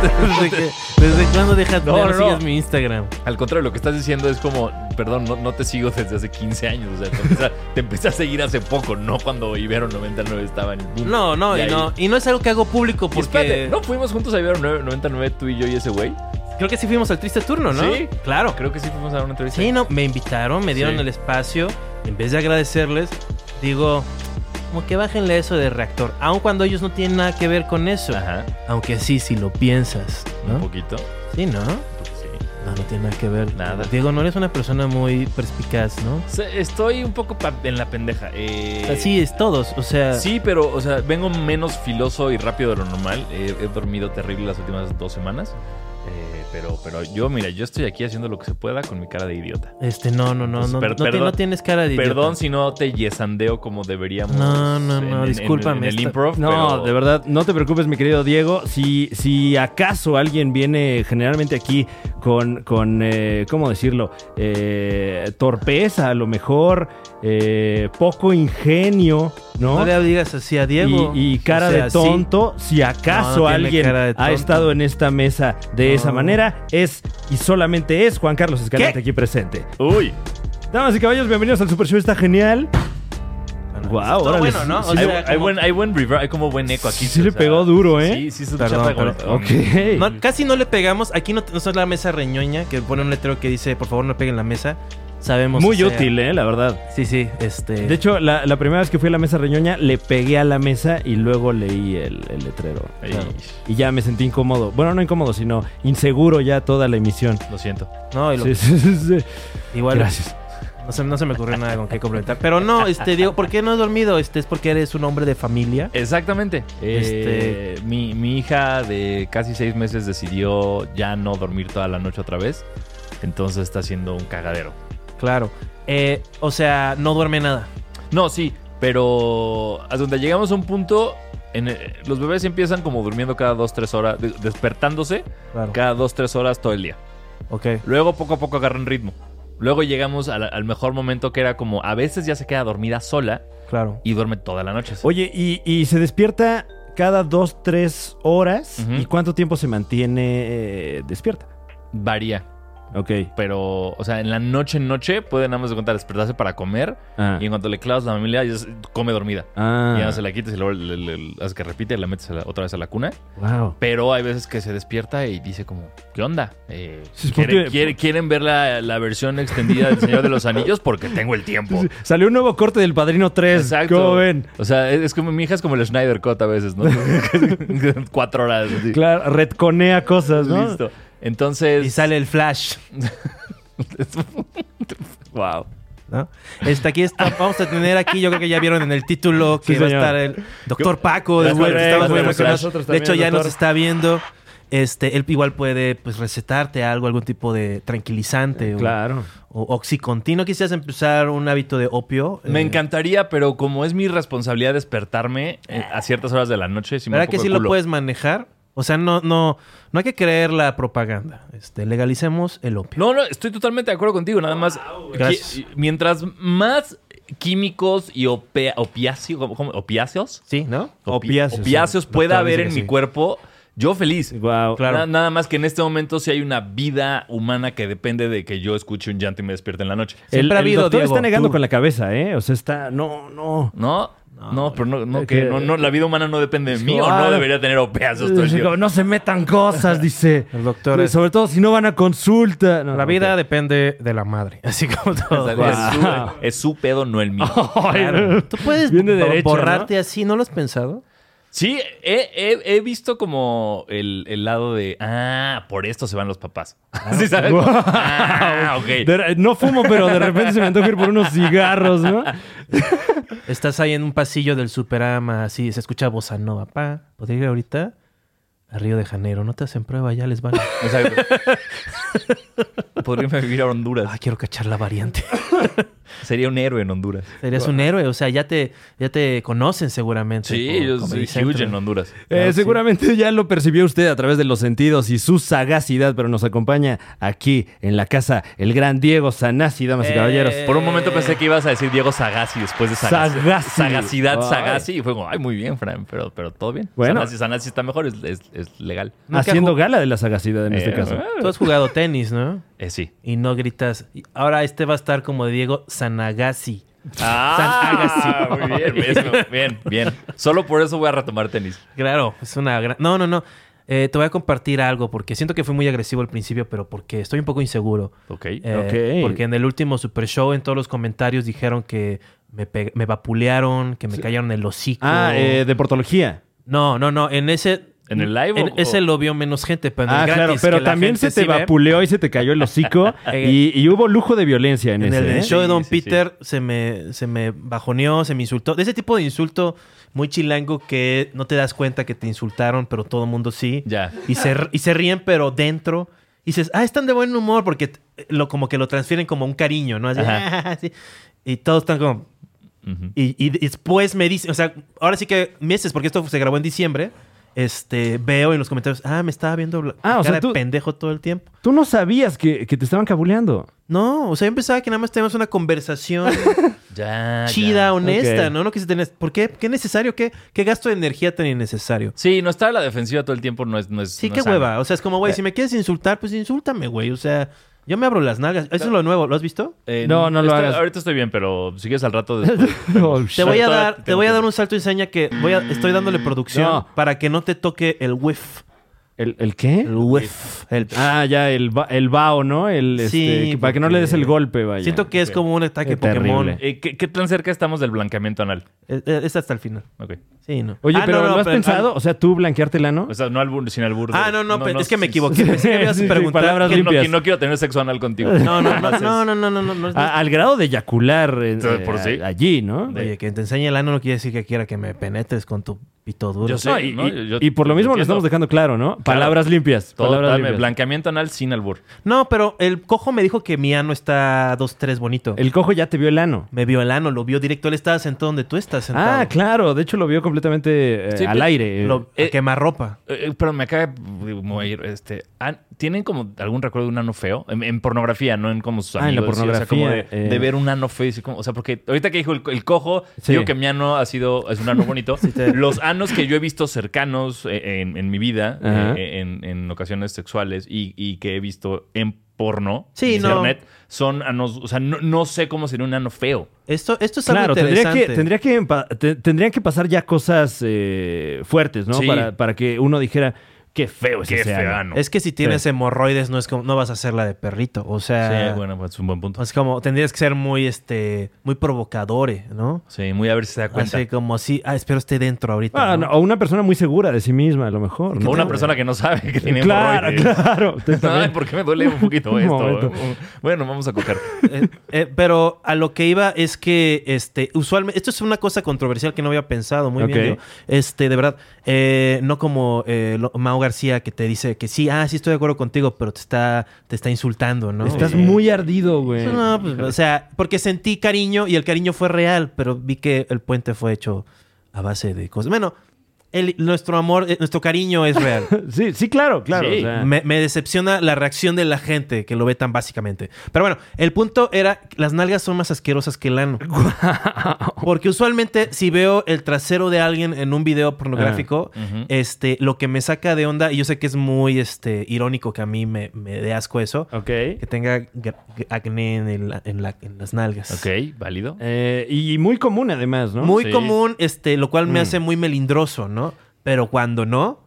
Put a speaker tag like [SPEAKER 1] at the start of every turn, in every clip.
[SPEAKER 1] ¿Desde, que- desde cuándo dejas
[SPEAKER 2] No,
[SPEAKER 1] no,
[SPEAKER 2] no, no.
[SPEAKER 1] sigas mi Instagram?
[SPEAKER 2] Al contrario, lo que estás diciendo es como, perdón, no, no te sigo desde hace 15 años. O sea, te empecé, a- te empecé a seguir hace poco, no cuando Ibero 99 estaba en el boom.
[SPEAKER 1] No, no,
[SPEAKER 2] De
[SPEAKER 1] y
[SPEAKER 2] ahí.
[SPEAKER 1] no, y no es algo que hago público
[SPEAKER 2] Y espérate,
[SPEAKER 1] porque
[SPEAKER 2] ¿no fuimos juntos a Ibero 9- 99 tú y yo y ese güey?
[SPEAKER 1] creo que sí fuimos al triste turno, ¿no?
[SPEAKER 2] Sí.
[SPEAKER 1] claro.
[SPEAKER 2] Creo que sí fuimos a una entrevista.
[SPEAKER 1] Sí, no, me invitaron, me dieron
[SPEAKER 2] Sí.
[SPEAKER 1] el espacio. En vez de agradecerles, digo, como que bájenle eso de reactor. Aun cuando ellos no tienen nada que ver con eso.
[SPEAKER 2] Ajá,
[SPEAKER 1] Aunque sí, si lo piensas,
[SPEAKER 2] un
[SPEAKER 1] ¿no?
[SPEAKER 2] poquito.
[SPEAKER 1] Sí, ¿no?
[SPEAKER 2] Sí.
[SPEAKER 1] No, no tiene nada que ver.
[SPEAKER 2] Nada.
[SPEAKER 1] Diego, no eres una persona muy perspicaz, ¿no?
[SPEAKER 2] Se- Estoy un poco pa- en la pendeja. eh,
[SPEAKER 1] Así es, todos. O sea,
[SPEAKER 2] Sí, pero, o sea, vengo menos filoso y rápido de lo normal. Eh, he dormido terrible las últimas dos semanas. Eh, pero, pero yo, mira, yo estoy aquí haciendo lo que se pueda con mi cara de idiota.
[SPEAKER 1] este, no, no, no,
[SPEAKER 2] Pues,
[SPEAKER 1] no,
[SPEAKER 2] per-
[SPEAKER 1] no, te-
[SPEAKER 2] perdón.
[SPEAKER 1] no tienes cara de idiota.
[SPEAKER 2] Perdón si no te yesandeo como deberíamos.
[SPEAKER 1] No, no,
[SPEAKER 2] en-
[SPEAKER 1] no,
[SPEAKER 2] en-
[SPEAKER 1] discúlpame,
[SPEAKER 2] En, el
[SPEAKER 1] está-
[SPEAKER 2] improv.
[SPEAKER 3] No,
[SPEAKER 2] pero-
[SPEAKER 3] de verdad, no te preocupes, mi querido Diego. Si, si acaso alguien viene generalmente aquí con, con eh, ¿cómo decirlo? Eh, torpeza, a lo mejor, eh, poco ingenio, ¿no?
[SPEAKER 1] No le digas así a Diego.
[SPEAKER 3] y, y cara
[SPEAKER 1] O sea,
[SPEAKER 3] de
[SPEAKER 1] sí.
[SPEAKER 3] tonto, si acaso
[SPEAKER 1] No, no tiene
[SPEAKER 3] alguien
[SPEAKER 1] cara de
[SPEAKER 3] ha
[SPEAKER 1] tonto.
[SPEAKER 3] estado en esta mesa de esa
[SPEAKER 1] No.
[SPEAKER 3] manera, es y solamente es Juan Carlos Escalante
[SPEAKER 1] ¿Qué?
[SPEAKER 3] aquí presente.
[SPEAKER 2] Uy,
[SPEAKER 3] Damas y caballos, bienvenidos al Super Show, está genial.
[SPEAKER 1] Bueno,
[SPEAKER 3] Guau,
[SPEAKER 1] estuvo
[SPEAKER 3] órale,
[SPEAKER 1] bueno, ¿no?
[SPEAKER 3] sí,
[SPEAKER 1] O
[SPEAKER 3] sí.
[SPEAKER 2] hay,
[SPEAKER 1] sea,
[SPEAKER 2] hay
[SPEAKER 1] como-
[SPEAKER 2] buen, hay buen reverb, hay como buen eco aquí.
[SPEAKER 3] Sí le pegó duro, ¿eh?
[SPEAKER 2] Sí, sí, se escucha
[SPEAKER 1] Perdón,
[SPEAKER 2] pegón.
[SPEAKER 1] pero-
[SPEAKER 3] Ok.
[SPEAKER 1] No, casi no le pegamos. Aquí no, no es la mesa reñoña que pone un letrero que dice, por favor, no peguen la mesa. Sabemos.
[SPEAKER 3] Muy
[SPEAKER 1] o sea,
[SPEAKER 3] útil, ¿eh? La verdad.
[SPEAKER 1] Sí, sí, este.
[SPEAKER 3] De hecho, la, la primera vez que fui a la mesa reñoña, le pegué a la mesa y luego leí el, el letrero.
[SPEAKER 2] Ey,
[SPEAKER 3] Claro. Y ya me sentí incómodo. Bueno, no incómodo, sino inseguro ya toda la emisión.
[SPEAKER 2] Lo siento.
[SPEAKER 1] no, y lo-
[SPEAKER 3] Sí, sí, sí, sí.
[SPEAKER 1] igual
[SPEAKER 3] Gracias.
[SPEAKER 1] no se, no se me ocurrió nada con qué complementar. Pero no, este, digo, ¿por qué no has dormido? Este es porque eres un hombre de familia.
[SPEAKER 2] Exactamente.
[SPEAKER 3] Este-
[SPEAKER 2] Eh, mi, mi hija de casi seis meses decidió ya no dormir toda la noche otra vez. Entonces está siendo un cagadero.
[SPEAKER 1] Claro. Eh, o sea, no duerme nada.
[SPEAKER 2] No, sí, pero a donde llegamos a un punto. En eh, los bebés empiezan como durmiendo cada dos, tres horas, de- despertándose
[SPEAKER 1] Claro.
[SPEAKER 2] cada dos, tres horas todo el día.
[SPEAKER 1] Ok.
[SPEAKER 2] Luego poco a poco agarran ritmo. Luego llegamos al, al mejor momento que era como a veces ya se queda dormida sola
[SPEAKER 1] Claro.
[SPEAKER 2] y duerme toda la noche.
[SPEAKER 3] Oye, y, y se despierta cada dos, tres horas.
[SPEAKER 2] Ujú.
[SPEAKER 3] ¿Y cuánto tiempo se mantiene eh, despierta?
[SPEAKER 2] Varía,
[SPEAKER 3] Ok.
[SPEAKER 2] pero, o sea, en la noche, noche, pueden ambos de contar despertarse para comer
[SPEAKER 3] Ah.
[SPEAKER 2] y en cuanto le clavas la familia, ya se- come dormida.
[SPEAKER 3] Ah.
[SPEAKER 2] Y Ya no se la quites y luego le, le- le- haces que repite y la metes a la- otra vez a la cuna.
[SPEAKER 3] Wow.
[SPEAKER 2] Pero hay veces que se despierta y dice como, ¿qué onda? Eh,
[SPEAKER 3] Sí,
[SPEAKER 2] ¿quiere-
[SPEAKER 3] porque-
[SPEAKER 2] quiere- ¿Quieren ver la, la versión extendida del Señor de los Anillos? Porque tengo el tiempo.
[SPEAKER 3] Salió un nuevo corte del Padrino 3. ¿Cómo ven?
[SPEAKER 2] O sea, es, es como mi hija es como el Schneider Cut a veces, ¿no? Cuatro horas. así.
[SPEAKER 3] Claro, retconea cosas, ¿no?
[SPEAKER 2] Listo. Entonces.
[SPEAKER 1] Y sale el flash.
[SPEAKER 2] wow.
[SPEAKER 1] ¿no? Este, aquí está, vamos a tener aquí, yo creo que ya vieron en el título que
[SPEAKER 3] Sí,
[SPEAKER 1] va a
[SPEAKER 3] señor.
[SPEAKER 1] estar el doctor Paco,
[SPEAKER 2] Ya
[SPEAKER 1] de,
[SPEAKER 2] está,
[SPEAKER 1] que
[SPEAKER 2] ya
[SPEAKER 1] estaba muy
[SPEAKER 2] está con
[SPEAKER 1] emocionado.
[SPEAKER 3] nosotros
[SPEAKER 1] de
[SPEAKER 3] también,
[SPEAKER 1] hecho ya
[SPEAKER 3] doctor.
[SPEAKER 1] nos está viendo. Este, él igual puede pues recetarte algo, algún tipo de tranquilizante o-
[SPEAKER 3] Claro.
[SPEAKER 1] o, oxicontino. Quisieras empezar un hábito de opio.
[SPEAKER 2] Me
[SPEAKER 1] eh,
[SPEAKER 2] encantaría, pero como es mi responsabilidad despertarme eh,
[SPEAKER 3] Ah.
[SPEAKER 2] a ciertas horas de la noche, sí me da
[SPEAKER 1] ¿Verdad
[SPEAKER 2] un
[SPEAKER 1] que
[SPEAKER 2] poco
[SPEAKER 1] sí
[SPEAKER 2] de
[SPEAKER 1] lo
[SPEAKER 2] culo.
[SPEAKER 1] puedes manejar? O sea, no, no, no hay que creer la propaganda. Este, legalicemos el opio.
[SPEAKER 2] No, no, estoy totalmente de acuerdo contigo. Nada más, que-
[SPEAKER 1] Gracias.
[SPEAKER 2] mientras más químicos y ope- opiáceo- ¿cómo- cómo? opiáceos,
[SPEAKER 1] Sí, ¿no?
[SPEAKER 2] Opi-
[SPEAKER 3] Opiáceos,
[SPEAKER 2] opiáceos
[SPEAKER 3] sí.
[SPEAKER 2] pueda
[SPEAKER 3] Doctor
[SPEAKER 2] haber
[SPEAKER 3] dice
[SPEAKER 2] en
[SPEAKER 3] que
[SPEAKER 2] mi
[SPEAKER 3] sí.
[SPEAKER 2] cuerpo, yo feliz.
[SPEAKER 3] Wow.
[SPEAKER 2] Na- nada más que en este momento sí hay una vida humana que depende de que yo escuche un llanto y me despierte en la noche.
[SPEAKER 1] Siempre
[SPEAKER 3] el,
[SPEAKER 1] ha
[SPEAKER 3] el
[SPEAKER 1] habido,
[SPEAKER 3] doctor
[SPEAKER 1] Diego,
[SPEAKER 3] está negando
[SPEAKER 1] tú.
[SPEAKER 3] con la cabeza, ¿eh? O sea, está. No, no.
[SPEAKER 2] ¿No? No, pero no, no,
[SPEAKER 3] es
[SPEAKER 2] que,
[SPEAKER 3] que-
[SPEAKER 2] no, no, la vida humana no depende de mí o
[SPEAKER 3] Ah.
[SPEAKER 2] no debería tener opiáceos todo el
[SPEAKER 3] Digo,
[SPEAKER 2] día.
[SPEAKER 3] no se metan cosas, dice.
[SPEAKER 1] El doctor
[SPEAKER 2] Pues,
[SPEAKER 1] es-
[SPEAKER 3] Sobre todo si no van a consulta. No,
[SPEAKER 1] La
[SPEAKER 3] ok.
[SPEAKER 1] vida depende de la madre. Así como todo.
[SPEAKER 2] Es,
[SPEAKER 3] Wow.
[SPEAKER 2] su, es su pedo, no el mío.
[SPEAKER 3] Ay,
[SPEAKER 1] Claro. Tú puedes
[SPEAKER 3] Viene
[SPEAKER 1] bo-
[SPEAKER 3] derecho,
[SPEAKER 1] borrarte así, ¿no lo has pensado?
[SPEAKER 2] Sí, he, he- he visto como el, el lado de, ah, por esto se van los papás. ¿Sí sabes?
[SPEAKER 3] Wow.
[SPEAKER 2] Ah, ok.
[SPEAKER 3] De re- no fumo, pero de repente se me antoja ir por unos cigarros, ¿no?
[SPEAKER 1] Ah, Estás ahí en un pasillo del Superama, así, se escucha bossa nova. Pa, ¿podría ir ahorita a Río de Janeiro? No te hacen prueba, ya les van. a-
[SPEAKER 2] Exacto. podría irme a vivir a Honduras.
[SPEAKER 1] Ah, quiero cachar la variante.
[SPEAKER 2] Sería un héroe en Honduras.
[SPEAKER 1] Serías un héroe, o sea, ya te, ya te conocen seguramente.
[SPEAKER 2] Sí,
[SPEAKER 1] por
[SPEAKER 2] yo
[SPEAKER 1] Comedy
[SPEAKER 2] soy
[SPEAKER 1] Central.
[SPEAKER 2] huge en Honduras.
[SPEAKER 3] Eh, seguramente ya lo percibió usted a través de los sentidos y su sagacidad, pero nos acompaña aquí en la casa el gran Diego Sanasi, damas y
[SPEAKER 1] Eh,
[SPEAKER 3] caballeros.
[SPEAKER 2] Por un momento pensé que ibas a decir Diego Sagasi después de Sagasi.
[SPEAKER 3] Sagasti.
[SPEAKER 2] Sagacidad,
[SPEAKER 3] Ay.
[SPEAKER 2] Sagasi. Y fue como, ay, muy bien, Fran, pero, pero todo bien.
[SPEAKER 3] Bueno.
[SPEAKER 2] Sanasi, Sanasi está mejor, es, es- es legal.
[SPEAKER 1] Nunca
[SPEAKER 3] Haciendo
[SPEAKER 1] ju-
[SPEAKER 3] gala de la sagacidad en este
[SPEAKER 2] Eh,
[SPEAKER 3] caso.
[SPEAKER 2] eh,
[SPEAKER 1] Tú has jugado tenis, ¿no?
[SPEAKER 2] eh, sí.
[SPEAKER 1] Y no gritas. Y Ahora este va a estar como Diego Sanagasi.
[SPEAKER 2] Ah, muy bien, eso, bien, bien. Solo por eso voy a retomar tenis.
[SPEAKER 1] Claro, es una gran... No, no, no. Eh, te voy a compartir algo porque siento que fui muy agresivo al principio, pero porque estoy un poco inseguro.
[SPEAKER 2] Ok.
[SPEAKER 1] Eh,
[SPEAKER 3] Ok.
[SPEAKER 1] Porque en el último Super Show, en todos los comentarios dijeron que me, pe- me vapulearon, que me callaron el hocico.
[SPEAKER 3] Ah, eh, de portología.
[SPEAKER 1] No, no, no. En ese.
[SPEAKER 2] ¿En el live
[SPEAKER 1] en
[SPEAKER 2] o-
[SPEAKER 1] Ese lo vio menos gente, pero en el
[SPEAKER 3] Ah,
[SPEAKER 1] gratis,
[SPEAKER 3] claro,
[SPEAKER 1] que
[SPEAKER 3] pero
[SPEAKER 1] la
[SPEAKER 3] también se
[SPEAKER 1] gente
[SPEAKER 3] te
[SPEAKER 1] sí ve, Eh,
[SPEAKER 3] vapuleó y se te cayó el hocico y, y hubo lujo de violencia en,
[SPEAKER 1] En el
[SPEAKER 3] ese. ¿eh?
[SPEAKER 1] show de
[SPEAKER 2] Sí,
[SPEAKER 1] Don
[SPEAKER 2] sí, sí.
[SPEAKER 1] Peter Se, me, se me bajoneó, se me insultó. De ese tipo de insulto muy chilango que no te das cuenta que te insultaron, pero todo el mundo sí.
[SPEAKER 2] Ya.
[SPEAKER 1] Y se, r- y se ríen, pero dentro. Y dices, ah, están de buen humor porque t- lo, como que lo transfieren como un cariño, ¿no? Así, sí. Y todos están como...
[SPEAKER 2] Ujú.
[SPEAKER 1] Y, y después me dicen, o sea, ahora sí que meses, porque esto se grabó en diciembre, este, veo en los comentarios, ah, me estaba viendo la
[SPEAKER 3] Ah, o
[SPEAKER 1] cara
[SPEAKER 3] sea,
[SPEAKER 1] de
[SPEAKER 3] tú-
[SPEAKER 1] pendejo todo el tiempo.
[SPEAKER 3] Tú no sabías que, que te estaban cabuleando.
[SPEAKER 1] No, o sea, yo pensaba que nada más teníamos una conversación
[SPEAKER 2] Ya.
[SPEAKER 1] chida,
[SPEAKER 2] ya.
[SPEAKER 1] honesta,
[SPEAKER 3] Ah, Ok.
[SPEAKER 1] ¿no? No que se tenés, ¿por qué? ¿Qué necesario? ¿Qué, qué gasto de energía tan innecesario?
[SPEAKER 2] Sí, no estar a la defensiva todo el tiempo no es. No es
[SPEAKER 1] Sí,
[SPEAKER 2] no
[SPEAKER 1] qué
[SPEAKER 2] es sano.
[SPEAKER 1] hueva. O sea, es como,
[SPEAKER 3] Eh.
[SPEAKER 1] güey, si me quieres insultar, pues insúltame, güey. O sea, yo me abro las nalgas. Eso es lo nuevo, ¿lo has visto?
[SPEAKER 2] Eh,
[SPEAKER 3] No, no lo
[SPEAKER 2] estoy-
[SPEAKER 3] hagas.
[SPEAKER 2] Ahorita estoy bien, pero si quieres al rato. después.
[SPEAKER 3] Oh,
[SPEAKER 1] Te
[SPEAKER 3] shit.
[SPEAKER 1] voy a
[SPEAKER 2] Todavía
[SPEAKER 1] dar, te
[SPEAKER 2] tengo
[SPEAKER 1] voy a
[SPEAKER 2] que-
[SPEAKER 1] dar un salto de enseña que voy a- estoy dándole producción
[SPEAKER 3] No.
[SPEAKER 1] para que no te toque el whiff.
[SPEAKER 3] ¿El, el qué?
[SPEAKER 1] El whiff. El,
[SPEAKER 3] Ah, ya, el, ba- el bao, ¿no? El, este,
[SPEAKER 1] Sí,
[SPEAKER 3] que- para que no le des el golpe, vaya.
[SPEAKER 1] Siento que es
[SPEAKER 2] ok.
[SPEAKER 1] como un ataque
[SPEAKER 3] Qué
[SPEAKER 1] Pokémon.
[SPEAKER 3] terrible.
[SPEAKER 2] Eh, ¿qué, qué tan cerca estamos del blanqueamiento anal?
[SPEAKER 1] Eh, eh, Es hasta el final.
[SPEAKER 2] Ok.
[SPEAKER 1] Sí, no.
[SPEAKER 3] Oye,
[SPEAKER 1] Ah,
[SPEAKER 3] pero
[SPEAKER 1] no, no,
[SPEAKER 3] ¿lo has
[SPEAKER 1] pero- Pues,
[SPEAKER 3] pensado? O sea, tú blanquearte la no
[SPEAKER 2] O sea, no albur, sin albur. de-
[SPEAKER 1] Ah, no, no, pe- es que me
[SPEAKER 2] sí,
[SPEAKER 1] equivoqué.
[SPEAKER 3] sí.
[SPEAKER 1] Pensé que me ibas
[SPEAKER 3] Sí, sí,
[SPEAKER 1] a preguntar.
[SPEAKER 3] palabras
[SPEAKER 1] que-
[SPEAKER 2] sí, No,
[SPEAKER 3] limpias.
[SPEAKER 2] que no quiero tener sexo anal contigo.
[SPEAKER 1] No, no, no,
[SPEAKER 2] Entonces,
[SPEAKER 1] no, no, no, no, no, no.
[SPEAKER 3] A- al grado de yacular eh,
[SPEAKER 2] Entonces, por
[SPEAKER 3] eh,
[SPEAKER 2] sí.
[SPEAKER 3] allí, ¿no?
[SPEAKER 1] Oye, que te enseñe el ano no quiere decir que quiera que me penetres con tu pito duro.
[SPEAKER 2] Yo sé.
[SPEAKER 3] No, y,
[SPEAKER 2] ¿no?
[SPEAKER 3] y-
[SPEAKER 2] Yo- yo-
[SPEAKER 3] y por lo
[SPEAKER 2] yo
[SPEAKER 3] mismo lo
[SPEAKER 2] entiendo.
[SPEAKER 3] estamos dejando claro, ¿no? Palabras limpias.
[SPEAKER 2] Todo,
[SPEAKER 3] palabras
[SPEAKER 2] dame,
[SPEAKER 3] limpias.
[SPEAKER 2] blanqueamiento anal sin albur.
[SPEAKER 1] No, pero el cojo me dijo que mi ano está dos, tres bonito.
[SPEAKER 3] El cojo ya te vio el ano.
[SPEAKER 1] Me vio el ano, lo vio directo. Él estaba sentado donde tú estás sentado.
[SPEAKER 3] Ah, claro. De hecho, lo vio completamente eh,
[SPEAKER 2] Sí,
[SPEAKER 3] al
[SPEAKER 2] pero-
[SPEAKER 3] aire. eh.
[SPEAKER 1] Lo,
[SPEAKER 2] Eh,
[SPEAKER 1] quemarropa.
[SPEAKER 2] Eh, eh, pero me acaba de mover. Este, ah, ¿Tienen como algún recuerdo de un ano feo? En, en pornografía, no en como sus
[SPEAKER 3] Ah, en la
[SPEAKER 2] amigos. sí, o sea, como de,
[SPEAKER 3] pornografía, eh.
[SPEAKER 2] de ver un ano feo. y así como- o sea, porque ahorita que dijo el, el cojo,
[SPEAKER 3] Sí.
[SPEAKER 2] digo que mi ano ha sido, es un ano bonito.
[SPEAKER 1] te-
[SPEAKER 2] Los anos que yo he visto cercanos eh, en, en mi vida,
[SPEAKER 3] Ajá.
[SPEAKER 2] eh, en, en ocasiones sexuales y, y que he visto en porno,
[SPEAKER 1] Sí,
[SPEAKER 2] en
[SPEAKER 1] no.
[SPEAKER 2] internet, son anos. O sea, no, no sé cómo sería un ano feo.
[SPEAKER 1] Esto, esto es
[SPEAKER 3] Claro,
[SPEAKER 1] algo
[SPEAKER 3] tendría
[SPEAKER 1] interesante.
[SPEAKER 3] que, tendría que empa- te- tendrían que pasar ya cosas eh, fuertes, ¿no?
[SPEAKER 2] Sí.
[SPEAKER 3] Para, para que uno dijera, qué feo es
[SPEAKER 2] Qué
[SPEAKER 3] ese
[SPEAKER 2] feo
[SPEAKER 3] ano".
[SPEAKER 2] ano.
[SPEAKER 1] Es que si tienes hemorroides no es como, no vas a hacer la de perrito. O sea,
[SPEAKER 2] Sí, bueno, pues es un buen punto.
[SPEAKER 1] es como tendrías que ser muy, este, muy provocadores, ¿no?
[SPEAKER 2] Sí, muy a ver si se da cuenta.
[SPEAKER 1] Así como así, ah, espero esté dentro ahorita.
[SPEAKER 3] Ah,
[SPEAKER 1] ¿no?
[SPEAKER 3] no, o una persona muy segura de sí misma, a lo mejor.
[SPEAKER 2] O
[SPEAKER 3] ¿no?
[SPEAKER 2] una persona que no sabe que tiene
[SPEAKER 3] Claro,
[SPEAKER 2] hemorroides.
[SPEAKER 3] claro.
[SPEAKER 2] Ay, ¿por qué me duele un poquito
[SPEAKER 3] Un
[SPEAKER 2] esto?
[SPEAKER 3] momento.
[SPEAKER 2] bueno, vamos a coger.
[SPEAKER 1] Eh, eh, pero a lo que iba es que, este, usualmente, esto es una cosa controversial que no había pensado muy bien.
[SPEAKER 3] Ok.
[SPEAKER 1] yo. Este, de verdad, eh, no como eh, lo- Mao García que te dice que sí, ah, sí estoy de acuerdo contigo, pero te está, te está insultando, ¿no?
[SPEAKER 3] Estás
[SPEAKER 1] Eh,
[SPEAKER 3] muy ardido, güey.
[SPEAKER 1] No, pues, o sea, porque sentí cariño y el cariño fue real, pero vi que el puente fue hecho a base de cosas. Bueno, el- nuestro amor, eh, nuestro cariño es real.
[SPEAKER 3] Sí, sí, claro, claro.
[SPEAKER 2] Sí.
[SPEAKER 3] o sea.
[SPEAKER 1] Me, me decepciona la reacción de la gente que lo ve tan básicamente. Pero bueno, el punto era, que las nalgas son más asquerosas que el ano. Porque usualmente si veo el trasero de alguien en un video pornográfico,
[SPEAKER 3] Ah,
[SPEAKER 2] Ujú.
[SPEAKER 1] este, lo que me saca de onda, y yo sé que es muy este, irónico que a mí me, me dé asco eso,
[SPEAKER 3] Ok.
[SPEAKER 1] que tenga gra- acné en, el- en la- en las nalgas.
[SPEAKER 2] Ok, válido.
[SPEAKER 3] Eh, y muy común, además, ¿no?
[SPEAKER 1] Muy
[SPEAKER 2] Sí.
[SPEAKER 1] común, este, lo cual me
[SPEAKER 3] Mm.
[SPEAKER 1] hace muy melindroso, ¿no? Pero cuando no,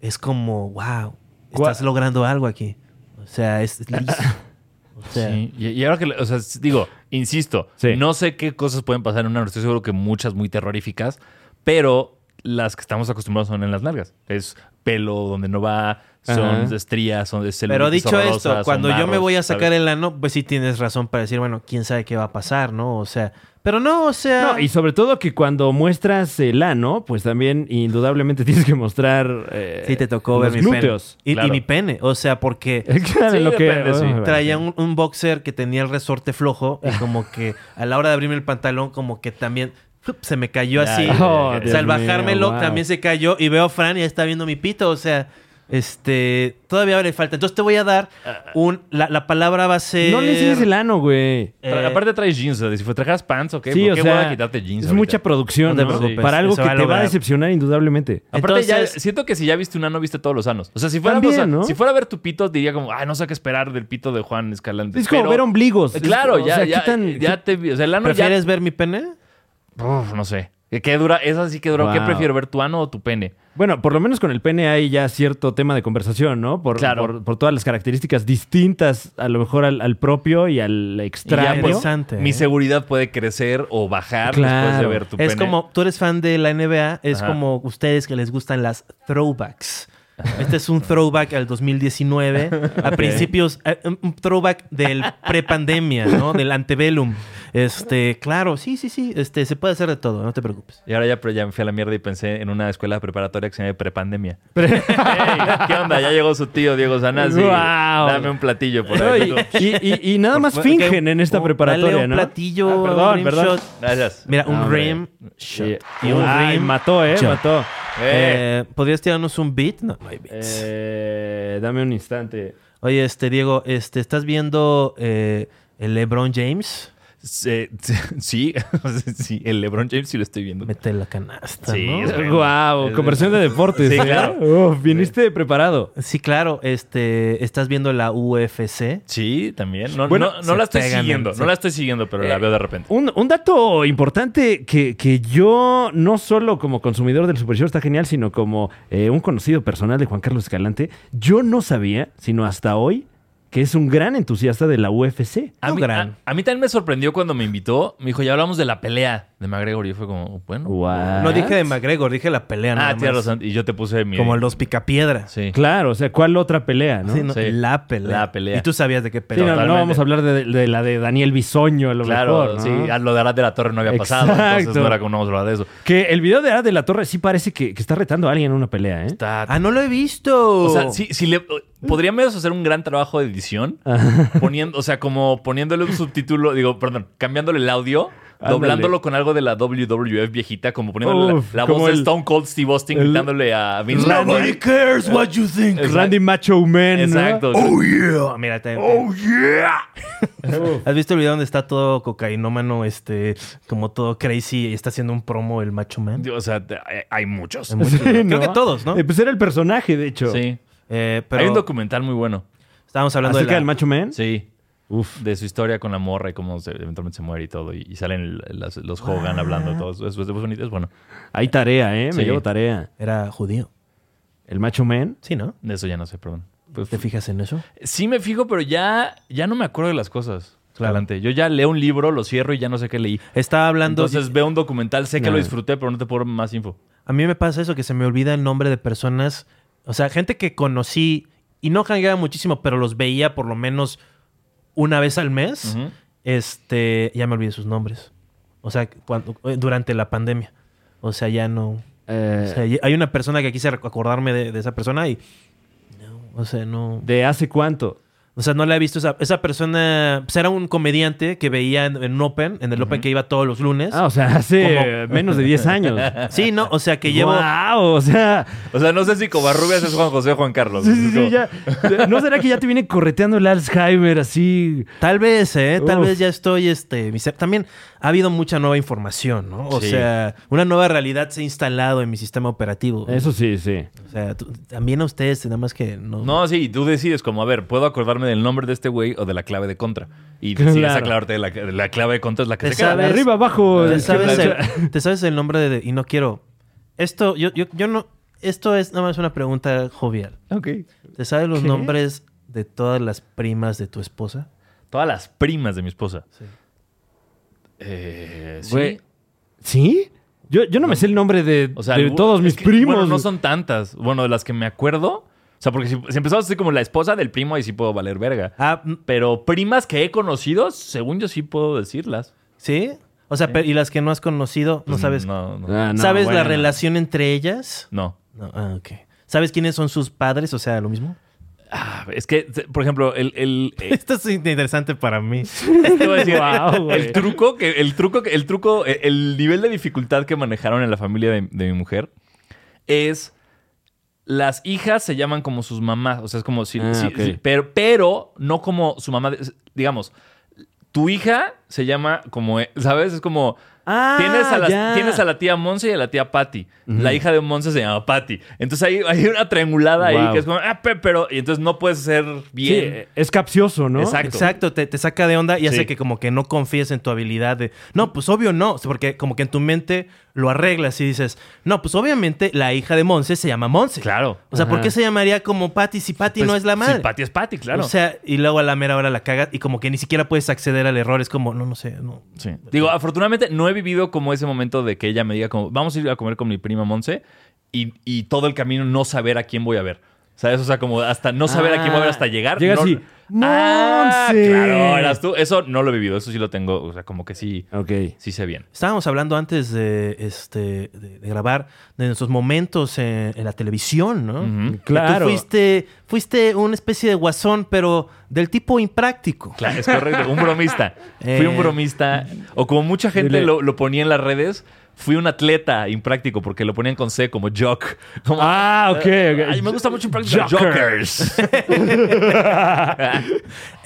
[SPEAKER 1] es como, wow,
[SPEAKER 3] Gua- Ah,
[SPEAKER 1] estás logrando algo aquí. O sea, es liso. O sea,
[SPEAKER 2] Sí. Y, y ahora que, o sea, s- digo, insisto,
[SPEAKER 3] Sí.
[SPEAKER 2] no sé qué cosas pueden pasar en una noche. Estoy seguro que muchas muy terroríficas, pero las que estamos acostumbrados son en las nalgas. Es pelo donde no va, son
[SPEAKER 3] Ajá.
[SPEAKER 2] estrías, son de celulitis
[SPEAKER 1] Pero dicho
[SPEAKER 2] horrorosa,
[SPEAKER 1] esto,
[SPEAKER 2] son
[SPEAKER 1] cuando yo me
[SPEAKER 2] barros,
[SPEAKER 1] voy a
[SPEAKER 2] ¿sabes?
[SPEAKER 1] sacar el ano, pues sí tienes razón para decir, bueno, quién sabe qué va a pasar, ¿no? O sea, pero no, o sea,
[SPEAKER 3] No, y sobre todo que cuando muestras el ano, pues también indudablemente tienes que mostrar eh,
[SPEAKER 1] sí te tocó ver
[SPEAKER 3] los
[SPEAKER 1] mi
[SPEAKER 3] glúteos.
[SPEAKER 1] pene. Y- Y,
[SPEAKER 2] Claro.
[SPEAKER 1] mi pene, o sea, porque
[SPEAKER 3] Claro,
[SPEAKER 2] Sí,
[SPEAKER 3] lo que-
[SPEAKER 2] depende, sí.
[SPEAKER 3] bueno,
[SPEAKER 1] traía un, un boxer que tenía el resorte flojo y como que a la hora de abrirme el pantalón como que también ¡fup!, se me cayó
[SPEAKER 2] Ya,
[SPEAKER 1] así.
[SPEAKER 2] ya, ya,
[SPEAKER 3] Oh,
[SPEAKER 2] ya,
[SPEAKER 1] O
[SPEAKER 2] ya.
[SPEAKER 1] sea, al
[SPEAKER 3] Dios
[SPEAKER 1] bajármelo
[SPEAKER 3] mío, wow.
[SPEAKER 1] también se cayó y veo a Fran y ya está viendo mi pito. O sea, este, todavía le falta. Entonces te voy a dar un, la, la palabra va a ser...
[SPEAKER 3] No le enseñes el ano, güey.
[SPEAKER 1] eh,
[SPEAKER 2] Tra- Aparte traes jeans, o sea, si fue- trajeras pants, ¿ok?
[SPEAKER 3] sí,
[SPEAKER 2] ¿Por
[SPEAKER 3] o
[SPEAKER 2] qué voy
[SPEAKER 3] sea,
[SPEAKER 2] a quitarte jeans?
[SPEAKER 3] es
[SPEAKER 2] ahorita?
[SPEAKER 3] mucha producción,
[SPEAKER 1] No te
[SPEAKER 3] ¿no?
[SPEAKER 1] preocupes,
[SPEAKER 3] para algo
[SPEAKER 1] eso
[SPEAKER 3] que
[SPEAKER 1] va a
[SPEAKER 3] te va a
[SPEAKER 1] lograr.
[SPEAKER 3] decepcionar indudablemente.
[SPEAKER 2] Aparte, ya-
[SPEAKER 1] Entonces-
[SPEAKER 2] siento que si ya viste un ano, viste todos los anos. O sea, si fuéramos
[SPEAKER 3] También,
[SPEAKER 2] a-
[SPEAKER 3] ¿no?
[SPEAKER 2] si fuera a ver tu pito, diría como, ah, no sé qué esperar del pito de Juan Escalante.
[SPEAKER 3] Es como
[SPEAKER 2] Pero- eh,
[SPEAKER 3] ver ombligos. Es-
[SPEAKER 2] Claro,
[SPEAKER 3] o
[SPEAKER 2] ya,
[SPEAKER 3] sea,
[SPEAKER 2] ya,
[SPEAKER 3] quitan-
[SPEAKER 2] ya te vi. O sea, el ano
[SPEAKER 1] ¿Prefieres ver mi pene?
[SPEAKER 2] ya. Uf, no sé. ¿Qué- ¿Qué dura? Esa sí que dura. ¿Qué
[SPEAKER 3] Wow.
[SPEAKER 2] prefiero, ver tu ano o tu pene?
[SPEAKER 3] Bueno, por lo menos con el pene hay ya cierto tema de conversación, ¿no? Por,
[SPEAKER 2] Claro.
[SPEAKER 3] por, por todas las características distintas, a lo mejor al, al propio y al extraño.
[SPEAKER 1] pues, Interesante, ¿eh?
[SPEAKER 2] Mi seguridad puede crecer o bajar después de
[SPEAKER 3] Claro.
[SPEAKER 2] ver tu pene.
[SPEAKER 1] Es como, tú eres fan de la NBA, es
[SPEAKER 2] Ajá.
[SPEAKER 1] como ustedes que les gustan las throwbacks. Este es un throwback al 2019, a principios, eh, un un throwback del prepandemia, ¿no? Del antebellum. Este, claro, sí, sí, sí, este, se puede hacer de todo, no te preocupes.
[SPEAKER 2] Y ahora ya, pero ya me fui a la mierda y pensé en una escuela preparatoria que se llama Prepandemia. Ey, ¿Qué onda? Ya llegó su tío Diego Sanasi.
[SPEAKER 3] Guau.
[SPEAKER 2] Dame un platillo por
[SPEAKER 3] No,
[SPEAKER 2] ahí.
[SPEAKER 3] y, y- y- y nada más
[SPEAKER 1] Por-
[SPEAKER 3] fingen
[SPEAKER 1] que-
[SPEAKER 3] en esta
[SPEAKER 1] oh, dale
[SPEAKER 3] preparatoria,
[SPEAKER 1] un
[SPEAKER 3] ¿no?
[SPEAKER 1] platillo,
[SPEAKER 3] Ah, perdón,
[SPEAKER 1] un rim
[SPEAKER 3] perdón.
[SPEAKER 1] shot.
[SPEAKER 2] Gracias.
[SPEAKER 1] Mira, un
[SPEAKER 3] Hombre.
[SPEAKER 1] rim shot
[SPEAKER 3] Y,
[SPEAKER 1] y un
[SPEAKER 3] ay,
[SPEAKER 1] rim.
[SPEAKER 3] mató, ¿eh?
[SPEAKER 1] shot.
[SPEAKER 3] Mató.
[SPEAKER 2] Eh,
[SPEAKER 1] Eh, ¿Podrías tirarnos un beat? No, no hay beats.
[SPEAKER 3] Eh, dame un instante.
[SPEAKER 1] Oye, este, Diego, este, ¿estás viendo eh, el LeBron James?
[SPEAKER 2] se- se- sí, sí, el LeBron James sí lo estoy viendo.
[SPEAKER 1] Mete la canasta,
[SPEAKER 2] Sí,
[SPEAKER 1] ¿no?
[SPEAKER 2] es verdad.
[SPEAKER 3] Guau,
[SPEAKER 2] Es-
[SPEAKER 3] conversión de deportes.
[SPEAKER 2] Sí,
[SPEAKER 3] ¿eh?
[SPEAKER 2] claro.
[SPEAKER 3] Uf, viniste preparado.
[SPEAKER 1] Sí, claro, este, estás viendo la UFC.
[SPEAKER 2] Sí, también. No,
[SPEAKER 3] Bueno,
[SPEAKER 2] no,
[SPEAKER 1] se
[SPEAKER 2] no la estoy
[SPEAKER 1] pegan,
[SPEAKER 2] siguiendo.
[SPEAKER 1] se-
[SPEAKER 2] No la estoy siguiendo, pero la
[SPEAKER 3] Eh,
[SPEAKER 2] veo de repente.
[SPEAKER 3] Un, un dato importante que, que yo, no solo como consumidor del Super Show está genial, sino como eh, un conocido personal de Juan Carlos Escalante, yo no sabía, sino hasta hoy, que es un gran entusiasta de la UFC.
[SPEAKER 2] A
[SPEAKER 1] no
[SPEAKER 2] mí,
[SPEAKER 1] gran.
[SPEAKER 2] a- a mí también me sorprendió cuando me invitó. Me dijo, ya hablamos de la pelea de McGregor. Y yo fue como, bueno.
[SPEAKER 3] Guau.
[SPEAKER 1] No dije de McGregor, dije la pelea. nada
[SPEAKER 2] Ah, tía
[SPEAKER 1] más.
[SPEAKER 2] Rosan. Y yo te puse mi.
[SPEAKER 1] Como los picapiedras.
[SPEAKER 2] Sí.
[SPEAKER 3] Claro, o sea, ¿cuál otra pelea? ¿no?
[SPEAKER 1] Sí, no,
[SPEAKER 2] Sí.
[SPEAKER 1] La pelea.
[SPEAKER 2] La pelea.
[SPEAKER 1] Y tú sabías de qué
[SPEAKER 3] Sí, no,
[SPEAKER 1] pelea.
[SPEAKER 3] no
[SPEAKER 2] totalmente.
[SPEAKER 3] vamos a hablar de, de la de Daniel Bisoño, a lo mejor,
[SPEAKER 2] Claro,
[SPEAKER 3] ¿no?
[SPEAKER 2] sí. ah, Lo de Arad de la Torre no había pasado. Entonces
[SPEAKER 3] Exacto.
[SPEAKER 2] no era como no vamos a hablar de eso.
[SPEAKER 3] Que el video de Arad de la Torre sí parece que, que está retando a alguien en una pelea, ¿eh?
[SPEAKER 2] Está.
[SPEAKER 1] Ah, no lo he visto.
[SPEAKER 2] O sea, sí, sí le, podríamos hacer un gran trabajo de edición. poniendo, o sea, como poniéndole un subtítulo, digo, perdón, cambiándole el audio.
[SPEAKER 3] Ándale.
[SPEAKER 2] Doblándolo con algo de la WWF viejita, como poniéndole
[SPEAKER 3] Uf,
[SPEAKER 2] la, la
[SPEAKER 3] como
[SPEAKER 2] voz de
[SPEAKER 3] el-
[SPEAKER 2] Stone Cold Steve Austin
[SPEAKER 3] el-
[SPEAKER 2] gritándole a Vince
[SPEAKER 1] Nobody
[SPEAKER 2] McMahon.
[SPEAKER 1] cares what you think.
[SPEAKER 2] Exacto.
[SPEAKER 3] Randy Macho Man. ¿no?
[SPEAKER 2] Exacto.
[SPEAKER 1] Oh, yeah. Mira, te-
[SPEAKER 2] Oh.
[SPEAKER 1] ¿Has visto el video donde está todo cocainómano, este, como todo crazy y está haciendo un promo el macho man?
[SPEAKER 2] O sea, te- hay, hay muchos.
[SPEAKER 1] Mucho.
[SPEAKER 3] Sí,
[SPEAKER 1] Creo
[SPEAKER 3] ¿no?
[SPEAKER 1] que todos, ¿no?
[SPEAKER 3] Eh, pues era el personaje, de hecho.
[SPEAKER 2] Sí.
[SPEAKER 1] Eh, pero
[SPEAKER 2] Hay un documental muy bueno.
[SPEAKER 1] estábamos hablando de
[SPEAKER 3] ¿Acerca
[SPEAKER 1] la-
[SPEAKER 3] del Macho Man?
[SPEAKER 2] Sí.
[SPEAKER 3] Uf.
[SPEAKER 2] De su historia con la morra y cómo se- eventualmente se muere y todo. Y, y salen las- los Hogan
[SPEAKER 1] Ah.
[SPEAKER 2] hablando. Todo eso es, es bonito, es bueno.
[SPEAKER 3] Hay tarea, ¿eh? Me
[SPEAKER 2] Sí.
[SPEAKER 3] llevo tarea.
[SPEAKER 1] Era judío.
[SPEAKER 3] El Macho Man.
[SPEAKER 1] Sí, ¿no?
[SPEAKER 2] De eso ya no sé, perdón. Pues,
[SPEAKER 1] ¿Te fijas en eso?
[SPEAKER 2] sí me fijo, pero ya, ya no me acuerdo de las cosas.
[SPEAKER 1] Claro.
[SPEAKER 2] Adelante. Yo ya leo un libro, lo cierro y ya no sé qué leí.
[SPEAKER 1] Estaba hablando.
[SPEAKER 2] Entonces veo un documental, sé que
[SPEAKER 3] No.
[SPEAKER 2] lo disfruté, pero no te puedo dar más info.
[SPEAKER 1] a mí me pasa eso, que se me olvida el nombre de personas. O sea, gente que conocí y no jangueaba muchísimo, pero los veía por lo menos una vez al mes.
[SPEAKER 2] Ujú.
[SPEAKER 1] Este. Ya me olvidé sus nombres. O sea, cuando, eh, durante la pandemia. O sea, ya no. o
[SPEAKER 3] eh,
[SPEAKER 1] sea, ya- hay una persona que quise rec- acordarme de, de esa persona y. No, o sea, no.
[SPEAKER 3] ¿De hace cuánto?
[SPEAKER 1] O sea, no la he visto. Esa, esa persona. Pues era un comediante que veía en, en Open, en el Open que iba todos los lunes.
[SPEAKER 3] Ah, o sea, hace
[SPEAKER 1] Como-
[SPEAKER 3] eh, menos de 10 años.
[SPEAKER 1] Sí, no, o sea que llevo.
[SPEAKER 3] Guau, o sea,
[SPEAKER 2] O sea, no sé si Covarrubias es Juan José o Juan Carlos.
[SPEAKER 3] sí, sí,
[SPEAKER 2] Es como-
[SPEAKER 3] sí, ya. ¿No será que ya te viene correteando el Alzheimer así?
[SPEAKER 1] Tal vez, ¿eh? Tal
[SPEAKER 3] Uf.
[SPEAKER 1] vez ya estoy, este... mi ser- También ha habido mucha nueva información, ¿no? O
[SPEAKER 2] Sí.
[SPEAKER 1] sea, una nueva realidad se ha instalado en mi sistema operativo.
[SPEAKER 3] Eso sí, sí.
[SPEAKER 1] O sea, tú- también a ustedes, nada más que no...
[SPEAKER 2] No, sí, tú decides como, a ver, puedo acordarme del nombre de este güey o de la clave de contra. Y decides
[SPEAKER 3] Claro.
[SPEAKER 2] aclararte de la, de la clave de contra es la que
[SPEAKER 1] Te
[SPEAKER 2] se queda.
[SPEAKER 1] sabes-
[SPEAKER 3] Arriba, abajo.
[SPEAKER 1] ¿Te
[SPEAKER 3] izquierda,
[SPEAKER 1] sabes,
[SPEAKER 3] derecha.
[SPEAKER 1] el, te sabes el nombre de... Y no quiero... Esto, yo, yo, yo no... Esto es nada más una pregunta jovial.
[SPEAKER 3] Ok.
[SPEAKER 1] ¿Te sabes los
[SPEAKER 3] ¿Qué?
[SPEAKER 1] nombres de todas las primas de tu esposa?
[SPEAKER 2] Todas las primas de mi esposa.
[SPEAKER 1] Sí.
[SPEAKER 2] Eh, sí.
[SPEAKER 3] Güey. ¿Sí? Yo, yo no me sé el nombre de,
[SPEAKER 2] O sea,
[SPEAKER 3] de
[SPEAKER 2] algu-
[SPEAKER 3] todos
[SPEAKER 2] es
[SPEAKER 3] mis
[SPEAKER 2] que,
[SPEAKER 3] primos.
[SPEAKER 2] Bueno, no son tantas. Bueno, de las que me acuerdo. O sea, porque si, si empezamos así como la esposa del primo, ahí sí puedo valer verga.
[SPEAKER 1] Ah, m-
[SPEAKER 2] Pero primas que he conocido, según yo sí puedo decirlas.
[SPEAKER 1] ¿sí? O sea, pero- y las que no has conocido, no
[SPEAKER 2] Pues,
[SPEAKER 1] sabes.
[SPEAKER 2] No, no.
[SPEAKER 3] Ah, no,
[SPEAKER 1] ¿Sabes la
[SPEAKER 3] bueno.
[SPEAKER 1] relación entre ellas?
[SPEAKER 2] No.
[SPEAKER 1] No, ah, ok. ¿Sabes quiénes son sus padres? O sea, lo mismo.
[SPEAKER 2] Ah, es que, te- por ejemplo, el, el, eh,
[SPEAKER 1] Esto
[SPEAKER 2] este
[SPEAKER 1] es interesante para mí.
[SPEAKER 2] te voy a decir,
[SPEAKER 3] Guau, güey.
[SPEAKER 2] el truco, que, el truco, que- el truco, eh, el nivel de dificultad que manejaron en la familia de, de mi mujer es las hijas se llaman como sus mamás. O sea, es como si,
[SPEAKER 3] Ah,
[SPEAKER 2] si-
[SPEAKER 3] ok.
[SPEAKER 2] si- pero, pero no como su mamá. de- Digamos, tu hija se llama como, eh, ¿sabes? Es como.
[SPEAKER 3] Ah,
[SPEAKER 2] Tienes a, las-
[SPEAKER 3] ya.
[SPEAKER 2] tienes a la tía Monse y a la tía Patty. La hija de Monse se llama Patty. Entonces hay, hay una triangulada ahí
[SPEAKER 3] Wow.
[SPEAKER 2] que es como, ah, pe- pero. Y entonces no puedes ser
[SPEAKER 3] Sí,
[SPEAKER 2] bien.
[SPEAKER 3] es capcioso, ¿no?
[SPEAKER 2] Exacto.
[SPEAKER 1] Exacto, te, te saca de onda y hace
[SPEAKER 2] Sí.
[SPEAKER 1] que como que no confíes en tu habilidad de... No, pues obvio no, porque como que en tu mente lo arreglas y dices, no, pues obviamente la hija de Monse se llama Monse.
[SPEAKER 2] Claro.
[SPEAKER 1] O sea, ¿por
[SPEAKER 3] Ajá.
[SPEAKER 1] qué se llamaría como Patty si Patty no
[SPEAKER 2] Pues,
[SPEAKER 1] es la madre?
[SPEAKER 2] Sí, Patty es Patty, claro.
[SPEAKER 1] O sea, y luego a la mera hora la cagas y como que ni siquiera puedes acceder al error. Es como, no, no sé, no.
[SPEAKER 2] Sí. Digo,
[SPEAKER 1] eh,
[SPEAKER 2] afortunadamente no he vivido como ese momento de que ella me diga como, vamos a ir a comer con mi prima Monse y, y todo el camino no saber a quién voy a ver. ¿Sabes? O sea, como hasta no saber a quién voy a ver hasta llegar.
[SPEAKER 3] Llega
[SPEAKER 2] no-
[SPEAKER 3] así,
[SPEAKER 2] Ah,
[SPEAKER 3] "Monse".
[SPEAKER 2] claro, eras tú. Eso no lo he vivido, eso sí lo tengo. O sea, como que sí,
[SPEAKER 3] Ok.
[SPEAKER 2] sí sé bien.
[SPEAKER 1] Estábamos hablando antes de, este, de, de grabar de nuestros momentos en, en la televisión, ¿no?
[SPEAKER 2] Ujú.
[SPEAKER 1] Que
[SPEAKER 3] Claro.
[SPEAKER 1] Tú fuiste, fuiste una especie de guasón, pero del tipo impráctico.
[SPEAKER 2] Claro, es correcto. Un bromista. Fui un
[SPEAKER 1] Eh.
[SPEAKER 2] bromista. O como mucha gente
[SPEAKER 3] Dile.
[SPEAKER 2] lo, lo ponía en las redes, fui un atleta impráctico porque lo ponían con C como jock. Como,
[SPEAKER 3] Ah, ok, ok.
[SPEAKER 2] Ay, me gusta mucho impráctico.
[SPEAKER 3] Jockers.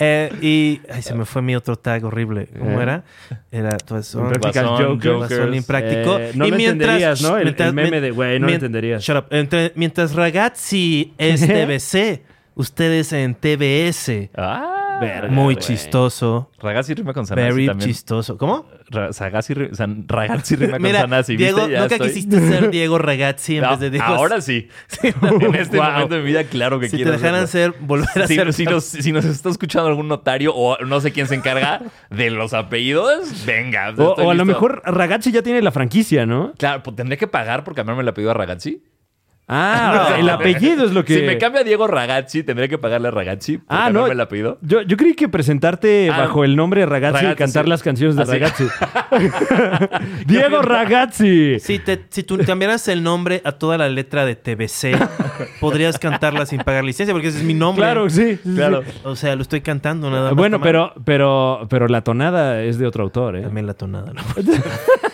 [SPEAKER 1] Eh, y ay, se me fue mi otro tag horrible. ¿Cómo
[SPEAKER 3] Eh.
[SPEAKER 1] era? Era tu guasón.
[SPEAKER 3] Impractical
[SPEAKER 2] Guasón,
[SPEAKER 3] Jokers.
[SPEAKER 2] Jokers.
[SPEAKER 1] guasón impráctico.
[SPEAKER 3] Eh, no lo entenderías, ¿no? El- el meme de, güey, no lo
[SPEAKER 1] mien-
[SPEAKER 3] entenderías.
[SPEAKER 1] Shut up. Entre- mientras Ragazzi es TBC, ustedes en TBS.
[SPEAKER 2] Ah,
[SPEAKER 3] Verga,
[SPEAKER 1] Muy
[SPEAKER 3] güey.
[SPEAKER 1] chistoso.
[SPEAKER 2] Ragazzi rima con Sanasi
[SPEAKER 1] Very
[SPEAKER 2] también.
[SPEAKER 1] chistoso. ¿Cómo?
[SPEAKER 2] Ra- Sagazzi ri- San- Ragazzi rima con Sanasi. ¿Viste?
[SPEAKER 1] Diego,
[SPEAKER 2] Ya
[SPEAKER 1] nunca
[SPEAKER 2] estoy-
[SPEAKER 1] quisiste ser Diego Ragazzi en
[SPEAKER 2] No,
[SPEAKER 1] vez de Diego.
[SPEAKER 2] ahora sí. en este
[SPEAKER 3] Wow.
[SPEAKER 2] momento de mi vida, claro que
[SPEAKER 1] si te
[SPEAKER 2] quiero
[SPEAKER 1] dejaran
[SPEAKER 2] hacerlo.
[SPEAKER 1] ser, volver a
[SPEAKER 2] Si-
[SPEAKER 1] ser.
[SPEAKER 2] si, nos, si nos está escuchando algún notario o no sé quién se encarga de los apellidos, venga.
[SPEAKER 3] O,
[SPEAKER 2] estoy
[SPEAKER 3] o a lo
[SPEAKER 2] listo.
[SPEAKER 3] mejor Ragazzi ya tiene la franquicia, ¿no?
[SPEAKER 2] Claro, pues tendré que pagar por cambiarme el apellido a Ragazzi.
[SPEAKER 3] Ah, el apellido es lo que.
[SPEAKER 2] Si me cambia Diego Ragazzi, tendré que pagarle a Ragazzi por
[SPEAKER 3] Ah, no.
[SPEAKER 2] cambiarme el apellido.
[SPEAKER 3] Yo, yo creí que presentarte
[SPEAKER 2] Ah,
[SPEAKER 3] bajo el nombre Ragazzi,
[SPEAKER 2] Ragazzi,
[SPEAKER 3] y cantar
[SPEAKER 2] sí.
[SPEAKER 3] las canciones de
[SPEAKER 2] Así.
[SPEAKER 3] Ragazzi. Diego Ragazzi.
[SPEAKER 1] Si, te, si tú cambiaras el nombre a toda la letra de TBC, podrías cantarla sin pagar licencia, porque ese es mi nombre.
[SPEAKER 3] Claro, sí. sí, sí.
[SPEAKER 2] Claro.
[SPEAKER 1] O sea, lo estoy cantando nada más.
[SPEAKER 3] Bueno,
[SPEAKER 1] Toma-
[SPEAKER 3] pero, pero, pero la tonada es de otro autor, ¿eh?
[SPEAKER 1] También la tonada. No,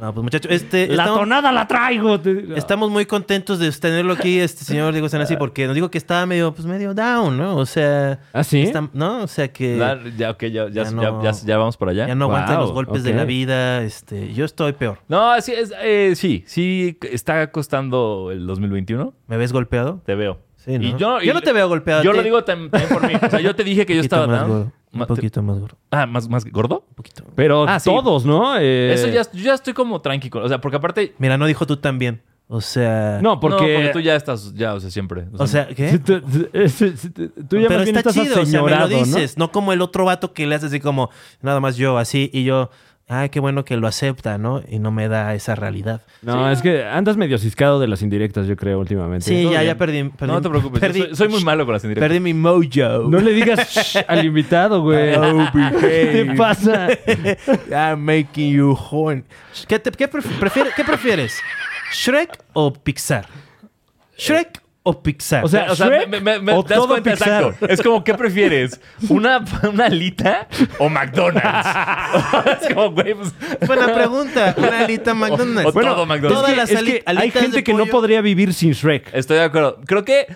[SPEAKER 1] No, pues muchachos, este.
[SPEAKER 3] La
[SPEAKER 1] estamos,
[SPEAKER 3] tonada la traigo. te-
[SPEAKER 1] estamos muy contentos de tenerlo aquí, este señor Diego Sanasi, porque nos dijo que estaba medio, pues medio down, ¿no? O sea.
[SPEAKER 3] ¿Ah, sí?
[SPEAKER 1] está- ¿No? O sea que.
[SPEAKER 2] Ah, Ya, ok, ya, ya,
[SPEAKER 1] Ya
[SPEAKER 2] ya,
[SPEAKER 1] no-
[SPEAKER 2] ya- ya vamos para allá.
[SPEAKER 1] Ya no aguanta
[SPEAKER 3] Wow,
[SPEAKER 1] los golpes de
[SPEAKER 3] ok.
[SPEAKER 1] la vida. Este, yo estoy peor.
[SPEAKER 2] No, sí, es, eh, sí, sí, está costando el 2021.
[SPEAKER 1] ¿Me ves golpeado?
[SPEAKER 2] Te veo.
[SPEAKER 1] Sí, ¿no?
[SPEAKER 2] Y yo,
[SPEAKER 1] Yo no te veo golpeado,
[SPEAKER 2] Yo
[SPEAKER 1] te-
[SPEAKER 2] lo digo tam- también por mí. O sea, yo te dije que yo
[SPEAKER 1] Un poquito
[SPEAKER 2] estaba
[SPEAKER 1] más
[SPEAKER 2] down.
[SPEAKER 1] gordo,
[SPEAKER 2] Ma-
[SPEAKER 1] Un poquito más gordo.
[SPEAKER 2] Ah, ¿más, más gordo?
[SPEAKER 1] Un poquito.
[SPEAKER 3] Pero
[SPEAKER 2] Ah, sí.
[SPEAKER 3] todos, ¿no? Eh,
[SPEAKER 2] Eso ya, yo ya estoy como tranquilo. O sea, porque aparte.
[SPEAKER 1] Mira, no dijo tú también. O sea.
[SPEAKER 3] No,
[SPEAKER 2] Porque,
[SPEAKER 3] porque.
[SPEAKER 2] tú ya estás, ya, o sea, siempre.
[SPEAKER 1] O sea, ¿qué?
[SPEAKER 3] Sí, Tú, tú- sí, sí, tú- tú ya
[SPEAKER 1] pero
[SPEAKER 3] más bien
[SPEAKER 1] está
[SPEAKER 3] estás
[SPEAKER 1] chido, o sea, me lo
[SPEAKER 3] aseñorado, ¿no?
[SPEAKER 1] dices. ¿no? como el otro vato que le hace así como, nada más yo, así, y yo, ay, qué bueno que lo acepta, ¿no? Y no me da esa realidad.
[SPEAKER 3] No, es que andas medio ciscado de las indirectas, yo creo, últimamente.
[SPEAKER 1] Sí,
[SPEAKER 2] todo
[SPEAKER 1] ya,
[SPEAKER 2] bien.
[SPEAKER 1] ya perdí, perdí-
[SPEAKER 2] no te preocupes. yo
[SPEAKER 1] perdí-
[SPEAKER 2] soy, soy muy malo con las indirectas.
[SPEAKER 1] Perdí mi mojo.
[SPEAKER 3] No le digas "Shh" al invitado, güey. ¿Qué te pasa?
[SPEAKER 1] I'm making you horn. ¿Qué, te- qué pref- prefiere- qué prefieres? ¿Shrek o Pixar? ¿Shrek o Pixar?
[SPEAKER 3] O sea,
[SPEAKER 2] O sea,
[SPEAKER 3] Shrek
[SPEAKER 2] me, me- me-
[SPEAKER 3] o
[SPEAKER 2] das
[SPEAKER 3] todo
[SPEAKER 2] cuenta,
[SPEAKER 3] Pixar.
[SPEAKER 2] exacto. Es como, ¿qué prefieres? ¿Una, una alita o McDonald's? es como, güey, pues,
[SPEAKER 1] buena pregunta. Una alita McDonald's.
[SPEAKER 2] O- o Bueno, todo McDonald's.
[SPEAKER 1] Todas
[SPEAKER 3] Es que-
[SPEAKER 1] las
[SPEAKER 3] es
[SPEAKER 1] ali-
[SPEAKER 3] que hay
[SPEAKER 1] alitas de
[SPEAKER 3] gente que no
[SPEAKER 1] pollo.
[SPEAKER 3] podría vivir sin Shrek.
[SPEAKER 2] estoy de acuerdo. Creo que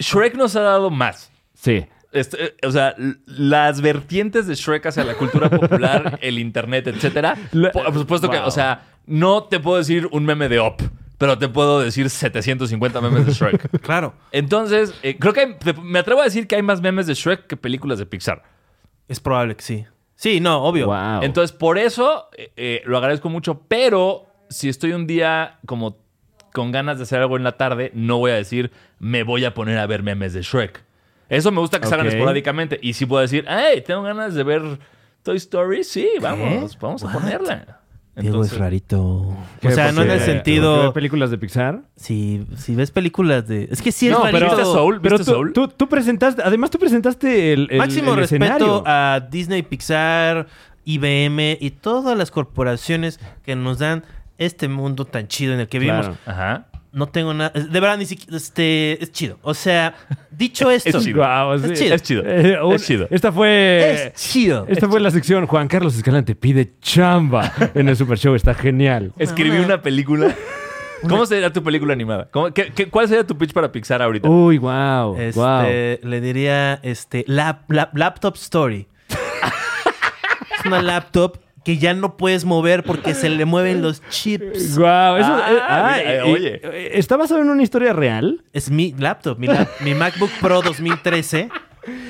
[SPEAKER 2] Shrek nos ha dado más.
[SPEAKER 3] Sí.
[SPEAKER 2] Este, eh, o sea, l- las vertientes de Shrek hacia la cultura popular, el internet, etcétera.
[SPEAKER 3] La-
[SPEAKER 2] Por, por supuesto que,
[SPEAKER 3] Wow.
[SPEAKER 2] o sea, no te puedo decir un meme de Op, pero te puedo decir 750 memes de Shrek.
[SPEAKER 1] Claro.
[SPEAKER 2] Entonces, eh, creo que hay- te- me atrevo a decir que hay más memes de Shrek que películas de Pixar.
[SPEAKER 1] Es probable que sí. Sí, no, obvio.
[SPEAKER 3] Wow.
[SPEAKER 2] Entonces, por eso eh, eh, lo agradezco mucho, pero si estoy un día como con ganas de hacer algo en la tarde, no voy a decir me voy a poner a ver memes de Shrek. Eso me gusta que salgan
[SPEAKER 3] Ok.
[SPEAKER 2] esporádicamente. Y si puedo decir, hey, tengo ganas de ver Toy Story, sí, vamos, vamos a ponerla.
[SPEAKER 1] ¿Eh? Diego es
[SPEAKER 2] Entonces-
[SPEAKER 1] rarito.
[SPEAKER 3] ¿Qué?
[SPEAKER 1] O sea, no
[SPEAKER 3] Porque-
[SPEAKER 1] en el
[SPEAKER 3] porque
[SPEAKER 1] sentido.
[SPEAKER 3] películas de Pixar?
[SPEAKER 1] Si, si ves películas de. Es que sí es
[SPEAKER 2] No, pero-
[SPEAKER 1] rarito.
[SPEAKER 2] ¿Viste Soul?
[SPEAKER 3] Pero
[SPEAKER 2] ¿Viste
[SPEAKER 3] tú,
[SPEAKER 2] Soul?
[SPEAKER 3] Tú, tú presentaste, además tú presentaste el, el-
[SPEAKER 1] Máximo
[SPEAKER 3] el
[SPEAKER 1] respeto
[SPEAKER 3] escenario.
[SPEAKER 1] a Disney, Pixar, IBM y todas las corporaciones que nos dan este mundo tan chido en el que vivimos.
[SPEAKER 3] Claro.
[SPEAKER 2] Ajá.
[SPEAKER 1] No tengo nada. De verdad, ni siquiera. Este, es chido. O sea, dicho esto.
[SPEAKER 2] chido.
[SPEAKER 3] Guau, sí.
[SPEAKER 1] Es chido.
[SPEAKER 2] Es chido.
[SPEAKER 3] Eh, un-
[SPEAKER 2] es chido.
[SPEAKER 3] Esta fue.
[SPEAKER 1] Es chido.
[SPEAKER 3] Esta fue la sección Juan Carlos Escalante pide chamba en el Super Show. Está genial.
[SPEAKER 2] Escribí una película. ¿Cómo sería tu película animada? ¿Cómo- qué- qué- ¿Cuál sería tu pitch para Pixar ahorita?
[SPEAKER 1] Uh,
[SPEAKER 3] Uy, wow.
[SPEAKER 1] Este,
[SPEAKER 3] wow.
[SPEAKER 1] Le diría este, lap- lap- laptop story. es una laptop que ya no puedes mover porque se le mueven los chips.
[SPEAKER 3] Wow, eso,
[SPEAKER 2] Ah,
[SPEAKER 3] eh, ah,
[SPEAKER 2] mira, eh,
[SPEAKER 3] eh,
[SPEAKER 2] oye.
[SPEAKER 3] eh, ¿Está basado en una historia real?
[SPEAKER 1] Es mi laptop, mi, lap- mi MacBook Pro 2013.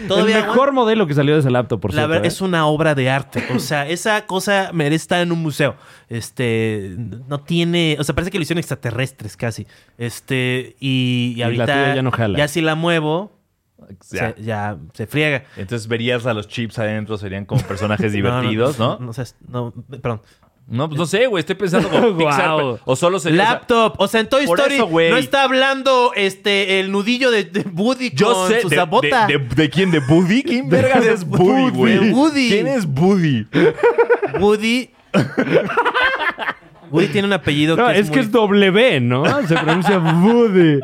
[SPEAKER 1] Todavía
[SPEAKER 3] el mejor modelo que salió de ese laptop, por
[SPEAKER 1] La
[SPEAKER 3] cierto.
[SPEAKER 1] verdad,
[SPEAKER 3] ¿eh?
[SPEAKER 1] es una obra de arte. O sea, esa cosa merece estar en un museo. Este, no tiene, o sea, parece que lo hicieron extraterrestres casi. Este, y, y
[SPEAKER 3] la
[SPEAKER 1] ahorita
[SPEAKER 3] tuya ya no jala.
[SPEAKER 1] ya si la muevo,
[SPEAKER 2] Ya.
[SPEAKER 1] se- ya se friega.
[SPEAKER 2] Entonces verías a los chips adentro, serían como personajes
[SPEAKER 1] No, no,
[SPEAKER 2] divertidos, ¿no?
[SPEAKER 1] No, seas- no, perdón.
[SPEAKER 2] No, pues no sé, güey. Estoy pensando como Pixar.
[SPEAKER 3] Guau.
[SPEAKER 2] pero- O solo sería. o sea,
[SPEAKER 1] Laptop, o sea, en Toy
[SPEAKER 2] por
[SPEAKER 1] Story
[SPEAKER 2] eso, güey.
[SPEAKER 1] no está hablando este el nudillo de, de Woody
[SPEAKER 2] yo
[SPEAKER 1] con
[SPEAKER 2] sé.
[SPEAKER 1] su
[SPEAKER 2] de,
[SPEAKER 1] sabota.
[SPEAKER 2] de- de- ¿de quién? ¿De Buddy? ¿Quién vergas
[SPEAKER 1] de
[SPEAKER 2] es Buddy,
[SPEAKER 1] Woody,
[SPEAKER 2] güey?
[SPEAKER 1] de Woody.
[SPEAKER 2] ¿Quién es Buddy?
[SPEAKER 1] Woody Woody tiene un apellido
[SPEAKER 3] No,
[SPEAKER 1] que
[SPEAKER 3] es,
[SPEAKER 1] es,
[SPEAKER 3] que
[SPEAKER 1] muy-
[SPEAKER 3] es W, ¿no? Se pronuncia Woody.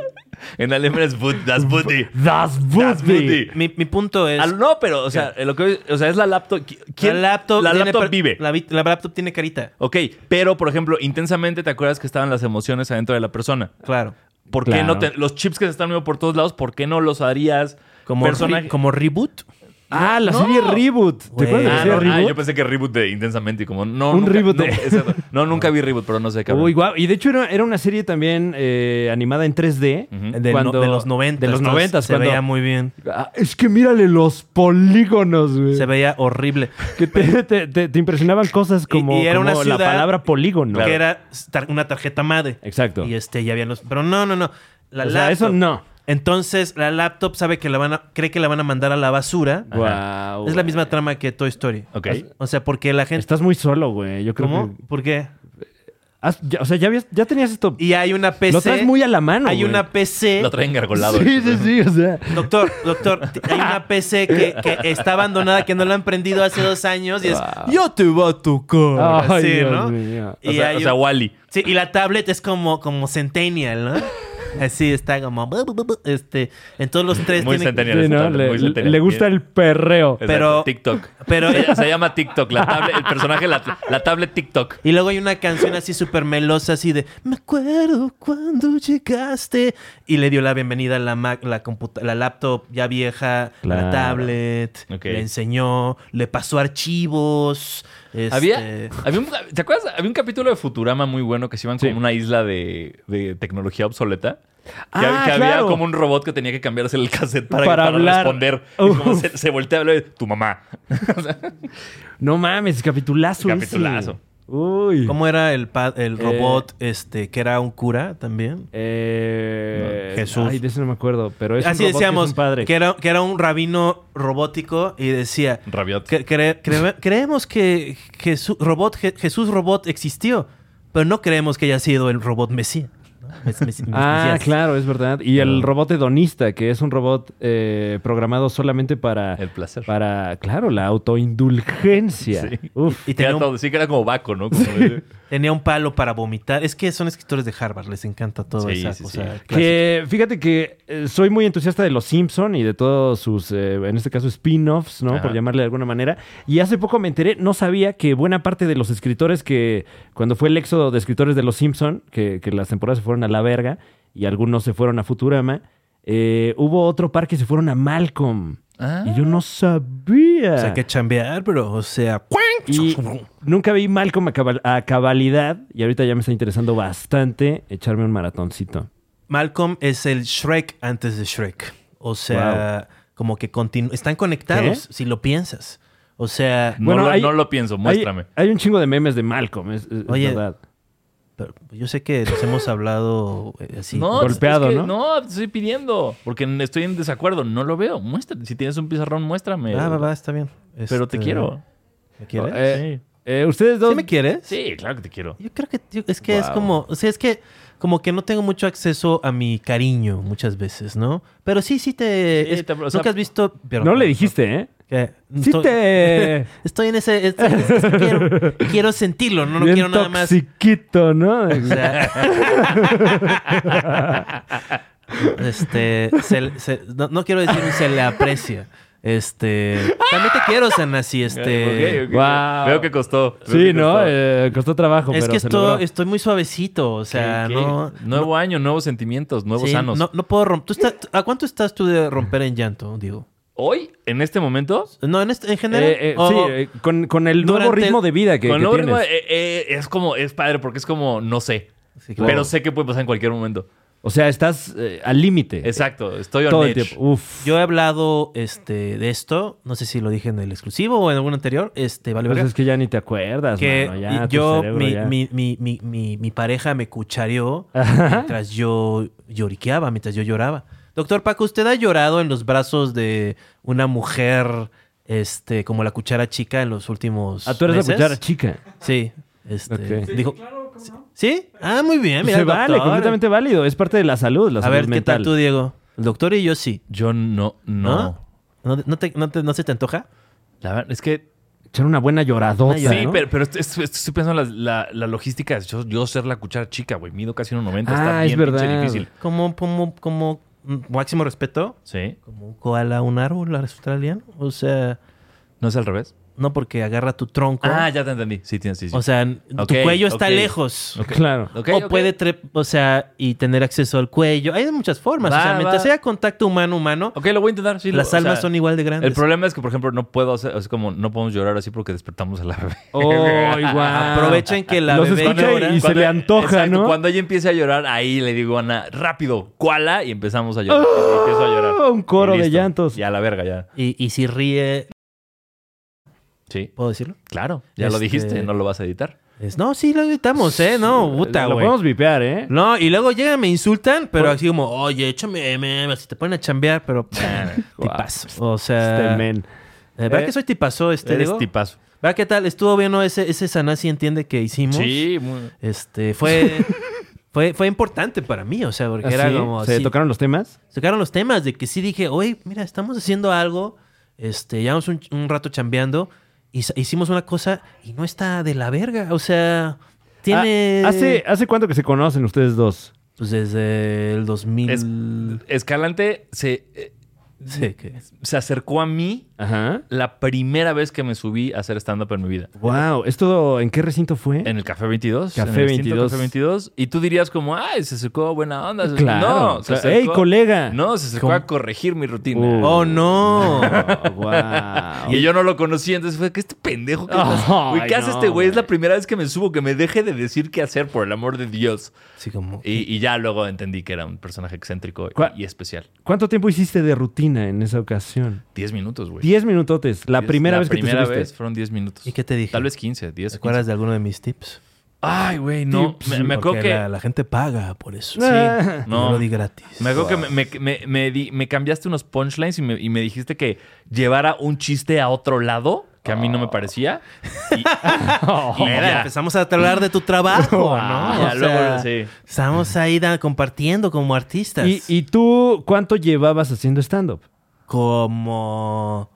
[SPEAKER 2] En alemán es Bud, das Buddy.
[SPEAKER 3] Das
[SPEAKER 2] Das
[SPEAKER 3] Woody.
[SPEAKER 2] Woody.
[SPEAKER 1] mi, mi punto es
[SPEAKER 2] Ah, no, pero, o sea, lo que, o sea, es la laptop. qui- ¿quién-
[SPEAKER 1] la laptop,
[SPEAKER 2] la
[SPEAKER 1] tiene
[SPEAKER 2] laptop
[SPEAKER 1] per-
[SPEAKER 2] vive.
[SPEAKER 1] La, vi- la laptop tiene carita.
[SPEAKER 2] Ok, pero, por ejemplo, intensamente te acuerdas que estaban las emociones adentro de la persona.
[SPEAKER 1] Claro.
[SPEAKER 2] ¿Por qué
[SPEAKER 3] Claro.
[SPEAKER 2] no te, los chips que se están moviendo por todos lados, ¿por qué no los harías
[SPEAKER 1] Como,
[SPEAKER 2] personaje?
[SPEAKER 1] re- como reboot.
[SPEAKER 3] Ah, la serie Reboot. ¿Te
[SPEAKER 1] Güey.
[SPEAKER 3] acuerdas de la
[SPEAKER 2] Ah,
[SPEAKER 3] serie
[SPEAKER 2] no, ah, yo
[SPEAKER 3] Reboot?
[SPEAKER 2] pensé que reboot de intensamente y como no
[SPEAKER 3] Un
[SPEAKER 2] nunca,
[SPEAKER 3] reboot de-
[SPEAKER 2] no, exacto. No, nunca vi reboot, pero no sé qué. hablan.
[SPEAKER 3] Uy, guau. Y de hecho era, era una serie también eh, animada en 3D.
[SPEAKER 2] Ujú.
[SPEAKER 1] De, no- de los 90.
[SPEAKER 3] De los 90.
[SPEAKER 1] Se veía muy bien.
[SPEAKER 3] es que mírale los polígonos, güey.
[SPEAKER 1] Se veía horrible.
[SPEAKER 3] Que te, te- te- te impresionaban cosas como,
[SPEAKER 1] y era
[SPEAKER 3] como
[SPEAKER 1] una ciudad-
[SPEAKER 3] la palabra polígono.
[SPEAKER 1] Que era tar- una tarjeta madre.
[SPEAKER 3] Exacto.
[SPEAKER 1] Y este, ya habían los. Pero no, no, no. La
[SPEAKER 3] O sea,
[SPEAKER 1] laptop-
[SPEAKER 3] eso no.
[SPEAKER 1] Entonces, la laptop sabe que la van a. cree que la van a mandar a la basura.
[SPEAKER 3] Guau,
[SPEAKER 1] Es la
[SPEAKER 3] güey.
[SPEAKER 1] misma trama que Toy Story.
[SPEAKER 2] Ok.
[SPEAKER 1] O sea, porque la gente.
[SPEAKER 3] Estás muy solo, güey. Yo creo
[SPEAKER 1] ¿Cómo?
[SPEAKER 3] que.
[SPEAKER 1] ¿Por qué?
[SPEAKER 3] Haz- ya- o sea, ya, habías- ya tenías esto.
[SPEAKER 1] Y hay una PC.
[SPEAKER 3] Lo traes muy a la mano.
[SPEAKER 1] Hay
[SPEAKER 3] güey.
[SPEAKER 1] una PC.
[SPEAKER 2] Lo traen gargolado.
[SPEAKER 3] Sí, sí, sí. O sea.
[SPEAKER 1] Doctor, doctor, t- hay una PC que, que está abandonada, que no la han prendido hace dos años y es, yo te va a tocar.
[SPEAKER 3] Ay,
[SPEAKER 1] Sí,
[SPEAKER 3] Dios
[SPEAKER 1] ¿no?
[SPEAKER 3] mío.
[SPEAKER 1] Y,
[SPEAKER 2] O sea,
[SPEAKER 1] hay
[SPEAKER 2] o sea,
[SPEAKER 1] un-
[SPEAKER 2] Wally.
[SPEAKER 1] sí, y la tablet es como, como Centennial, ¿no? Así está como, bu, bu, bu, bu, este, en todos los tres.
[SPEAKER 2] Muy
[SPEAKER 1] tienen-
[SPEAKER 2] centenial.
[SPEAKER 3] Sí, ¿no? Le, le gusta el perreo.
[SPEAKER 1] pero-
[SPEAKER 2] TikTok.
[SPEAKER 1] pero-
[SPEAKER 2] se, se llama TikTok. La tablet, el personaje, la, la tablet TikTok.
[SPEAKER 1] Y luego hay una canción así súper melosa, así de, me acuerdo cuando llegaste. Y le dio la bienvenida a la, Mac- la, computa- la laptop ya vieja,
[SPEAKER 3] Claro.
[SPEAKER 1] la tablet,
[SPEAKER 2] Ok.
[SPEAKER 1] le enseñó, le pasó archivos. este-
[SPEAKER 2] Había, había un, ¿Te acuerdas? Había un capítulo de Futurama muy bueno que se iban como
[SPEAKER 3] Sí.
[SPEAKER 2] a una isla de, de tecnología obsoleta. Que,
[SPEAKER 3] Ah,
[SPEAKER 2] que
[SPEAKER 3] claro.
[SPEAKER 2] había como un robot que tenía que cambiarse el cassette para,
[SPEAKER 3] Para
[SPEAKER 2] para
[SPEAKER 3] hablar.
[SPEAKER 2] responder. Y
[SPEAKER 1] Uh.
[SPEAKER 3] Uf.
[SPEAKER 2] como se, se voltea a hablar de tu mamá.
[SPEAKER 3] No mames, capitulazo. ese.
[SPEAKER 2] Capitulazo.
[SPEAKER 3] Uy.
[SPEAKER 1] ¿Cómo era el, pa- el
[SPEAKER 3] Eh,
[SPEAKER 1] robot este que era un cura también?
[SPEAKER 3] Eh,
[SPEAKER 1] No, Jesús.
[SPEAKER 3] Ay, de eso no me acuerdo, pero es un
[SPEAKER 1] Así
[SPEAKER 3] robot que es
[SPEAKER 1] decíamos,
[SPEAKER 3] un
[SPEAKER 1] que,
[SPEAKER 3] padre.
[SPEAKER 1] era, que era un rabino robótico y decía,
[SPEAKER 2] Rabiot.
[SPEAKER 1] "Cre- cre- cre- creemos que Jesús robot, Je- Jesús robot existió, pero no creemos que haya sido el robot Mesías. ¿no? Mes- mes-
[SPEAKER 3] Ah,
[SPEAKER 1] Mesías.
[SPEAKER 3] claro, es verdad. Y el robot hedonista, que es un robot eh, programado solamente para...
[SPEAKER 2] El placer.
[SPEAKER 3] Para, claro, la autoindulgencia.
[SPEAKER 2] Sí.
[SPEAKER 3] Uf.
[SPEAKER 1] Y
[SPEAKER 2] Que
[SPEAKER 1] tenía
[SPEAKER 2] era
[SPEAKER 1] un,
[SPEAKER 2] todo, sí, que era como Baco, ¿no? Como- sí.
[SPEAKER 1] tenía un palo para vomitar. Es que son escritores de Harvard, les encanta todo
[SPEAKER 2] Sí,
[SPEAKER 1] esa
[SPEAKER 2] sí,
[SPEAKER 1] cosa.
[SPEAKER 2] sí.
[SPEAKER 1] clásica.
[SPEAKER 3] Que fíjate que eh, soy muy entusiasta de los Simpson y de todos sus, eh, en este caso, spin-offs, ¿no?
[SPEAKER 2] Ajá.
[SPEAKER 3] Por llamarle de alguna manera. Y hace poco me enteré, no sabía que buena parte de los escritores que, cuando fue el éxodo de escritores de los Simpson, que, que las temporadas se fueron a la verga y algunos se fueron a Futurama, eh, hubo otro par que se fueron a Malcolm.
[SPEAKER 2] Ah.
[SPEAKER 3] Y yo no sabía.
[SPEAKER 1] O sea, que chambear, pero, o sea,
[SPEAKER 3] Y nunca vi Malcolm a, cabal- a cabalidad y ahorita ya me está interesando bastante echarme un maratoncito.
[SPEAKER 1] Malcolm es el Shrek antes de Shrek. O sea, como que continu- están conectados, si lo piensas. O sea,
[SPEAKER 3] Mm.
[SPEAKER 2] No lo- no lo pienso,
[SPEAKER 3] hay-
[SPEAKER 2] muéstrame.
[SPEAKER 3] Hay, un chingo de memes de Malcolm, es, es- es
[SPEAKER 1] Oye,
[SPEAKER 3] verdad.
[SPEAKER 1] pero yo sé que nos hemos hablado eh, así.
[SPEAKER 2] No,
[SPEAKER 3] Golpeado,
[SPEAKER 2] es que-
[SPEAKER 3] ¿no?
[SPEAKER 2] No, te estoy pidiendo. Porque estoy en desacuerdo. No lo veo. Muéstrame. Si tienes un pizarrón, muéstrame.
[SPEAKER 1] Ah, va, va, está bien.
[SPEAKER 2] Pero te
[SPEAKER 1] Este,
[SPEAKER 2] quiero.
[SPEAKER 1] ¿Me quieres?
[SPEAKER 3] Eh,
[SPEAKER 2] Sí.
[SPEAKER 3] Eh, ustedes dos.
[SPEAKER 1] ¿Sí me quieres?
[SPEAKER 2] Sí, claro que te quiero.
[SPEAKER 1] Yo creo que yo- es que es
[SPEAKER 2] Wow.
[SPEAKER 1] como, o sea, es que como que no tengo mucho acceso a mi cariño muchas veces, ¿no? Pero sí, sí te,
[SPEAKER 2] Sí,
[SPEAKER 1] es-
[SPEAKER 2] te- o sea,
[SPEAKER 1] nunca has visto. pero-
[SPEAKER 3] no le dijiste, ¿eh?
[SPEAKER 1] que
[SPEAKER 3] Sí
[SPEAKER 1] estoy,
[SPEAKER 3] te.
[SPEAKER 1] estoy en ese, es- es- es que quiero, quiero sentirlo, no, no
[SPEAKER 3] bien
[SPEAKER 1] quiero nada más.
[SPEAKER 3] toxiquito, ¿no?
[SPEAKER 1] O sea, este, se- se- no, no quiero decir se le aprecia. Este, también te quiero, Sanasi, este.
[SPEAKER 2] Ok, ok.
[SPEAKER 3] Wow.
[SPEAKER 2] Veo que costó. veo
[SPEAKER 3] Sí,
[SPEAKER 2] que
[SPEAKER 3] ¿no?
[SPEAKER 2] costó.
[SPEAKER 3] Eh, costó trabajo,
[SPEAKER 1] Es
[SPEAKER 3] pero
[SPEAKER 1] que
[SPEAKER 3] se
[SPEAKER 1] esto-
[SPEAKER 3] logró.
[SPEAKER 1] estoy muy suavecito, o sea,
[SPEAKER 2] Ok, ok.
[SPEAKER 1] no,
[SPEAKER 2] Nuevo año, nuevos sentimientos, nuevos
[SPEAKER 1] Sí,
[SPEAKER 2] sanos.
[SPEAKER 1] No, no puedo romper. ¿Tú estás- ¿A cuánto estás tú de romper en llanto, digo?
[SPEAKER 2] Hoy, en este momento,
[SPEAKER 1] No, en, este- en general.
[SPEAKER 3] Eh, eh,
[SPEAKER 1] o-
[SPEAKER 3] sí, eh, con, con el nuevo
[SPEAKER 1] durante-
[SPEAKER 3] ritmo de vida que,
[SPEAKER 2] con
[SPEAKER 3] que
[SPEAKER 2] nuevo
[SPEAKER 3] tienes.
[SPEAKER 2] ritmo, eh, eh, es como, es padre porque es como, no sé.
[SPEAKER 1] Sí, claro.
[SPEAKER 2] Pero sé que puede pasar en cualquier momento.
[SPEAKER 3] O sea, estás eh, al límite.
[SPEAKER 2] Exacto, estoy on
[SPEAKER 3] Todo el
[SPEAKER 2] edge.
[SPEAKER 3] tiempo. Uf.
[SPEAKER 1] Yo he hablado este, de esto, no sé si lo dije en el exclusivo o en algún anterior, este, vale,
[SPEAKER 3] Pero
[SPEAKER 1] verga,
[SPEAKER 3] es que ya ni te acuerdas,
[SPEAKER 1] que
[SPEAKER 3] mano, ya, tu
[SPEAKER 1] yo,
[SPEAKER 3] cerebro
[SPEAKER 1] mi,
[SPEAKER 3] ya.
[SPEAKER 1] mi- mi- mi- mi- mi pareja me cuchareó mientras yo lloriqueaba, mientras yo lloraba. Doctor Paco, ¿usted ha llorado en los brazos de una mujer este, como la cuchara chica en los últimos
[SPEAKER 3] Ah, tú eres la
[SPEAKER 1] meses? Eh,
[SPEAKER 3] cuchara chica.
[SPEAKER 1] Sí. Este,
[SPEAKER 3] Ok. Sí,
[SPEAKER 1] dijo, ¿Sí? Ah, muy bien. Mira,
[SPEAKER 3] se
[SPEAKER 1] el
[SPEAKER 3] vale,
[SPEAKER 1] doctor.
[SPEAKER 3] completamente válido. Es parte de la salud, la
[SPEAKER 1] A
[SPEAKER 3] salud
[SPEAKER 1] ver, ¿qué
[SPEAKER 3] mental.
[SPEAKER 1] tal tú, Diego? El doctor y yo sí.
[SPEAKER 2] Yo no, no.
[SPEAKER 1] ¿No? ¿No, no te- no te- no se te antoja?
[SPEAKER 2] La verdad es que.
[SPEAKER 3] Echar una buena lloradota,
[SPEAKER 1] Una
[SPEAKER 2] Sí,
[SPEAKER 1] llorada.
[SPEAKER 3] ¿no?
[SPEAKER 2] pero, pero est- est- estoy, pensando en las- la, la logística. Yo, yo ser la cuchara chica, güey. Mido casi 1,90. está
[SPEAKER 3] Ah, es
[SPEAKER 2] bien pinche
[SPEAKER 3] verdad.
[SPEAKER 2] difícil.
[SPEAKER 1] Como, como, como mm, máximo respeto,
[SPEAKER 2] Sí.
[SPEAKER 1] como un koala, un árbol australiano. O sea,
[SPEAKER 2] ¿No es al revés?
[SPEAKER 1] no porque agarra tu tronco.
[SPEAKER 2] Ah, ya te entendí. Sí, tienes, sí, sí.
[SPEAKER 1] O sea, n-
[SPEAKER 2] Ok,
[SPEAKER 1] tu cuello está
[SPEAKER 2] ok.
[SPEAKER 1] lejos.
[SPEAKER 2] Ok.
[SPEAKER 3] Claro.
[SPEAKER 2] Ok,
[SPEAKER 1] o
[SPEAKER 2] ok.
[SPEAKER 1] puede trep- o sea, y tener acceso al cuello. Hay de muchas formas. o
[SPEAKER 2] Va,
[SPEAKER 1] sea, mientras
[SPEAKER 2] va.
[SPEAKER 1] sea contacto humano humano,
[SPEAKER 2] Ok, lo voy a intentar. sí, lo-
[SPEAKER 1] las
[SPEAKER 2] o sea,
[SPEAKER 1] almas son igual de
[SPEAKER 2] El
[SPEAKER 1] grandes.
[SPEAKER 2] problema es que, por ejemplo, no puedo hacer, es como no podemos llorar así porque despertamos a la bebé.
[SPEAKER 3] Oh, igual.
[SPEAKER 1] Aprovechen que la
[SPEAKER 3] Los
[SPEAKER 1] bebé
[SPEAKER 3] escucha
[SPEAKER 1] llora.
[SPEAKER 3] y- se le antoja, ¿no?
[SPEAKER 2] Cuando ella empiece a llorar, ahí le digo a Ana, rápido, cuala, y empezamos a llorar. Y empiezo a llorar.
[SPEAKER 3] Un Oh, coro
[SPEAKER 2] Y
[SPEAKER 3] de
[SPEAKER 2] listo.
[SPEAKER 3] llantos.
[SPEAKER 2] Y a la verga, ya.
[SPEAKER 1] Y, y si ríe,
[SPEAKER 2] Sí,
[SPEAKER 1] ¿puedo decirlo?
[SPEAKER 2] claro. Ya lo
[SPEAKER 1] Este-
[SPEAKER 2] dijiste, no lo vas a editar.
[SPEAKER 1] Es, no, sí, lo editamos, ¿eh? No, puta,
[SPEAKER 3] Lo
[SPEAKER 1] güey.
[SPEAKER 3] podemos vipear, ¿eh?
[SPEAKER 1] No, y luego llegan, me insultan, pero así como, oye, échame, MM, si te ponen a chambear, pero. tipazo. O sea.
[SPEAKER 3] Este men.
[SPEAKER 1] eh, ¿Verdad
[SPEAKER 3] Eh,
[SPEAKER 1] que soy tipazo este?
[SPEAKER 2] Eres
[SPEAKER 1] Diego?
[SPEAKER 2] tipazo.
[SPEAKER 1] ¿Verdad qué tal? ¿Estuvo bien no ese, ese Sanasi entiende que hicimos?
[SPEAKER 2] Sí, muy-
[SPEAKER 1] Este, fue. Fue, fue importante para mí, o sea, porque
[SPEAKER 3] ¿Ah,
[SPEAKER 1] era
[SPEAKER 3] sí?
[SPEAKER 1] como.
[SPEAKER 3] ¿Se
[SPEAKER 1] sí,
[SPEAKER 3] tocaron los temas? Ah,
[SPEAKER 1] Tocaron los temas de que sí dije, oye, mira, estamos haciendo algo, este, llevamos un, un rato chambeando, y sa- hicimos una cosa y no está de la verga, o sea, tiene...
[SPEAKER 3] Ah, ¿Hace, ¿Hace cuánto que se conocen ustedes dos?
[SPEAKER 1] Pues desde el 2000...
[SPEAKER 2] Es-
[SPEAKER 3] Mm.
[SPEAKER 2] Escalante se, eh,
[SPEAKER 1] Sí, que-
[SPEAKER 2] se acercó a mí
[SPEAKER 3] Ajá.
[SPEAKER 2] la primera vez que me subí a hacer stand-up en mi vida.
[SPEAKER 3] Wow, ¿esto en qué recinto fue?
[SPEAKER 2] En el Café 22.
[SPEAKER 3] ¿Eh? Café
[SPEAKER 2] en el distinto
[SPEAKER 3] 22.
[SPEAKER 2] Café 22. Y tú dirías como, ay, se acercó buena onda. se-
[SPEAKER 3] Claro.
[SPEAKER 2] No,
[SPEAKER 3] O
[SPEAKER 2] se
[SPEAKER 3] sea,
[SPEAKER 2] acercó-
[SPEAKER 3] ¡Ey, colega!
[SPEAKER 2] No, se acercó
[SPEAKER 1] ¿Cómo?
[SPEAKER 2] a corregir mi rutina.
[SPEAKER 3] Uh.
[SPEAKER 1] ¡Oh, no!
[SPEAKER 3] wow.
[SPEAKER 2] Y yo no lo conocía, entonces fue que este pendejo que
[SPEAKER 3] Ay,
[SPEAKER 2] Güey, ¿qué hace
[SPEAKER 3] no,
[SPEAKER 2] este güey? Es
[SPEAKER 3] güey.
[SPEAKER 2] la primera vez que me subo, que me deje de decir qué hacer, por el amor de Dios.
[SPEAKER 1] Sí, como...
[SPEAKER 2] Y, y ya luego entendí que era un personaje excéntrico y-
[SPEAKER 3] ¿Cuál?
[SPEAKER 2] y especial.
[SPEAKER 3] ¿Cuánto tiempo hiciste de rutina en esa ocasión?
[SPEAKER 2] Diez minutos, güey.
[SPEAKER 3] Diez minutotes. La
[SPEAKER 2] Pues, Diez-
[SPEAKER 3] primera vez que
[SPEAKER 2] primera
[SPEAKER 3] te subiste.
[SPEAKER 2] vez fueron diez minutos.
[SPEAKER 1] ¿Y qué te dije?
[SPEAKER 2] Tal vez quince, diez.
[SPEAKER 1] ¿Te acuerdas de alguno de mis tips?
[SPEAKER 2] quince. Ay, güey, no.
[SPEAKER 3] Tips,
[SPEAKER 2] Me, me acuerdo
[SPEAKER 1] Porque
[SPEAKER 2] que...
[SPEAKER 1] pues, la, la gente paga por eso.
[SPEAKER 3] Ah.
[SPEAKER 1] Sí,
[SPEAKER 2] No.
[SPEAKER 1] Yo lo di gratis.
[SPEAKER 2] Me acuerdo que me, me- me- me di- me cambiaste unos punchlines y me, y me dijiste que llevara un chiste a otro lado, que a mí no
[SPEAKER 1] Oh.
[SPEAKER 2] me parecía. Y, y
[SPEAKER 1] Mira,
[SPEAKER 2] ya.
[SPEAKER 1] empezamos a hablar de tu trabajo, ¿no?
[SPEAKER 2] Ya,
[SPEAKER 1] O
[SPEAKER 2] luego,
[SPEAKER 1] sea,
[SPEAKER 2] sí.
[SPEAKER 1] Estamos ahí da- compartiendo como artistas.
[SPEAKER 3] ¿Y, y tú cuánto llevabas haciendo stand-up?
[SPEAKER 1] como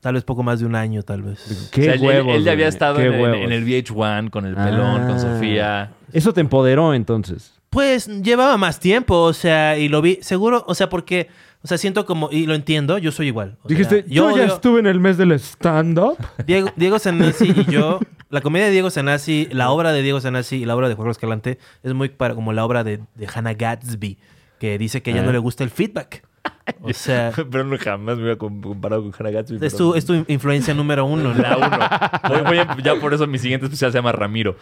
[SPEAKER 1] tal vez poco más de un año, tal vez.
[SPEAKER 3] Qué
[SPEAKER 2] O sea, él- él-
[SPEAKER 3] huevos,
[SPEAKER 2] él, ya había
[SPEAKER 3] güey,
[SPEAKER 2] estado
[SPEAKER 3] qué
[SPEAKER 2] en, en-
[SPEAKER 3] huevos.
[SPEAKER 2] en el VH1 con el pelón,
[SPEAKER 3] Ah.
[SPEAKER 2] con Sofía.
[SPEAKER 3] Eso te empoderó entonces.
[SPEAKER 1] Pues llevaba más tiempo, o sea, y lo vi seguro, o sea, porque, o sea, siento como, y lo entiendo, yo soy igual. o sea,
[SPEAKER 3] Dijiste, yo, ya
[SPEAKER 1] odio-
[SPEAKER 3] estuve en el mes del stand-up.
[SPEAKER 1] Diego, Diego Sanasi y yo, la comedia de Diego Sanasi, la obra de Diego Sanasi y la obra de Jorge Escalante es muy para, como la obra de, de Hannah Gatsby, que dice que a ella no le gusta el feedback. O sea,
[SPEAKER 2] Pero no jamás me hubiera com- comparado con Hannah Gatsby.
[SPEAKER 1] es
[SPEAKER 2] pero-
[SPEAKER 1] tu, es tu influencia número uno. ¿no?
[SPEAKER 2] La uno. Voy- voy a- ya por eso mi siguiente especial se llama Ramiro.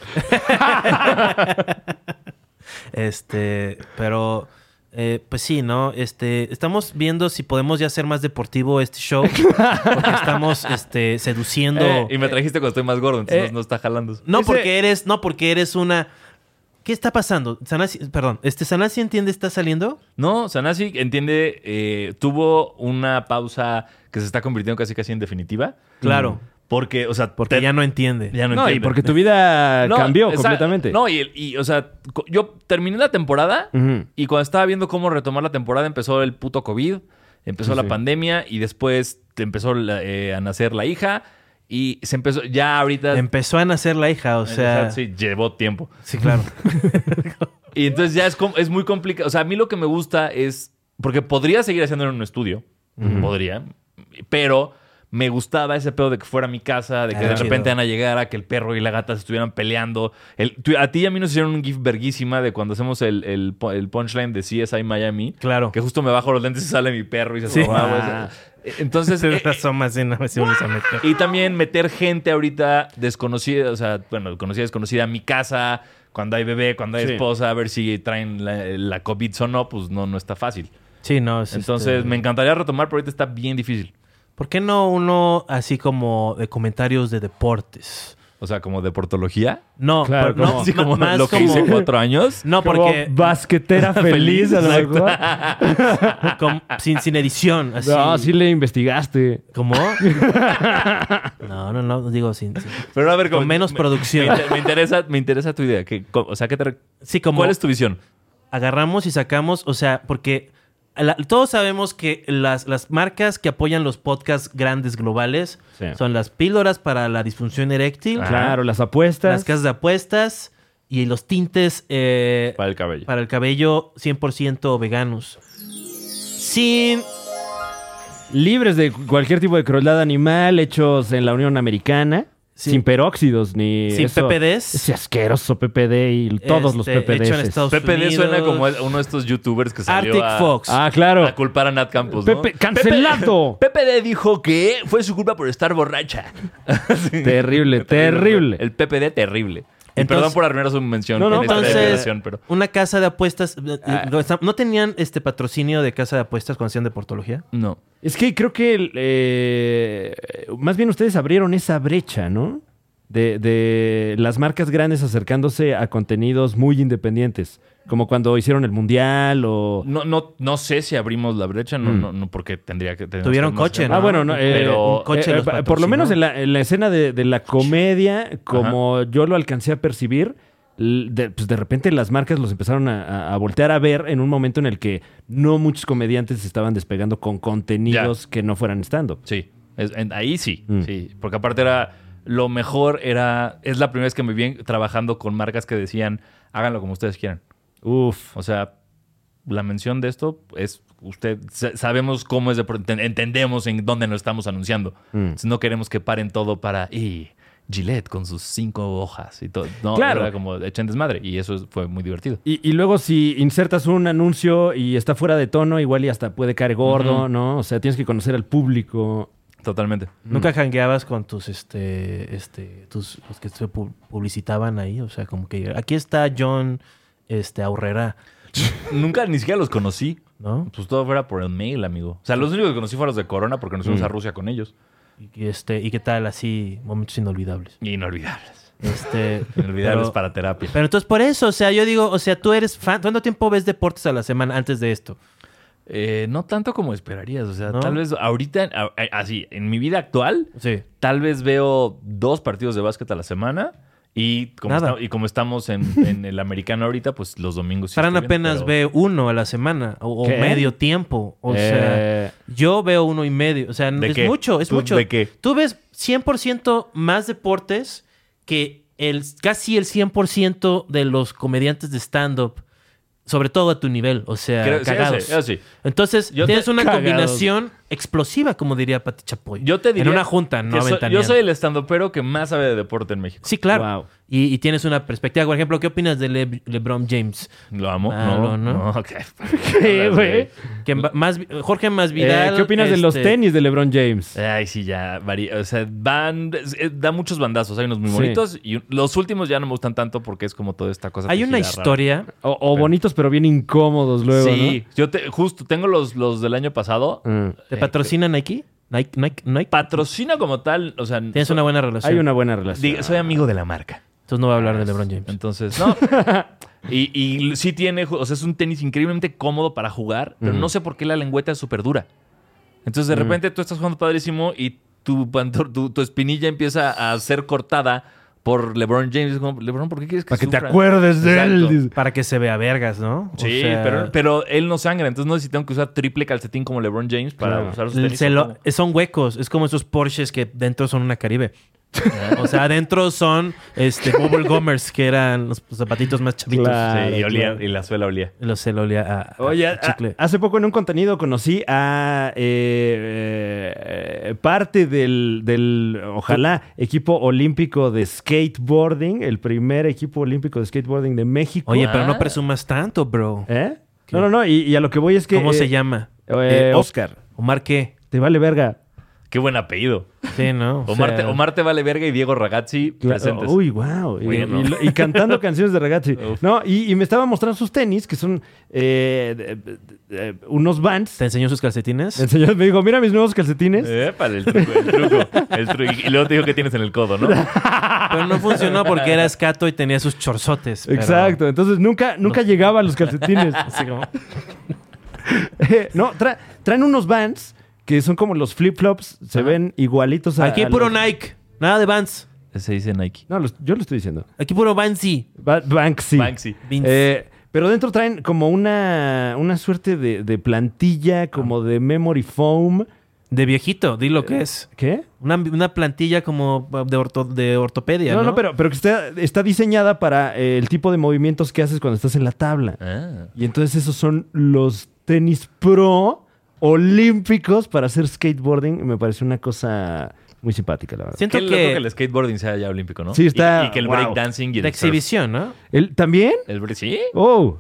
[SPEAKER 1] Este, pero eh, pues sí, ¿no? Este, estamos viendo si podemos ya hacer más deportivo este show. Porque estamos este, seduciendo.
[SPEAKER 2] Eh, y me trajiste cuando estoy más gordo, entonces
[SPEAKER 3] Eh.
[SPEAKER 2] no está jalando.
[SPEAKER 1] no
[SPEAKER 3] ese-
[SPEAKER 1] porque eres, no porque eres una. ¿Qué está pasando? Sanasi, perdón, este Sanasi entiende, está saliendo.
[SPEAKER 2] No, Sanasi entiende, eh, tuvo una pausa que se está convirtiendo casi casi en definitiva.
[SPEAKER 1] Claro.
[SPEAKER 2] Porque, o sea,
[SPEAKER 1] Porque
[SPEAKER 2] te-
[SPEAKER 1] ya no entiende.
[SPEAKER 2] ya no
[SPEAKER 3] No, y
[SPEAKER 2] entiende.
[SPEAKER 3] porque tu vida
[SPEAKER 2] No,
[SPEAKER 3] cambió
[SPEAKER 2] esa-
[SPEAKER 3] completamente.
[SPEAKER 2] No, y, y, o sea, co- yo terminé la temporada
[SPEAKER 3] Ujú.
[SPEAKER 2] y cuando estaba viendo cómo retomar la temporada empezó el puto COVID, empezó
[SPEAKER 3] Sí,
[SPEAKER 2] la
[SPEAKER 3] sí.
[SPEAKER 2] pandemia y después te empezó la- eh, a nacer la hija y se empezó, ya ahorita...
[SPEAKER 1] Empezó a nacer la hija, Em, o sea. Sí,
[SPEAKER 2] sí, llevó tiempo.
[SPEAKER 1] claro.
[SPEAKER 2] Y entonces ya es, com- es muy complicado. O sea, a mí lo que me gusta es. Porque podría seguir haciéndolo en un estudio. Podría. Pero me gustaba ese pedo de que fuera mi casa, de que
[SPEAKER 1] Ah,
[SPEAKER 2] de
[SPEAKER 1] chido.
[SPEAKER 2] repente van a llegar a que el perro y la gata se estuvieran peleando. El, tú- a ti y a mí nos hicieron un gif verguísima de cuando hacemos el, el po- el punchline de CSI Miami.
[SPEAKER 1] Claro.
[SPEAKER 2] Que justo me bajo los lentes y sale mi perro y se
[SPEAKER 1] Sí.
[SPEAKER 2] asoma, güey.
[SPEAKER 1] Ah.
[SPEAKER 2] Entonces.
[SPEAKER 1] Se
[SPEAKER 2] eh,
[SPEAKER 1] asoma así, no, así uno se mete.
[SPEAKER 2] y también meter gente ahorita desconocida, o sea, bueno, conocida, desconocida a mi casa, cuando hay bebé, cuando hay
[SPEAKER 3] Sí.
[SPEAKER 2] esposa, a ver si traen la, la COVID o no, pues no, no está fácil.
[SPEAKER 1] Sí, no. es
[SPEAKER 2] Entonces,
[SPEAKER 1] este-
[SPEAKER 2] me encantaría retomar, pero ahorita está bien difícil.
[SPEAKER 1] ¿Por qué no uno así como de comentarios de deportes?
[SPEAKER 2] O sea, como deportología.
[SPEAKER 1] No,
[SPEAKER 3] Claro,
[SPEAKER 1] pero- no,
[SPEAKER 3] como-
[SPEAKER 2] Así
[SPEAKER 1] ma-
[SPEAKER 2] como
[SPEAKER 1] más
[SPEAKER 2] lo que
[SPEAKER 1] como-
[SPEAKER 2] hice cuatro años.
[SPEAKER 1] No,
[SPEAKER 3] Como
[SPEAKER 1] porque
[SPEAKER 3] basquetera feliz, a lo
[SPEAKER 2] Exacto.
[SPEAKER 3] mejor.
[SPEAKER 1] como- sin, sin edición, así.
[SPEAKER 3] No, sí le investigaste.
[SPEAKER 1] ¿Cómo? no, no, no, digo sin. sin-
[SPEAKER 2] Pero a ver,
[SPEAKER 1] Con
[SPEAKER 2] como-
[SPEAKER 1] menos
[SPEAKER 2] me- Me,
[SPEAKER 1] producción.
[SPEAKER 2] inter- me interesa, me interesa tu idea. Que, co- o sea, que te, re-
[SPEAKER 1] Sí, como
[SPEAKER 2] ¿cuál es tu visión?
[SPEAKER 1] agarramos y sacamos, o sea, porque la- todos sabemos que las, las marcas que apoyan los podcasts grandes globales
[SPEAKER 3] Sí.
[SPEAKER 1] son las píldoras para la disfunción eréctil,
[SPEAKER 2] Ajá.
[SPEAKER 3] Claro, las apuestas.
[SPEAKER 1] Ah. las casas de apuestas y los tintes eh,
[SPEAKER 2] Para el cabello.
[SPEAKER 1] para el cabello 100% veganos. Sin...
[SPEAKER 3] libres de cualquier tipo de crueldad animal, hechos en la Unión Americana,
[SPEAKER 1] Sí.
[SPEAKER 3] sin peróxidos ni
[SPEAKER 1] Sin
[SPEAKER 3] eso.
[SPEAKER 1] PPDs.
[SPEAKER 3] Ese asqueroso PPD y todos los
[SPEAKER 1] este,
[SPEAKER 3] PPDs.
[SPEAKER 1] hecho en Estados
[SPEAKER 2] Pepe D
[SPEAKER 1] Unidos.
[SPEAKER 2] suena como el- uno de estos youtubers que salió
[SPEAKER 1] Arctic
[SPEAKER 2] a-
[SPEAKER 1] Fox.
[SPEAKER 3] Ah, claro.
[SPEAKER 2] a culpar a Nat Campos, ¿no?
[SPEAKER 3] Pepe, cancelado.
[SPEAKER 2] Pepe D dijo que fue su culpa por estar borracha. Sí.
[SPEAKER 3] Terrible, terrible.
[SPEAKER 2] El Pepe D terrible. Y
[SPEAKER 1] Entonces-
[SPEAKER 2] perdón por arruinar su mención
[SPEAKER 3] No, no,
[SPEAKER 2] en esta
[SPEAKER 3] para-
[SPEAKER 1] Entonces,
[SPEAKER 2] declaración, pero Ah.
[SPEAKER 1] una casa de apuestas... eh, no está- ¿No tenían este patrocinio de casa de apuestas cuando hacían deportología?
[SPEAKER 2] no.
[SPEAKER 3] Es que creo que el, eh, más bien ustedes abrieron esa brecha, ¿no? De, de las marcas grandes acercándose a contenidos muy independientes, como cuando hicieron el Mundial o...
[SPEAKER 2] No, no, no sé si abrimos la brecha, no,
[SPEAKER 3] Mm.
[SPEAKER 2] no, no, porque tendría que tener
[SPEAKER 1] Tuvieron coche, ¿no?
[SPEAKER 3] Ah, bueno, no, eh,
[SPEAKER 2] Pero-
[SPEAKER 1] un coche
[SPEAKER 3] eh,
[SPEAKER 1] los
[SPEAKER 3] eh, por lo
[SPEAKER 1] patrocinó.
[SPEAKER 3] menos en la, en la escena de, de la comedia, como yo lo alcancé a percibir, l- de, pues de repente las marcas los empezaron a, a- a voltear a ver en un momento en el que no muchos comediantes estaban despegando con contenidos que no fueran stand-up.
[SPEAKER 2] Sí, Es- en- ahí sí,
[SPEAKER 3] Mm.
[SPEAKER 2] sí, porque aparte era lo mejor era es la primera vez que me vi trabajando con marcas que decían háganlo como ustedes quieran.
[SPEAKER 3] Uf.
[SPEAKER 2] O sea, la mención de esto es usted sa- sabemos cómo es de pro- enten- entendemos en dónde nos estamos anunciando.
[SPEAKER 3] Mm.
[SPEAKER 2] Entonces, No queremos que paren todo para y Gillette con sus cinco hojas y todo. No,
[SPEAKER 3] Claro.
[SPEAKER 2] era como echen desmadre y eso es- fue muy divertido.
[SPEAKER 3] Y, y luego si insertas un anuncio y está fuera de tono, igual y hasta puede caer gordo,
[SPEAKER 2] Ujú.
[SPEAKER 3] ¿no? O sea, tienes que conocer al público. Eh,
[SPEAKER 2] Totalmente.
[SPEAKER 1] ¿Nunca jangueabas con tus, este, este, tus, los que se pu- publicitaban ahí? O sea, como que aquí está John, este, Aurrera,
[SPEAKER 2] Nunca ni siquiera los conocí.
[SPEAKER 1] ¿no?
[SPEAKER 2] Pues todo fuera por el mail, amigo. O sea, los únicos que conocí fueron los de Corona porque nos fuimos a Rusia con ellos.
[SPEAKER 1] Y, este, y qué tal así, momentos inolvidables.
[SPEAKER 2] Inolvidables.
[SPEAKER 1] Este,
[SPEAKER 2] Inolvidables
[SPEAKER 1] pero-
[SPEAKER 2] para terapia.
[SPEAKER 1] Pero entonces por eso, o sea, yo digo, o sea, tú eres fan, ¿cuánto tiempo ves deportes a la semana antes de esto?
[SPEAKER 2] Eh, no tanto como esperarías. O sea,
[SPEAKER 1] ¿No?
[SPEAKER 2] tal vez ahorita, a- a- así, en mi vida actual,
[SPEAKER 1] Sí.
[SPEAKER 2] tal vez veo dos partidos de básquet a la semana. Y como,
[SPEAKER 1] Nada.
[SPEAKER 2] esta- y como estamos en, en el americano ahorita, pues los domingos. sí
[SPEAKER 1] Fran
[SPEAKER 2] estoy viendo,
[SPEAKER 1] apenas ve
[SPEAKER 2] pero-
[SPEAKER 1] uno a la semana, o, o
[SPEAKER 3] ¿Qué?
[SPEAKER 1] medio tiempo, o sea...
[SPEAKER 3] Eh,
[SPEAKER 1] Yo veo uno y medio. O sea,
[SPEAKER 2] ¿De
[SPEAKER 1] es
[SPEAKER 2] qué?
[SPEAKER 1] mucho, es
[SPEAKER 2] ¿Tú
[SPEAKER 1] mucho.
[SPEAKER 2] de qué?
[SPEAKER 1] Tú ves 100% más deportes que el, casi el 100% de los comediantes de stand-up. Sobre todo a tu nivel, o sea,
[SPEAKER 2] Creo- sí,
[SPEAKER 1] cagados.
[SPEAKER 2] eso sí, eso sí.
[SPEAKER 1] Entonces,
[SPEAKER 2] Yo te-
[SPEAKER 1] tienes una
[SPEAKER 3] cagados.
[SPEAKER 1] combinación explosiva, como diría Pati Chapoy.
[SPEAKER 2] Yo te diría.
[SPEAKER 1] En una junta, no
[SPEAKER 2] que so-
[SPEAKER 1] aventaneando.
[SPEAKER 2] Yo soy el estandopero que más sabe de deporte en México.
[SPEAKER 1] Sí, claro.
[SPEAKER 3] Wow.
[SPEAKER 1] Y, y tienes una perspectiva. Por ejemplo, ¿qué opinas de Le- LeBron James?
[SPEAKER 2] Lo amo.
[SPEAKER 1] Ah, no,
[SPEAKER 2] no,
[SPEAKER 1] no.
[SPEAKER 2] no. ok.
[SPEAKER 3] ¿Qué, güey?
[SPEAKER 1] Que va- más, Jorge Masvidal...
[SPEAKER 3] Eh, ¿Qué opinas de los
[SPEAKER 1] este,
[SPEAKER 3] tenis de LeBron James?
[SPEAKER 2] Ay, sí, ya varía. O sea, van. eh, Da muchos bandazos. Hay unos muy
[SPEAKER 3] Sí.
[SPEAKER 2] bonitos. Y un- los últimos ya no me gustan tanto porque es como toda esta cosa.
[SPEAKER 1] Hay
[SPEAKER 2] tejida
[SPEAKER 1] una
[SPEAKER 2] rara.
[SPEAKER 1] historia
[SPEAKER 3] O, o bonitos pero bien incómodos luego,
[SPEAKER 2] sí, yo te- justo tengo los, los del año pasado.
[SPEAKER 3] ¿no? Mm.
[SPEAKER 1] ¿Te patrocina Nike? Nike, Nike, Nike.
[SPEAKER 2] Patrocina como tal, o sea,
[SPEAKER 1] Tienes una buena relación.
[SPEAKER 3] Hay una Ah, buena relación.
[SPEAKER 2] diga, soy amigo de la marca.
[SPEAKER 1] Entonces no va a hablar de LeBron James.
[SPEAKER 2] Entonces, no. y, y sí tiene, o sea, es un tenis increíblemente cómodo para jugar, pero no sé por qué la lengüeta es súper dura. Entonces, de repente tú estás jugando padrísimo y tu, pantor- tu, tu espinilla empieza a ser cortada por LeBron James. Es como, LeBron, ¿por qué quieres que
[SPEAKER 3] Para que te
[SPEAKER 2] sufra?"
[SPEAKER 3] acuerdes de él.
[SPEAKER 2] Exacto.
[SPEAKER 3] dice.
[SPEAKER 1] Para que se vea vergas, ¿no? O
[SPEAKER 2] Sí,
[SPEAKER 1] sea,
[SPEAKER 2] pero, pero él no sangra, entonces no sé si tengo que usar triple calcetín como LeBron James para
[SPEAKER 3] Claro.
[SPEAKER 2] usar sus
[SPEAKER 1] l-
[SPEAKER 2] tenis.
[SPEAKER 1] se
[SPEAKER 2] o
[SPEAKER 1] lo-
[SPEAKER 2] cómo.
[SPEAKER 1] son huecos. Es como esos Porsches que dentro son una Caribe.
[SPEAKER 3] Ah.
[SPEAKER 1] o sea, adentro son este, Bubble Gomers, que eran los zapatitos más chavitos.
[SPEAKER 3] Claro.
[SPEAKER 2] Sí, y, olía-
[SPEAKER 3] claro.
[SPEAKER 2] y la suela olía.
[SPEAKER 1] Los se lo olía a, a-
[SPEAKER 3] Oye,
[SPEAKER 1] a chicle.
[SPEAKER 3] a- Ah, hace poco en un contenido conocí a eh, eh, parte del, del, ojalá, equipo olímpico de skateboarding, el primer equipo olímpico de skateboarding de México.
[SPEAKER 1] Oye, pero no
[SPEAKER 2] Ah.
[SPEAKER 1] presumas tanto, bro.
[SPEAKER 3] ¿Eh? No, no, no, y, y a lo que voy es que...
[SPEAKER 1] ¿Cómo
[SPEAKER 3] eh,
[SPEAKER 1] se llama?
[SPEAKER 3] eh,
[SPEAKER 1] Eh,
[SPEAKER 3] Oscar,
[SPEAKER 1] Omar, ¿qué?
[SPEAKER 3] te vale verga.
[SPEAKER 2] Qué buen apellido.
[SPEAKER 1] Sí, ¿no? O
[SPEAKER 2] Omar,
[SPEAKER 1] sea,
[SPEAKER 2] te, Omar te vale verga y Diego Ragazzi
[SPEAKER 3] Cla-
[SPEAKER 2] presentes.
[SPEAKER 3] Uy, wow. Y,
[SPEAKER 2] Bueno.
[SPEAKER 3] y lo- y cantando canciones de Ragazzi.
[SPEAKER 2] Uf.
[SPEAKER 3] No, y, y me estaba mostrando sus tenis, que son eh, de- de- de- de- unos Vans.
[SPEAKER 1] ¿Te enseñó sus calcetines?
[SPEAKER 3] El señor me dijo, mira mis nuevos calcetines.
[SPEAKER 2] Épale, el truco, el truco. el tru- y- y luego te digo que tienes en el codo, ¿no?
[SPEAKER 1] Pero no funcionó porque era escato y tenía sus chorzotes. pero-
[SPEAKER 3] Exacto, entonces nunca, nunca llegaba a los calcetines.
[SPEAKER 1] Así como-
[SPEAKER 3] Eh, no, tra- traen unos Vans que son como los flip-flops, se
[SPEAKER 2] Ajá.
[SPEAKER 3] ven igualitos a.
[SPEAKER 2] Ah,
[SPEAKER 1] Aquí
[SPEAKER 3] a
[SPEAKER 1] puro
[SPEAKER 3] los-
[SPEAKER 1] Nike. Nada de Vans.
[SPEAKER 2] Se dice Nike.
[SPEAKER 3] No, los- yo lo estoy diciendo.
[SPEAKER 1] Aquí puro Vansi.
[SPEAKER 3] Ba- Banksy.
[SPEAKER 2] Banksy.
[SPEAKER 1] Vince.
[SPEAKER 3] Eh, pero dentro traen como una, una suerte de, de plantilla, como de memory foam.
[SPEAKER 1] de viejito, di
[SPEAKER 2] Eh,
[SPEAKER 1] lo que es.
[SPEAKER 3] ¿Qué?
[SPEAKER 1] Una, una plantilla como ah, de, orto- de ortopedia.
[SPEAKER 3] No,
[SPEAKER 1] No,
[SPEAKER 3] no, pero, pero que está, está diseñada para eh, el tipo de movimientos que haces cuando estás en la tabla.
[SPEAKER 2] Ah.
[SPEAKER 3] Y entonces esos son los tenis pro olímpicos para hacer skateboarding. Me parece una cosa muy simpática, la verdad.
[SPEAKER 1] Siento
[SPEAKER 2] Qué loco que
[SPEAKER 1] que.
[SPEAKER 2] el skateboarding sea ya olímpico, ¿no?
[SPEAKER 3] Sí, está-
[SPEAKER 2] Y, y que el
[SPEAKER 3] wow.
[SPEAKER 2] breakdancing y el
[SPEAKER 1] De
[SPEAKER 2] surf.
[SPEAKER 1] exhibición, ¿no?
[SPEAKER 3] ¿El, ¿También?
[SPEAKER 2] El break- ¿Sí?
[SPEAKER 3] ¡Oh!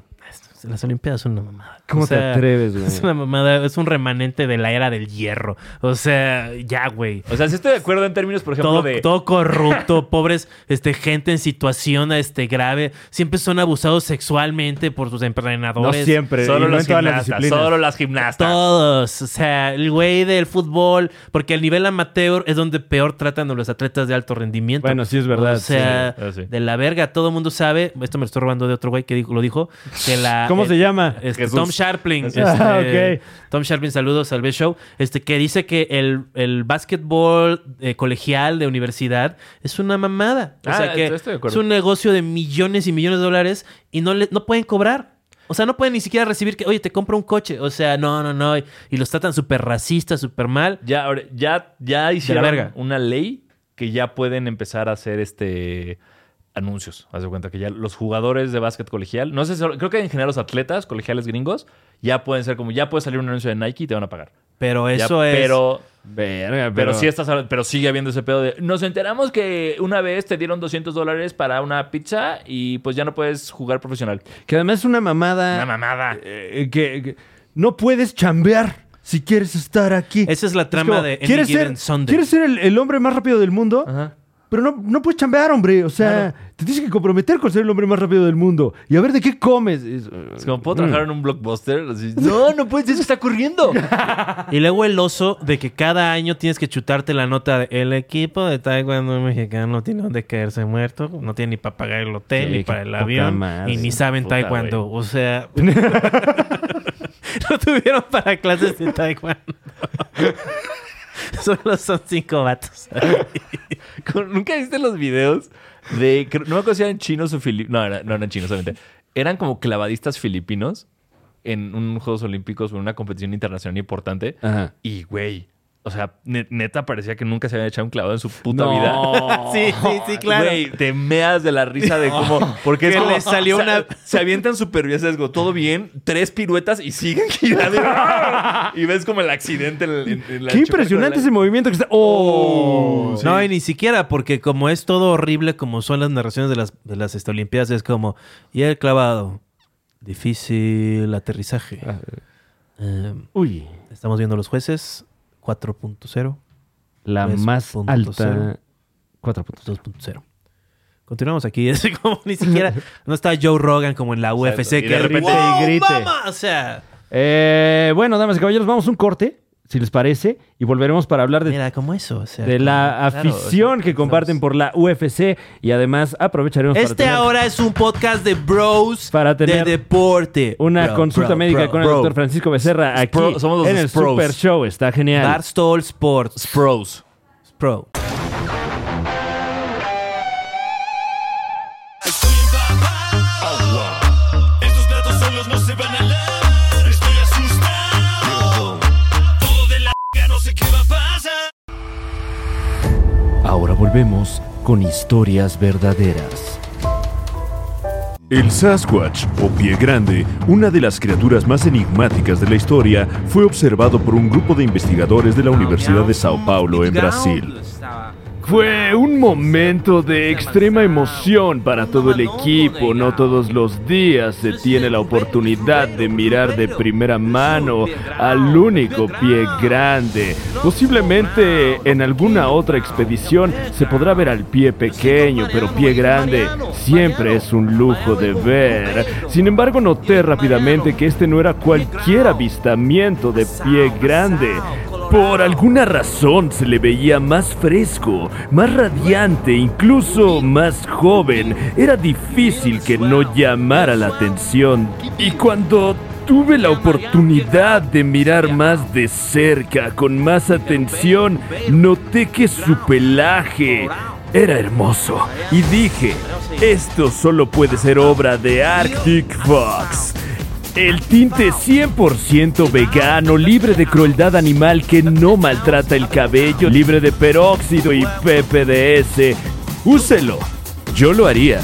[SPEAKER 1] Las Olimpiadas son una mamada.
[SPEAKER 3] ¿Cómo
[SPEAKER 1] O
[SPEAKER 3] te
[SPEAKER 1] sea,
[SPEAKER 3] atreves, güey?
[SPEAKER 1] Es una mamada, es un remanente de la era del hierro. O sea, ya, güey.
[SPEAKER 2] O sea, sí estoy de acuerdo en términos, por ejemplo,
[SPEAKER 1] Todo,
[SPEAKER 2] de...
[SPEAKER 1] todo corrupto, pobres, este, gente en situación este, grave. Siempre son abusados sexualmente por sus
[SPEAKER 3] No
[SPEAKER 1] entrenadores.
[SPEAKER 3] siempre. y
[SPEAKER 2] Solo
[SPEAKER 3] no
[SPEAKER 2] los
[SPEAKER 3] en todas las
[SPEAKER 2] gimnastas,
[SPEAKER 3] disciplinas.
[SPEAKER 2] solo las gimnastas.
[SPEAKER 1] Todos, o sea, el güey del fútbol, porque el nivel amateur es donde peor tratan a los atletas de alto rendimiento.
[SPEAKER 3] Bueno, sí es verdad.
[SPEAKER 1] o sea,
[SPEAKER 2] sí, ah, sí.
[SPEAKER 1] de la verga, todo el mundo sabe, esto me lo estoy robando de otro güey que dijo- lo dijo, que la...
[SPEAKER 3] ¿Cómo
[SPEAKER 1] el-
[SPEAKER 3] se llama?
[SPEAKER 1] este,
[SPEAKER 2] Jesús.
[SPEAKER 1] Tom Sharpling.
[SPEAKER 3] Jesús. Ah,
[SPEAKER 1] este,
[SPEAKER 3] ok.
[SPEAKER 1] Tom Sharpling, saludos al B Show. Este, que dice que el, el básquetbol eh, colegial de universidad es una mamada. O
[SPEAKER 2] Ah,
[SPEAKER 1] sea que
[SPEAKER 2] estoy de acuerdo.
[SPEAKER 1] es un negocio de millones y millones de dólares y no, le, no pueden cobrar. O sea, no pueden ni siquiera recibir que, oye, te compro un coche. O sea, no, no, no. Y, y los tratan súper racistas, súper mal.
[SPEAKER 2] Ya, ahora- ya, ya hicieron
[SPEAKER 1] verga.
[SPEAKER 2] una ley que ya pueden empezar a hacer este anuncios. Haz de cuenta que ya los jugadores de básquet colegial, no sé, solo- creo que en general los atletas colegiales gringos ya pueden ser como, ya puede salir un anuncio de Nike y te van a pagar.
[SPEAKER 1] Pero
[SPEAKER 2] Ya,
[SPEAKER 1] eso es.
[SPEAKER 2] Pero,
[SPEAKER 3] Verga,
[SPEAKER 2] pero, sí estás, hab- pero sigue habiendo ese pedo de, nos enteramos que una vez te dieron 200 dólares para una pizza y pues ya no puedes jugar profesional.
[SPEAKER 3] Que además es una mamada.
[SPEAKER 2] Una mamada.
[SPEAKER 3] eh, que, que no puedes chambear si quieres estar aquí.
[SPEAKER 1] Esa es la trama
[SPEAKER 3] como,
[SPEAKER 1] de Any
[SPEAKER 3] ¿Quieres
[SPEAKER 1] Given
[SPEAKER 3] ser,
[SPEAKER 1] Sunday.
[SPEAKER 3] ¿quieres ser el, el hombre más rápido del mundo?
[SPEAKER 2] Ajá.
[SPEAKER 3] Pero no, no puedes chambear, hombre. O sea, te tienes que comprometer con ser el hombre más rápido del mundo. Y a ver de qué comes. Es, eh, mm.
[SPEAKER 2] Es como,
[SPEAKER 1] Mm.
[SPEAKER 2] ¿puedo trabajar en un blockbuster? Así, no, no puedes, eso está ocurriendo.
[SPEAKER 1] Y luego el oso de que cada año tienes que chutarte la nota de el equipo de taekwondo mexicano tiene donde caerse muerto, no tiene ni para pagar el hotel,
[SPEAKER 3] Sí,
[SPEAKER 1] ni
[SPEAKER 3] qué
[SPEAKER 1] para el
[SPEAKER 3] poca
[SPEAKER 1] avión,
[SPEAKER 3] madre.
[SPEAKER 1] y ni saben
[SPEAKER 2] Puta,
[SPEAKER 1] taekwondo. O sea, no tuvieron para clases de taekwondo. Solo son cinco vatos.
[SPEAKER 2] Con- ¿Nunca viste los videos de. creo- No me acuerdo si eran chinos o filipinos. No, era- no eran chinos, obviamente. Eran como clavadistas filipinos en unos Juegos Olímpicos o en una competición internacional importante.
[SPEAKER 1] Ah.
[SPEAKER 3] Ajá.
[SPEAKER 2] Y, güey. O sea, ne- neta parecía que nunca se había echado un clavado en su puta
[SPEAKER 3] No.
[SPEAKER 2] vida.
[SPEAKER 1] sí, sí, sí, claro.
[SPEAKER 2] Güey, te meas de la risa de cómo. Porque es
[SPEAKER 1] Que
[SPEAKER 2] como,
[SPEAKER 1] les salió
[SPEAKER 2] o sea,
[SPEAKER 1] una-
[SPEAKER 2] Se avientan súper bien, ¿sabes? Como, todo bien, tres piruetas y siguen girando. y ves como el accidente en, en- en la
[SPEAKER 3] Qué
[SPEAKER 2] chupa-
[SPEAKER 3] impresionante
[SPEAKER 2] con la-
[SPEAKER 3] ese movimiento que está. ¡Oh!
[SPEAKER 1] No, y ni siquiera, porque como es todo horrible, como son las narraciones de las, de las este, Olimpiadas, es como, y el clavado, difícil aterrizaje.
[SPEAKER 3] Ah.
[SPEAKER 1] Em,
[SPEAKER 3] Uy,
[SPEAKER 1] estamos viendo los jueces, 4.0,
[SPEAKER 3] la
[SPEAKER 1] Tres
[SPEAKER 3] más
[SPEAKER 1] punto cero.
[SPEAKER 3] alta. 4.2.
[SPEAKER 1] 2.0. Continuamos aquí, es como ni siquiera, no está Joe Rogan como en la UFC,
[SPEAKER 2] Exacto. Y
[SPEAKER 1] que
[SPEAKER 2] de repente-
[SPEAKER 1] ¡Wow,
[SPEAKER 3] Y grite.
[SPEAKER 1] mama! O sea,
[SPEAKER 3] Eh, bueno, damas y caballeros, vamos a un corte, si les parece, y volveremos para hablar de
[SPEAKER 1] mira, como eso, o sea,
[SPEAKER 3] de la
[SPEAKER 1] como- claro, o sea,
[SPEAKER 3] afición que comparten por la UFC y además aprovecharemos para
[SPEAKER 1] Este
[SPEAKER 3] tener
[SPEAKER 1] ahora es un podcast de bros
[SPEAKER 3] Para
[SPEAKER 1] de
[SPEAKER 3] tener
[SPEAKER 1] deporte.
[SPEAKER 3] una
[SPEAKER 1] Bro,
[SPEAKER 3] consulta
[SPEAKER 1] bro,
[SPEAKER 3] médica
[SPEAKER 1] bro,
[SPEAKER 3] con el
[SPEAKER 1] bro.
[SPEAKER 3] doctor Francisco Becerra aquí
[SPEAKER 2] Spro- somos los
[SPEAKER 3] en el
[SPEAKER 2] Spros.
[SPEAKER 3] Super Show. Está genial.
[SPEAKER 1] Barstool Sports.
[SPEAKER 2] Spros.
[SPEAKER 1] Pro.
[SPEAKER 4] Estoy empapado. Estos platos solos no se van a lavar. Estoy asustado. Todo de la no sé qué va a pasar.
[SPEAKER 5] Ahora volvemos con historias verdaderas.
[SPEAKER 6] El Sasquatch, o pie grande, una de las criaturas más enigmáticas de la historia, fue observado por un grupo de investigadores de la Universidad de Sao Paulo en Brasil.
[SPEAKER 3] Fue un momento de extrema emoción para todo el equipo. No todos los días se tiene la oportunidad de mirar de primera mano al único pie grande. Posiblemente en alguna otra expedición se podrá ver al pie pequeño, pero pie grande siempre es un lujo de ver. Sin embargo, noté rápidamente que este no era cualquier avistamiento de pie grande. Por alguna razón se le veía más fresco, más radiante, incluso más joven. Era difícil que no llamara la atención. Y cuando tuve la oportunidad de mirar más de cerca, con más atención, noté que su pelaje era hermoso. Y dije, esto solo puede ser obra de Arctic Fox. El tinte 100% vegano, libre de crueldad animal que no maltrata el cabello, libre de peróxido y PPDS. Úselo. Yo lo haría.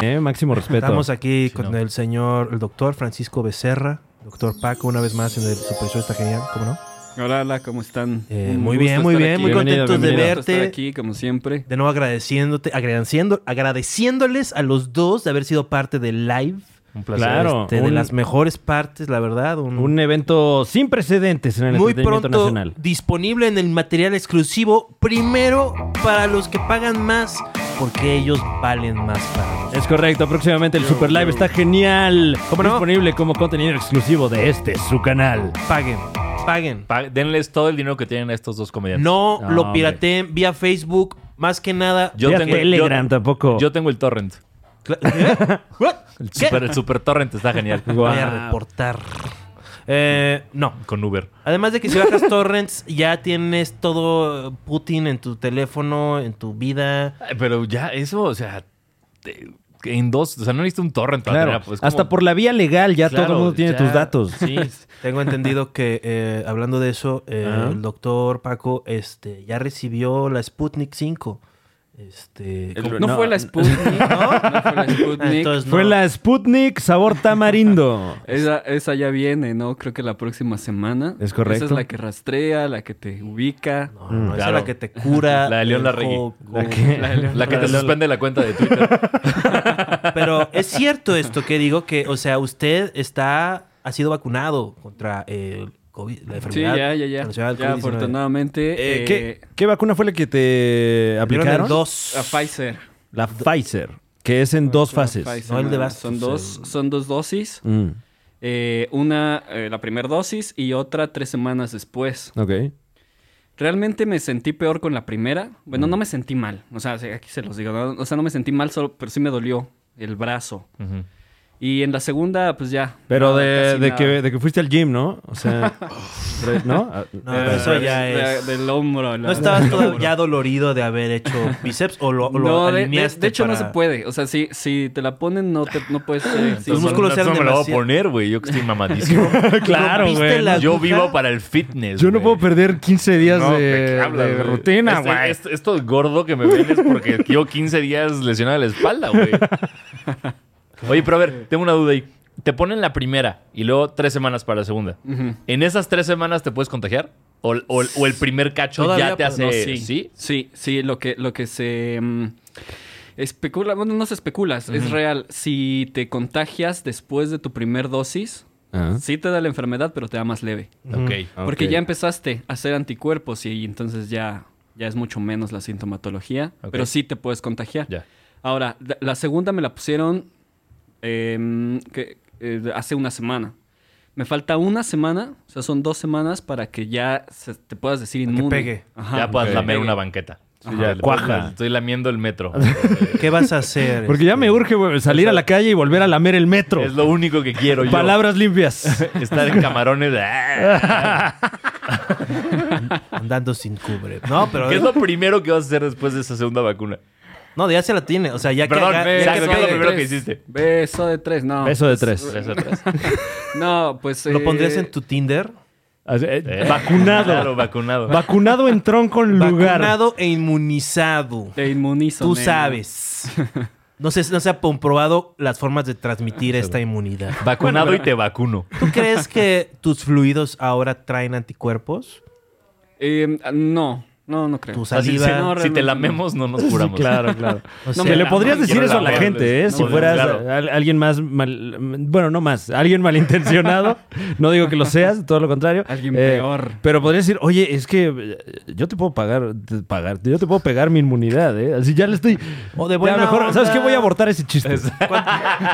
[SPEAKER 3] Eh, máximo respeto.
[SPEAKER 1] Estamos aquí con el señor, el doctor Francisco Becerra, doctor Paco, una vez más en el Super Show, está genial, ¿cómo no?
[SPEAKER 7] Hola, hola, ¿cómo están?
[SPEAKER 1] Eh,
[SPEAKER 7] Un
[SPEAKER 1] muy
[SPEAKER 7] gusto
[SPEAKER 1] bien, muy
[SPEAKER 7] estar
[SPEAKER 1] bien,
[SPEAKER 7] aquí.
[SPEAKER 1] muy
[SPEAKER 3] Bienvenido,
[SPEAKER 1] contentos de
[SPEAKER 3] bienvenido.
[SPEAKER 7] Un gusto estar
[SPEAKER 1] verte.
[SPEAKER 7] aquí, como siempre.
[SPEAKER 1] De nuevo agradeciéndote, agradeciendo, agradeciéndoles a los dos de haber sido parte del live.
[SPEAKER 2] Un placer.
[SPEAKER 3] Claro.
[SPEAKER 1] Este, de
[SPEAKER 3] un-
[SPEAKER 1] las mejores partes, la verdad. un-
[SPEAKER 3] Un evento sin precedentes en el
[SPEAKER 1] muy
[SPEAKER 3] entretenimiento
[SPEAKER 1] pronto
[SPEAKER 3] nacional.
[SPEAKER 1] disponible en el material exclusivo. Primero para los que pagan más, porque ellos valen más para nosotros.
[SPEAKER 3] Es correcto, próximamente el Super Live está genial. Disponible como contenido exclusivo de este, su canal.
[SPEAKER 1] Paguen, paguen.
[SPEAKER 2] Pa- Denles todo el dinero que tienen a estos dos comediantes.
[SPEAKER 1] No,
[SPEAKER 3] No,
[SPEAKER 1] lo
[SPEAKER 3] hombre.
[SPEAKER 1] pirateen vía Facebook, más que nada.
[SPEAKER 2] Yo
[SPEAKER 3] Vía
[SPEAKER 2] tengo-
[SPEAKER 3] Telegram
[SPEAKER 2] yo-
[SPEAKER 3] tampoco.
[SPEAKER 2] Yo tengo el torrent.
[SPEAKER 1] Cla- ¿Eh? ¿What?
[SPEAKER 2] El
[SPEAKER 1] ¿Qué?
[SPEAKER 2] super, el super torrent está genial.
[SPEAKER 3] Guau.
[SPEAKER 1] Voy a reportar. Eh, no.
[SPEAKER 2] Con Uber.
[SPEAKER 1] Además de que si bajas torrents, ya tienes todo Putin en tu teléfono, en tu vida.
[SPEAKER 2] Ay, Pero ya, eso, o sea, te- en dos, o sea, no necesito un torrent para
[SPEAKER 3] Claro,
[SPEAKER 2] tener, pues, como-
[SPEAKER 3] hasta por la vía legal ya
[SPEAKER 2] Claro,
[SPEAKER 3] todo el mundo tiene
[SPEAKER 2] ya,
[SPEAKER 3] tus datos.
[SPEAKER 2] Sí.
[SPEAKER 1] Tengo entendido que, eh, hablando de eso, eh,
[SPEAKER 3] Ah.
[SPEAKER 1] el doctor Paco este, ya recibió la Sputnik 5. Este, Ah,
[SPEAKER 7] No, fue la Sputnik, ¿no? No fue la Sputnik.
[SPEAKER 1] entonces no.
[SPEAKER 3] Fue la Sputnik sabor tamarindo.
[SPEAKER 7] esa, esa ya viene, ¿no? Creo que la próxima semana.
[SPEAKER 3] Es correcto.
[SPEAKER 7] Esa es la que rastrea, la que te ubica.
[SPEAKER 1] No, no, esa es
[SPEAKER 2] Claro.
[SPEAKER 1] la que te cura.
[SPEAKER 2] La de León
[SPEAKER 1] el
[SPEAKER 2] Larregui.
[SPEAKER 1] co-
[SPEAKER 3] La que-
[SPEAKER 7] La de León.
[SPEAKER 2] La que te suspende la cuenta de Twitter.
[SPEAKER 1] Pero es cierto esto que digo que, o sea, usted está, ha sido vacunado contra el COVID, la
[SPEAKER 7] Sí,
[SPEAKER 1] enfermedad.
[SPEAKER 7] ya, ya, ya.
[SPEAKER 1] relacionada al
[SPEAKER 7] Ya,
[SPEAKER 1] COVID-19.
[SPEAKER 7] afortunadamente.
[SPEAKER 3] Eh,
[SPEAKER 7] eh,
[SPEAKER 3] ¿qué, qué vacuna fue la que te
[SPEAKER 1] Dieron
[SPEAKER 3] aplicaron?
[SPEAKER 1] el dos.
[SPEAKER 7] A Pfizer.
[SPEAKER 3] La Pfizer, que es en dos fases.
[SPEAKER 7] Pfizer,
[SPEAKER 1] No, el de
[SPEAKER 7] nada,
[SPEAKER 1] Bastos,
[SPEAKER 7] Son dos,
[SPEAKER 1] el-
[SPEAKER 7] son dos dosis.
[SPEAKER 3] Mm,
[SPEAKER 7] Eh, una, eh, la primera dosis y otra tres semanas después.
[SPEAKER 3] ok.
[SPEAKER 7] Realmente me sentí peor con la primera. Bueno, no me sentí mal. O sea, sí, aquí se los digo. ¿no? O sea, no me sentí mal, solo, pero sí me dolió el brazo.
[SPEAKER 2] Ujú.
[SPEAKER 7] Y en la segunda, pues ya.
[SPEAKER 3] Pero
[SPEAKER 7] nada,
[SPEAKER 3] de,
[SPEAKER 7] casi
[SPEAKER 3] de
[SPEAKER 7] nada.
[SPEAKER 3] que, de que fuiste al gym, ¿no? O sea, re- ¿no? Ah,
[SPEAKER 1] No,
[SPEAKER 7] Eh,
[SPEAKER 1] eso ya
[SPEAKER 7] de-
[SPEAKER 1] es.
[SPEAKER 7] Del hombro. la-
[SPEAKER 1] ¿No estabas todo ya dolorido de haber hecho bíceps o lo, o lo
[SPEAKER 7] No, de, de-
[SPEAKER 1] alineaste?
[SPEAKER 7] de hecho no
[SPEAKER 1] para-
[SPEAKER 7] se puede. O sea, si, si te la ponen, no, te, no puedes. eh, sí,
[SPEAKER 1] Los
[SPEAKER 7] sí.
[SPEAKER 1] músculos
[SPEAKER 2] no,
[SPEAKER 1] eran
[SPEAKER 2] me lo voy a
[SPEAKER 1] demasiado-
[SPEAKER 2] poner, güey. Yo que estoy mamadísimo.
[SPEAKER 3] Claro,
[SPEAKER 1] ¿Rompiste
[SPEAKER 3] güey.
[SPEAKER 1] la
[SPEAKER 2] Yo
[SPEAKER 1] aguja?
[SPEAKER 2] vivo para el fitness.
[SPEAKER 3] Yo no
[SPEAKER 2] güey.
[SPEAKER 3] puedo perder 15 días
[SPEAKER 2] No, ¿de
[SPEAKER 3] de,
[SPEAKER 2] qué hablas,
[SPEAKER 3] de
[SPEAKER 2] güey?
[SPEAKER 3] rutina,
[SPEAKER 2] Este-
[SPEAKER 3] güey.
[SPEAKER 2] est- esto del gordo que me ven es porque llevo 15 días lesionado de la espalda, güey. Oye, pero a ver, tengo una duda ahí. Te ponen la primera y luego tres semanas para la segunda.
[SPEAKER 7] Ujú.
[SPEAKER 2] ¿En esas tres semanas te puedes contagiar? ¿O, o- o el primer cacho
[SPEAKER 7] Todavía,
[SPEAKER 2] ya te
[SPEAKER 7] pues,
[SPEAKER 2] hace...?
[SPEAKER 7] no,
[SPEAKER 2] sí.
[SPEAKER 7] sí. Sí, sí, lo que, lo que se mm, especula, bueno, no se especula, es real. Si te contagias después de tu primer dosis,
[SPEAKER 3] Ah,
[SPEAKER 7] sí te da la enfermedad, pero te da más leve.
[SPEAKER 2] Ok.
[SPEAKER 7] Porque
[SPEAKER 3] ok.
[SPEAKER 7] ya empezaste a hacer anticuerpos y entonces ya, ya es mucho menos la sintomatología,
[SPEAKER 2] Ok.
[SPEAKER 7] pero sí te puedes contagiar.
[SPEAKER 2] Ya.
[SPEAKER 7] Ahora, la- la segunda me la pusieron em, que, eh, hace una semana. Me falta una semana, o sea, son dos semanas para que ya se- te puedas decir inmundo.
[SPEAKER 1] pegue.
[SPEAKER 7] Ajá.
[SPEAKER 2] ya puedas
[SPEAKER 7] Ok.
[SPEAKER 2] lamer una banqueta. Sí, ya, le-
[SPEAKER 3] Cuaja.
[SPEAKER 2] Estoy lamiendo el metro.
[SPEAKER 1] ¿Qué vas a hacer? Este,
[SPEAKER 3] Porque ya me urge güey, salir a la calle y volver a lamer el metro.
[SPEAKER 2] es lo único que quiero yo.
[SPEAKER 3] Palabras limpias.
[SPEAKER 2] Estar en camarones.
[SPEAKER 1] Andando sin cubre. No, pero.
[SPEAKER 2] ¿Qué es lo primero que vas a hacer después de esa segunda vacuna?
[SPEAKER 1] No, ya se la tiene. O sea, ya
[SPEAKER 2] Perdón,
[SPEAKER 1] que. haga-
[SPEAKER 2] me-
[SPEAKER 1] ya que
[SPEAKER 2] ¿qué
[SPEAKER 7] Beso
[SPEAKER 2] es lo
[SPEAKER 7] de
[SPEAKER 2] primero que
[SPEAKER 7] tres.
[SPEAKER 2] hiciste?
[SPEAKER 7] Beso de tres, no.
[SPEAKER 3] Beso de tres.
[SPEAKER 2] Tres atrás.
[SPEAKER 7] No, pues.
[SPEAKER 1] ¿Lo
[SPEAKER 7] eh,
[SPEAKER 1] pondrías en tu Tinder?
[SPEAKER 3] Así, eh,
[SPEAKER 2] Eh,
[SPEAKER 3] Vacunado.
[SPEAKER 2] Claro, vacunado.
[SPEAKER 3] Vacunado en tronco en lugar.
[SPEAKER 1] Vacunado e inmunizado.
[SPEAKER 7] Te inmunizo.
[SPEAKER 1] Tú
[SPEAKER 7] nena.
[SPEAKER 1] sabes. No se, no se ha comprobado las formas de transmitir esta inmunidad.
[SPEAKER 2] vacunado y te vacuno.
[SPEAKER 1] ¿Tú crees que tus fluidos ahora traen anticuerpos?
[SPEAKER 7] Eh, no, no, no creo.
[SPEAKER 1] Tu
[SPEAKER 2] O sea, si,
[SPEAKER 1] saliva.
[SPEAKER 2] si-
[SPEAKER 7] No,
[SPEAKER 2] si te
[SPEAKER 7] realmente
[SPEAKER 2] lamemos, no nos curamos.
[SPEAKER 3] Claro, claro.
[SPEAKER 1] O
[SPEAKER 7] No
[SPEAKER 1] sea,
[SPEAKER 3] Que le
[SPEAKER 7] la
[SPEAKER 3] podrías
[SPEAKER 7] mano,
[SPEAKER 3] decir
[SPEAKER 2] quiero
[SPEAKER 3] eso a
[SPEAKER 2] la
[SPEAKER 3] la
[SPEAKER 2] mano.
[SPEAKER 3] gente, ¿eh? Si
[SPEAKER 2] No,
[SPEAKER 3] fueras
[SPEAKER 2] claro.
[SPEAKER 3] al- alguien más mal... Bueno, no más. Alguien malintencionado. no digo que lo seas, todo lo contrario. Eh,
[SPEAKER 7] Alguien peor.
[SPEAKER 3] Pero podrías decir, oye, es que eh, yo te puedo pagar... te- pagar yo te puedo pegar mi inmunidad, ¿eh? Así ya le estoy...
[SPEAKER 1] O de
[SPEAKER 3] Ya,
[SPEAKER 1] buena
[SPEAKER 3] mejor,
[SPEAKER 1] onda.
[SPEAKER 3] ¿Sabes qué? Voy a abortar ese chiste.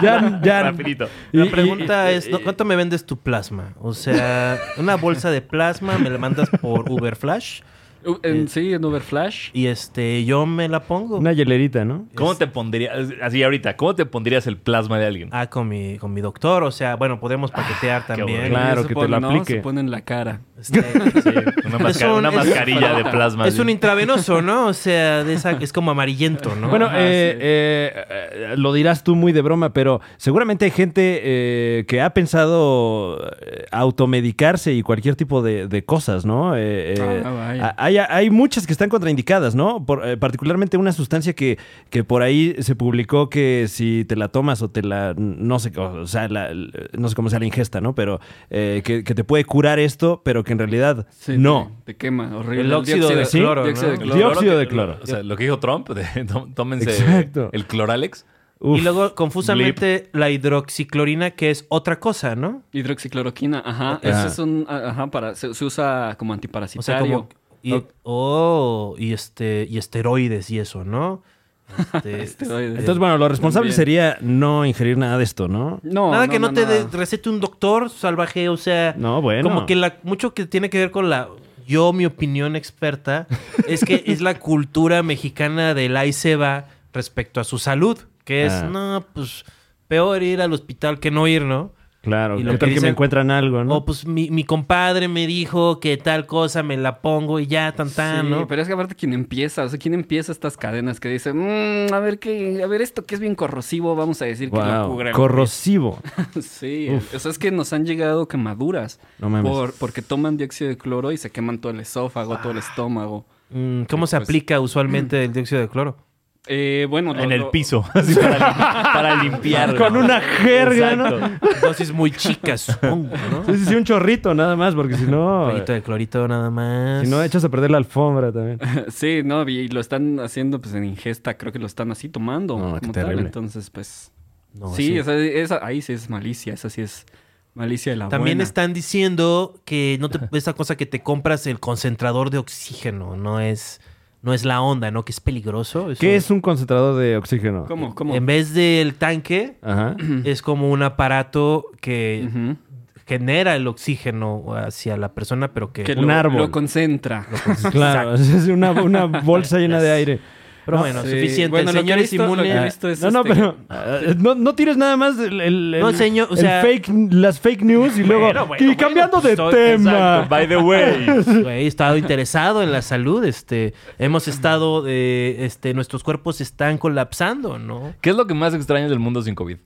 [SPEAKER 3] ya, ya.
[SPEAKER 2] Rapidito.
[SPEAKER 3] Y-
[SPEAKER 1] La
[SPEAKER 3] y-
[SPEAKER 1] pregunta
[SPEAKER 3] y-
[SPEAKER 1] es, ¿no? ¿cuánto me vendes tu plasma? O sea, una bolsa de plasma me la mandas por Uber Flash
[SPEAKER 7] U- en- sí, en Uber Flash.
[SPEAKER 1] y este yo me la pongo.
[SPEAKER 3] Una hielerita, ¿no?
[SPEAKER 2] ¿Cómo te pondrías, así ahorita, cómo te pondrías el plasma de alguien?
[SPEAKER 1] Ah, con mi, con mi doctor, o sea, bueno, podemos paquetear también.
[SPEAKER 2] horrible.
[SPEAKER 3] Claro,
[SPEAKER 7] Se
[SPEAKER 3] que te lo
[SPEAKER 7] pone- no,
[SPEAKER 3] aplique.
[SPEAKER 7] se pone en la cara.
[SPEAKER 1] Este,
[SPEAKER 2] Ah, Sí, una, masca-
[SPEAKER 1] un-
[SPEAKER 2] una
[SPEAKER 1] es-
[SPEAKER 2] mascarilla de plasma.
[SPEAKER 1] es
[SPEAKER 2] así.
[SPEAKER 1] un intravenoso, ¿no? O sea, de esa, es como amarillento, ¿no?
[SPEAKER 3] Bueno,
[SPEAKER 7] Ajá,
[SPEAKER 3] eh,
[SPEAKER 7] sí.
[SPEAKER 3] eh, eh, lo dirás tú muy de broma, pero seguramente hay gente eh, que ha pensado eh, automedicarse y cualquier tipo de, de cosas, ¿no? Eh, eh,
[SPEAKER 7] Ah, vaya.
[SPEAKER 3] a- hay, hay muchas que están contraindicadas, ¿no? Por, eh, particularmente una sustancia que, que por ahí se publicó que si te la tomas o te la, no sé, o sea, la- no sé cómo sea la ingesta, ¿no? Pero eh, que, que te puede curar esto, pero que en realidad
[SPEAKER 7] Sí,
[SPEAKER 3] no.
[SPEAKER 7] Te, te quema, horrible.
[SPEAKER 1] El óxido de
[SPEAKER 3] ¿sí?
[SPEAKER 1] cloro,
[SPEAKER 7] dióxido
[SPEAKER 1] ¿no?
[SPEAKER 2] Lo-
[SPEAKER 7] de cloro.
[SPEAKER 2] lo- lo
[SPEAKER 3] Dióxido
[SPEAKER 2] que-
[SPEAKER 3] de cloro.
[SPEAKER 2] O sea, lo que dijo Trump, de, tó- tómense
[SPEAKER 3] Exacto.
[SPEAKER 2] el cloralex.
[SPEAKER 3] Uf.
[SPEAKER 1] Y luego, confusamente, la hidroxiclorina, que es otra cosa, ¿no?
[SPEAKER 7] Hidroxicloroquina, ajá. Ese es un. a- Ajá, para, se, se usa como antiparasitario.
[SPEAKER 1] O sea, como... Y, Oh, y, este, y esteroides y eso, ¿no? Este,
[SPEAKER 7] Esteroides.
[SPEAKER 3] Entonces, bueno, lo responsable
[SPEAKER 7] eh, También.
[SPEAKER 3] sería no ingerir nada de esto, ¿no?
[SPEAKER 7] No,
[SPEAKER 1] nada que no, te
[SPEAKER 7] nada.
[SPEAKER 1] de- recete un doctor salvaje, o sea...
[SPEAKER 3] No, bueno.
[SPEAKER 1] Como que la, mucho que tiene que ver con la... Yo, mi opinión experta, es que es la cultura mexicana del ahí se va respecto a su salud. Que es,
[SPEAKER 3] Ah.
[SPEAKER 1] no, pues, peor ir al hospital que no ir, ¿no?
[SPEAKER 3] Claro,
[SPEAKER 1] Y
[SPEAKER 3] ¿qué
[SPEAKER 1] lo
[SPEAKER 3] tal
[SPEAKER 1] que
[SPEAKER 3] que me
[SPEAKER 1] dicen-
[SPEAKER 3] encuentran algo, no?
[SPEAKER 1] O pues mi, mi compadre me dijo que tal cosa me la pongo y ya, tan tan,
[SPEAKER 7] Sí,
[SPEAKER 1] ¿no?
[SPEAKER 7] pero es que aparte quien empieza, o sea, quien empieza estas cadenas que dice, "Mm, a ver qué, a ver esto que es bien corrosivo, vamos a decir que
[SPEAKER 3] Guau,
[SPEAKER 7] lo cubre.
[SPEAKER 3] corrosivo.
[SPEAKER 7] Sí, o sea, es que nos han llegado quemaduras
[SPEAKER 3] No mames.
[SPEAKER 7] por- porque toman dióxido de cloro y se queman todo el esófago, todo el estómago.
[SPEAKER 1] Mm, ¿Cómo
[SPEAKER 7] pues,
[SPEAKER 1] se aplica usualmente el dióxido de cloro?
[SPEAKER 7] Eh, bueno, lo-
[SPEAKER 2] En el
[SPEAKER 7] lo-
[SPEAKER 2] piso. así para, lim- para limpiar.
[SPEAKER 3] Con
[SPEAKER 2] ¿no?
[SPEAKER 3] una jerga, ¿no?
[SPEAKER 2] Exacto.
[SPEAKER 1] Dosis muy chicas, supongo, ¿no?
[SPEAKER 3] Sí, sí, sí, un chorrito nada más, porque si
[SPEAKER 1] Un
[SPEAKER 3] no...
[SPEAKER 1] poquito de clorito nada más.
[SPEAKER 3] Si no, echas a perder la alfombra también.
[SPEAKER 7] Sí, no, y lo están haciendo pues en ingesta, creo que lo están así tomando.
[SPEAKER 3] No, qué
[SPEAKER 7] como tal,
[SPEAKER 3] terrible.
[SPEAKER 7] Entonces, pues.
[SPEAKER 1] No,
[SPEAKER 7] sí,
[SPEAKER 1] sí.
[SPEAKER 7] o sea, esa, ahí sí es malicia, esa sí es malicia de la
[SPEAKER 1] También
[SPEAKER 7] buena.
[SPEAKER 1] están diciendo que no te, esa cosa que te compras el concentrador de oxígeno no es, no es la onda, ¿no? Que es peligroso. eso.
[SPEAKER 3] ¿Qué es un concentrador de oxígeno?
[SPEAKER 7] ¿Cómo? ¿Cómo?
[SPEAKER 1] En vez del tanque,
[SPEAKER 3] Ajá.
[SPEAKER 1] es como un aparato que
[SPEAKER 7] Ujú.
[SPEAKER 1] genera el oxígeno hacia la persona, pero que...
[SPEAKER 7] Que
[SPEAKER 3] Un
[SPEAKER 7] lo,
[SPEAKER 3] árbol.
[SPEAKER 7] lo concentra.
[SPEAKER 3] Claro, es una, una bolsa llena de aire.
[SPEAKER 1] Pero bueno,
[SPEAKER 7] Sí.
[SPEAKER 1] suficiente.
[SPEAKER 7] Bueno, lo que he
[SPEAKER 1] Señores
[SPEAKER 7] visto- lo que he
[SPEAKER 1] inmunes...
[SPEAKER 7] visto es
[SPEAKER 3] no, no,
[SPEAKER 7] este-
[SPEAKER 3] pero eh, no, no tires nada más el, el- el-
[SPEAKER 1] No, señor, o
[SPEAKER 3] el
[SPEAKER 1] sea-
[SPEAKER 3] fake, las fake news y luego...
[SPEAKER 1] Bueno, bueno,
[SPEAKER 3] y cambiando
[SPEAKER 1] bueno,
[SPEAKER 3] de
[SPEAKER 1] pues, soy-
[SPEAKER 3] tema.
[SPEAKER 1] exacto,
[SPEAKER 2] By the way.
[SPEAKER 1] Güey, he estado interesado en la salud, este, hemos estado, eh, este, nuestros cuerpos están colapsando, ¿no?
[SPEAKER 2] ¿Qué es lo que más extrañas del mundo sin COVID?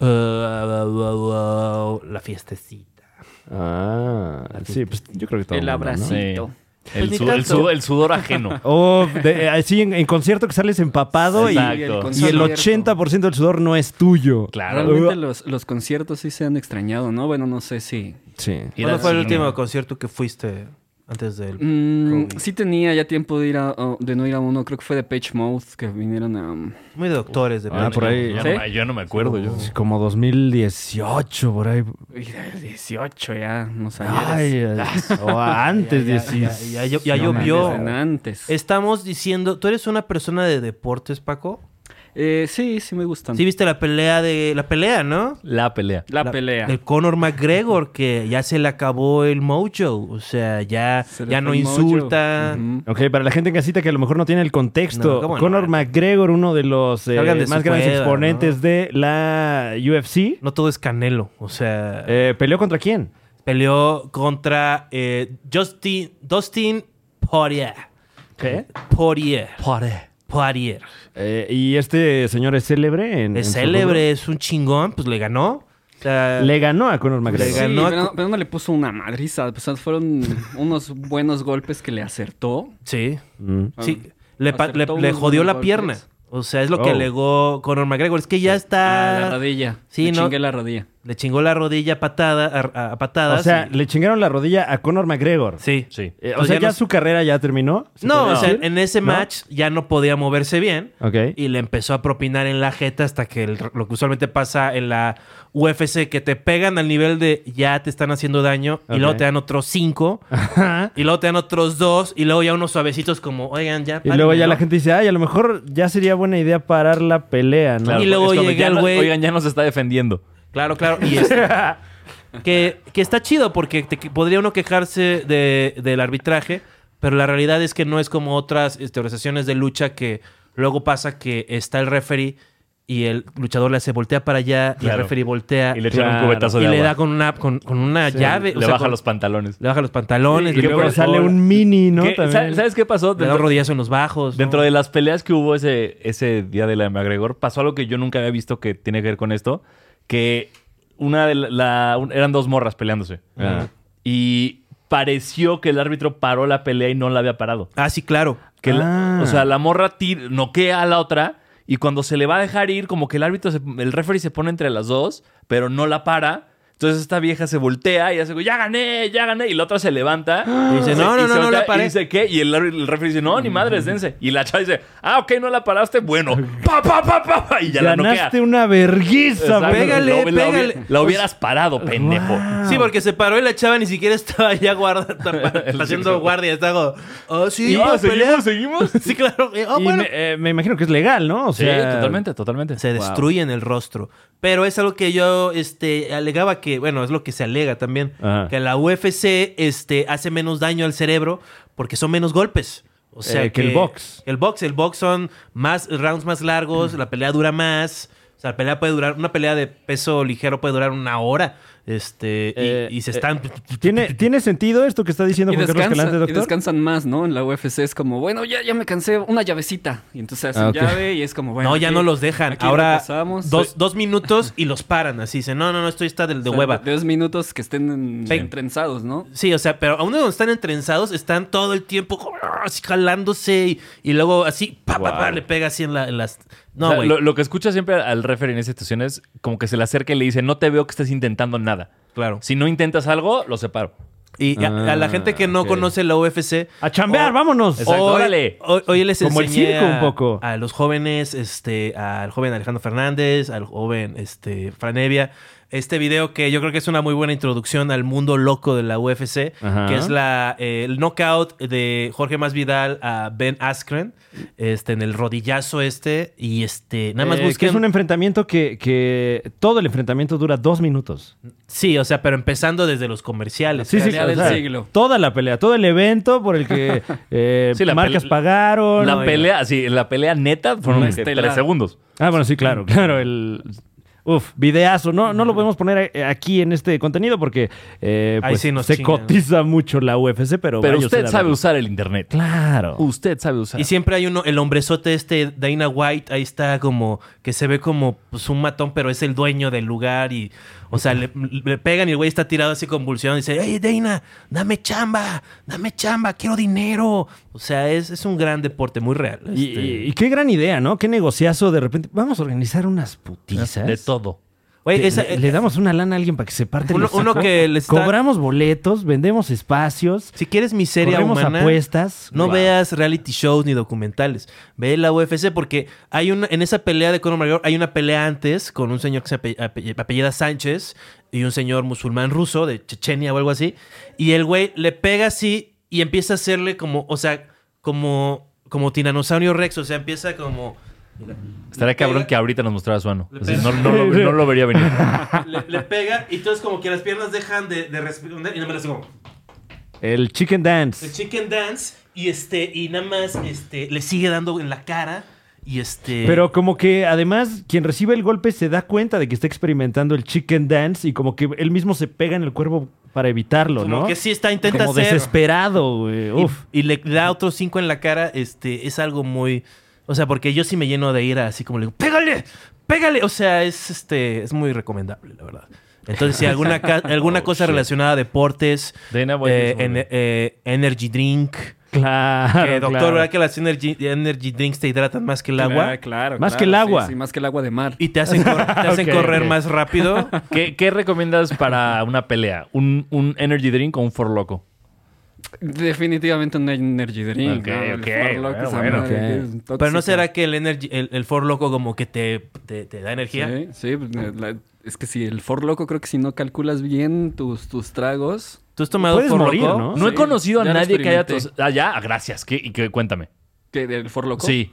[SPEAKER 1] Uh, uh, uh, uh, la fiestecita.
[SPEAKER 3] Ah, sí, pues yo creo que todo mundo,
[SPEAKER 7] el
[SPEAKER 3] ¿no?
[SPEAKER 7] abracito.
[SPEAKER 2] El,
[SPEAKER 1] Pues ni
[SPEAKER 2] su- el,
[SPEAKER 1] tanto.
[SPEAKER 2] su- el sudor ajeno.
[SPEAKER 3] O de- así en, en concierto que sales empapado y,
[SPEAKER 2] Exacto.
[SPEAKER 3] y el 80% del sudor no es tuyo.
[SPEAKER 7] Realmente los, los conciertos sí se han extrañado, ¿no? Bueno, no sé si.
[SPEAKER 3] Sí.
[SPEAKER 2] Ir
[SPEAKER 1] ¿Cuándo
[SPEAKER 2] al
[SPEAKER 1] fue el
[SPEAKER 2] cine.
[SPEAKER 1] último concierto que fuiste antes del
[SPEAKER 7] Mm,
[SPEAKER 1] COVID?
[SPEAKER 7] sí tenía ya tiempo de ir a, o- de no ir a uno, creo que fue de Page Mouth que vinieron a. mm,
[SPEAKER 1] Muy de doctores, de
[SPEAKER 3] Ah, por ahí.
[SPEAKER 2] Yo, no, me- yo no me acuerdo. Yo.
[SPEAKER 3] Sí, Como 2018, por ahí.
[SPEAKER 7] Uy, de 18 ya, no sabía.
[SPEAKER 3] Ay, eh, o antes,
[SPEAKER 1] Ya,
[SPEAKER 3] 16.
[SPEAKER 1] ya, ya, ya
[SPEAKER 7] No,
[SPEAKER 1] llovió.
[SPEAKER 7] desde antes.
[SPEAKER 1] Estamos diciendo, ¿tú eres una persona de deportes, Paco?
[SPEAKER 7] Eh, sí, sí me gustan.
[SPEAKER 1] Sí, viste la pelea de. La pelea, ¿no?
[SPEAKER 2] La pelea.
[SPEAKER 7] la, pelea.
[SPEAKER 1] Del Conor McGregor, que ya se le acabó el mojo. O sea, ya,
[SPEAKER 7] Se le
[SPEAKER 1] ya
[SPEAKER 7] fue
[SPEAKER 1] no
[SPEAKER 7] el mojo.
[SPEAKER 1] insulta.
[SPEAKER 7] Ujú.
[SPEAKER 3] Ok, para la gente en casita que a lo mejor no tiene el contexto,
[SPEAKER 1] No, ¿cómo no?
[SPEAKER 3] Conor McGregor, uno de los eh,
[SPEAKER 1] Salgan de su
[SPEAKER 3] más grandes
[SPEAKER 1] cueva,
[SPEAKER 3] exponentes de la UFC,
[SPEAKER 1] No todo es canelo. O sea,
[SPEAKER 3] eh, peleó contra quién?
[SPEAKER 1] peleó contra eh, Justin, Dustin Poirier.
[SPEAKER 3] ¿Qué?
[SPEAKER 1] Poirier. Poirier. Poirier.
[SPEAKER 3] y este señor es célebre. En, en
[SPEAKER 1] Es
[SPEAKER 3] su
[SPEAKER 1] célebre, es un chingón, pues le ganó. O sea,
[SPEAKER 3] rubro. Le ganó a Conor
[SPEAKER 1] Le
[SPEAKER 3] McGregor.
[SPEAKER 7] Sí,
[SPEAKER 1] ganó a-
[SPEAKER 7] pero, pero no le puso una madriza. O sea, fueron unos buenos golpes que le acertó.
[SPEAKER 1] Sí.
[SPEAKER 3] Mm.
[SPEAKER 1] Sí. Le, pa- le-
[SPEAKER 7] Aceptó
[SPEAKER 1] le
[SPEAKER 7] Ah, unos
[SPEAKER 1] jodió
[SPEAKER 7] buenos
[SPEAKER 1] la
[SPEAKER 7] golpes.
[SPEAKER 1] pierna. O sea, es lo que
[SPEAKER 3] Oh.
[SPEAKER 1] alegó Conor McGregor. Es que ya
[SPEAKER 7] Ah, la
[SPEAKER 1] está.
[SPEAKER 7] rodilla.
[SPEAKER 1] sí,
[SPEAKER 7] Sí,
[SPEAKER 1] ¿no?
[SPEAKER 7] chingué la rodilla.
[SPEAKER 1] le chingó la rodilla a patada, a, a- a patadas.
[SPEAKER 3] O sea,
[SPEAKER 1] y-
[SPEAKER 3] le chingaron la rodilla a Conor McGregor.
[SPEAKER 1] sí.
[SPEAKER 2] Sí.
[SPEAKER 3] Eh, o
[SPEAKER 1] Pues
[SPEAKER 3] sea,
[SPEAKER 1] ya
[SPEAKER 3] ya,
[SPEAKER 1] no-
[SPEAKER 3] su carrera ya terminó. ¿se
[SPEAKER 1] No,
[SPEAKER 3] podría
[SPEAKER 1] o sea,
[SPEAKER 3] decir?
[SPEAKER 1] en ese
[SPEAKER 3] ¿No?
[SPEAKER 1] match ya no podía moverse bien.
[SPEAKER 3] Ok.
[SPEAKER 1] Y le empezó a propinar en la jeta hasta que el- lo que usualmente pasa en la UFC, que te pegan al nivel de ya te están haciendo daño
[SPEAKER 3] Ok.
[SPEAKER 1] y luego te dan otros cinco
[SPEAKER 3] Ajá.
[SPEAKER 1] y luego te dan otros dos y luego ya unos suavecitos como, oigan, ya.
[SPEAKER 3] Y luego
[SPEAKER 1] párenle,
[SPEAKER 3] ya
[SPEAKER 1] ¿no?".
[SPEAKER 3] la gente dice, ay, a lo mejor ya sería buena idea parar la pelea, ¿no?
[SPEAKER 2] Claro,
[SPEAKER 1] Y luego
[SPEAKER 2] es cuando
[SPEAKER 1] llega
[SPEAKER 2] ya
[SPEAKER 1] el
[SPEAKER 2] no-
[SPEAKER 1] güey-
[SPEAKER 2] Oigan, ya nos está defendiendo.
[SPEAKER 1] Claro, claro. Y es- que, que está chido porque te- que podría uno quejarse de- del arbitraje, pero la realidad es que no es como otras este, organizaciones de lucha que luego pasa que está el referee y el luchador le hace voltea para allá y el
[SPEAKER 2] Claro.
[SPEAKER 1] referee voltea
[SPEAKER 2] Y
[SPEAKER 1] y
[SPEAKER 2] le
[SPEAKER 1] le,
[SPEAKER 2] echan
[SPEAKER 3] Claro.
[SPEAKER 2] un cubetazo de agua.
[SPEAKER 1] da con una, con, con una llave. o
[SPEAKER 2] Le
[SPEAKER 1] sea,
[SPEAKER 2] baja
[SPEAKER 1] con-
[SPEAKER 2] los pantalones.
[SPEAKER 1] le baja los pantalones.
[SPEAKER 3] Y
[SPEAKER 1] le-
[SPEAKER 3] luego
[SPEAKER 2] pero-
[SPEAKER 3] sale un mini, ¿no?
[SPEAKER 2] ¿Qué-
[SPEAKER 3] También.
[SPEAKER 2] sa- ¿Sabes qué pasó?
[SPEAKER 1] le da
[SPEAKER 2] Dentro,
[SPEAKER 1] rodillas en los bajos. ¿no?
[SPEAKER 2] dentro de las peleas que hubo ese, ese día de la de McGregor, pasó algo que yo nunca había visto que tiene que ver con esto. Que una de la, la- un- eran dos morras peleándose.
[SPEAKER 1] Ah.
[SPEAKER 3] Ajá.
[SPEAKER 2] Y pareció que el árbitro paró la pelea y no la había parado.
[SPEAKER 1] Ah, sí, claro.
[SPEAKER 2] Que la-
[SPEAKER 3] Ah.
[SPEAKER 2] o sea, la morra tir- noquea a la otra y cuando se le va a dejar ir, como que el árbitro, se- el referee se pone entre las dos, pero no la para. Entonces esta vieja se voltea y hace, ya gané, ya gané. Y la otra se levanta. Y
[SPEAKER 1] dice,
[SPEAKER 2] se-
[SPEAKER 1] "No, no,
[SPEAKER 2] y se
[SPEAKER 1] no, no
[SPEAKER 2] voltea
[SPEAKER 1] la paré".
[SPEAKER 2] Y dice, ¿qué? Y el, árbitro- el referee dice, no, ni madres, dense. Y la chava dice, ah, ok, no la paraste, bueno. Pa, pa, pa, pa, pa, y ya la noquea.
[SPEAKER 3] Ganaste una verguiza,
[SPEAKER 2] Exacto.
[SPEAKER 3] güey.
[SPEAKER 1] pégale,
[SPEAKER 2] La hubi- la hubi-
[SPEAKER 1] pégale.
[SPEAKER 2] La hubieras parado, pendejo.
[SPEAKER 1] Sí, porque se paró y la chava ni siquiera estaba ya guarda, haciendo guardia. Estaba como, oh, sí,
[SPEAKER 2] Y, ah,
[SPEAKER 1] vamos a pelear".
[SPEAKER 2] seguimos, seguimos.
[SPEAKER 1] Sí, claro. Eh, oh,
[SPEAKER 3] Y
[SPEAKER 1] bueno.
[SPEAKER 3] me, eh, me imagino que es legal, ¿no? O
[SPEAKER 2] Sí,
[SPEAKER 3] sea,
[SPEAKER 2] totalmente, totalmente.
[SPEAKER 1] Se destruye en el rostro. Pero es algo que yo este, alegaba que, bueno, es lo que se alega también,
[SPEAKER 3] Ajá.
[SPEAKER 1] que la UFC este, hace menos daño al cerebro porque son menos golpes. O sea,
[SPEAKER 3] Eh, que el box. Mm.
[SPEAKER 1] El box, el box son más rounds más largos, la pelea dura más. O sea, la pelea puede durar, una pelea de peso ligero puede durar una hora. Este, y-
[SPEAKER 3] Eh,
[SPEAKER 1] y, se están.
[SPEAKER 3] ¿Tiene, ¿Tiene sentido esto que está diciendo
[SPEAKER 7] Y,
[SPEAKER 3] Juan Carlos
[SPEAKER 7] descansan-
[SPEAKER 3] Calante,
[SPEAKER 7] y
[SPEAKER 3] doctor?
[SPEAKER 7] descansan más, ¿no? En la UFC es como, bueno, ya, ya me cansé, una llavecita. Y entonces hacen
[SPEAKER 3] Ah, ok.
[SPEAKER 7] llave y es como, bueno.
[SPEAKER 1] no, ya
[SPEAKER 7] aquí-
[SPEAKER 1] no los dejan.
[SPEAKER 7] aquí
[SPEAKER 1] Ahora,
[SPEAKER 7] repasamos.
[SPEAKER 1] dos, dos minutos y los paran. Así dicen, no, no, no, esto ya está del de
[SPEAKER 7] O sea,
[SPEAKER 1] hueva.
[SPEAKER 7] Dos minutos que estén en-
[SPEAKER 1] Sí.
[SPEAKER 7] entrenzados, ¿no?
[SPEAKER 1] Sí, o sea, pero aún donde están entrenzados, están todo el tiempo como, ah, así jalándose y, y luego así, pa, pa, pa,
[SPEAKER 2] Wow.
[SPEAKER 1] le pega así en, la- en las...
[SPEAKER 2] O
[SPEAKER 1] No,
[SPEAKER 2] sea,
[SPEAKER 1] güey.
[SPEAKER 2] lo, lo que escucha siempre al referee en esas situaciones, como que se le acerca y le dice, no te veo que estés intentando nada.
[SPEAKER 1] Claro.
[SPEAKER 2] Si no intentas algo, lo separo.
[SPEAKER 1] Y a, a la gente que no
[SPEAKER 2] Ah, ok.
[SPEAKER 1] conoce la UFC...
[SPEAKER 3] ¡A chambear,
[SPEAKER 1] o-
[SPEAKER 3] vámonos!
[SPEAKER 2] Exacto,
[SPEAKER 1] hoy-
[SPEAKER 2] órale.
[SPEAKER 1] Hoy, hoy les
[SPEAKER 3] Como el
[SPEAKER 1] enseñé
[SPEAKER 3] circo
[SPEAKER 1] a-
[SPEAKER 3] un poco.
[SPEAKER 1] a los jóvenes, este, al joven Alejandro Fernández, al joven este, Franevia, este video que yo creo que es una muy buena introducción al mundo loco de la UFC,
[SPEAKER 3] Ajá.
[SPEAKER 1] que es la, eh, el knockout de Jorge Masvidal a Ben Askren, este, en el rodillazo este, y este, nada más
[SPEAKER 3] Eh, que
[SPEAKER 1] busquen...
[SPEAKER 3] es un enfrentamiento que, que todo el enfrentamiento dura dos minutos.
[SPEAKER 1] Sí, o sea, pero empezando desde los comerciales.
[SPEAKER 3] Sí, sí,
[SPEAKER 7] pelea del siglo.
[SPEAKER 3] Toda la pelea, todo el evento por el que eh,
[SPEAKER 2] Sí, la
[SPEAKER 3] marcas
[SPEAKER 2] pelea-
[SPEAKER 3] pagaron.
[SPEAKER 2] la
[SPEAKER 3] No, Mm. y-
[SPEAKER 2] pelea, sí, la pelea neta fueron
[SPEAKER 7] Una
[SPEAKER 2] de
[SPEAKER 7] estelar.
[SPEAKER 2] tres segundos.
[SPEAKER 3] Ah, bueno, sí, claro, claro. El... Uf, videazo. No, no lo podemos poner a- aquí en este contenido porque eh,
[SPEAKER 1] Ahí
[SPEAKER 3] pues,
[SPEAKER 1] sí nos
[SPEAKER 3] se
[SPEAKER 1] chingan.
[SPEAKER 3] cotiza mucho la UFC, pero...
[SPEAKER 2] Pero
[SPEAKER 3] vaya
[SPEAKER 2] usted
[SPEAKER 3] a
[SPEAKER 2] sabe
[SPEAKER 3] verlo.
[SPEAKER 2] usar el internet.
[SPEAKER 3] Claro.
[SPEAKER 2] Usted sabe usar.
[SPEAKER 1] Y siempre hay uno, el hombrezote este, Dana White, ahí está como, que se ve como pues, un matón, pero es el dueño del lugar y, o sea, le, le pegan y el güey está tirado así convulsionado y dice, hey Dana, dame chamba, dame chamba, quiero dinero. O sea, es, es un gran deporte, muy real.
[SPEAKER 3] Y,
[SPEAKER 1] este.
[SPEAKER 3] y- y qué gran idea, ¿no? Qué negociazo de repente. Vamos a organizar unas putizas.
[SPEAKER 2] de
[SPEAKER 1] Ah,
[SPEAKER 2] todo.
[SPEAKER 1] ¿eh? Güey,
[SPEAKER 3] Le-
[SPEAKER 1] esa-
[SPEAKER 3] le, le damos una lana a alguien para que se parte.
[SPEAKER 1] uno,
[SPEAKER 3] los
[SPEAKER 1] uno
[SPEAKER 3] sacos.
[SPEAKER 1] que le está...
[SPEAKER 3] Cobramos boletos, vendemos espacios,
[SPEAKER 1] Si quieres miseria
[SPEAKER 3] corremos
[SPEAKER 1] humana...
[SPEAKER 3] apuestas.
[SPEAKER 1] No
[SPEAKER 3] Wow.
[SPEAKER 1] veas reality shows ni documentales. Ve la UFC porque hay una, en esa pelea de Conor McGregor hay una pelea antes con un señor que se ape- ape- apellida Sánchez y un señor musulmán ruso de Chechenia o algo así. Y el güey le pega así y empieza a hacerle como, o sea, como, como tiranosaurio Rex. O sea, empieza como
[SPEAKER 2] Estaría
[SPEAKER 1] Le
[SPEAKER 2] cabrón
[SPEAKER 1] pega.
[SPEAKER 2] que ahorita nos mostrara su ano.
[SPEAKER 1] Le
[SPEAKER 2] Así,
[SPEAKER 1] pega.
[SPEAKER 2] no, no lo, no lo vería venir.
[SPEAKER 1] le, le pega y entonces como que las piernas dejan de, de responder y nada más le hace como
[SPEAKER 3] El Chicken
[SPEAKER 1] el
[SPEAKER 3] Dance.
[SPEAKER 1] chicken dance y este y nada más este le sigue dando en la cara y este
[SPEAKER 3] Pero como que además quien recibe el golpe se da cuenta de que está experimentando el Chicken Dance y como que él mismo se pega en el cuerpo para evitarlo,
[SPEAKER 1] como
[SPEAKER 3] ¿no?
[SPEAKER 1] que sí está intenta
[SPEAKER 3] como
[SPEAKER 1] hacer
[SPEAKER 3] desesperado, güey.
[SPEAKER 1] y,
[SPEAKER 3] Uf.
[SPEAKER 1] y le da otros cinco en la cara este es algo muy o sea porque yo sí me lleno de ira así como le digo pégale pégale o sea es este es muy recomendable la verdad entonces si alguna ca-
[SPEAKER 3] Oh,
[SPEAKER 1] alguna cosa relacionada a deportes
[SPEAKER 2] Dana White
[SPEAKER 1] eh,
[SPEAKER 2] es muy
[SPEAKER 1] en-
[SPEAKER 2] buena.
[SPEAKER 1] eh, energy drink
[SPEAKER 3] Claro,
[SPEAKER 1] Que, doctor,
[SPEAKER 3] claro.
[SPEAKER 1] ¿verdad que las energy, energy drinks te hidratan más que el agua?
[SPEAKER 7] Ah, claro.
[SPEAKER 3] Más
[SPEAKER 7] claro,
[SPEAKER 3] que el
[SPEAKER 7] sí,
[SPEAKER 3] agua.
[SPEAKER 7] Sí, más que el agua de mar.
[SPEAKER 1] Y te hacen, cor- te hacen
[SPEAKER 3] Ok,
[SPEAKER 1] correr
[SPEAKER 3] ok.
[SPEAKER 1] más rápido.
[SPEAKER 2] ¿Qué, qué recomiendas para una pelea? ¿Un, un energy drink o un forloco?
[SPEAKER 7] Definitivamente un energy drink.
[SPEAKER 2] Ok,
[SPEAKER 7] ¿no? El
[SPEAKER 2] ok,
[SPEAKER 7] Farlock,
[SPEAKER 2] bueno,
[SPEAKER 7] esa
[SPEAKER 2] bueno,
[SPEAKER 7] madre
[SPEAKER 3] ok.
[SPEAKER 7] que es tóxica.
[SPEAKER 1] Pero ¿no será que el energy, el, el Ford Loco como que te, te, te da energía?
[SPEAKER 7] Sí, sí, pues, la- es que si el for loco creo que si no calculas bien tus, tus tragos,
[SPEAKER 1] ¿Tú has tomado
[SPEAKER 3] Puedes
[SPEAKER 1] Ford
[SPEAKER 3] morir,
[SPEAKER 1] Loco?
[SPEAKER 3] ¿no?
[SPEAKER 2] No he
[SPEAKER 7] Sí,
[SPEAKER 2] conocido a
[SPEAKER 7] ya lo
[SPEAKER 2] nadie que haya
[SPEAKER 7] experimenté.
[SPEAKER 2] tos. Ah, ya, Ah, gracias. ¿Qué, y qué, cuéntame.
[SPEAKER 7] que el for loco.
[SPEAKER 2] Sí.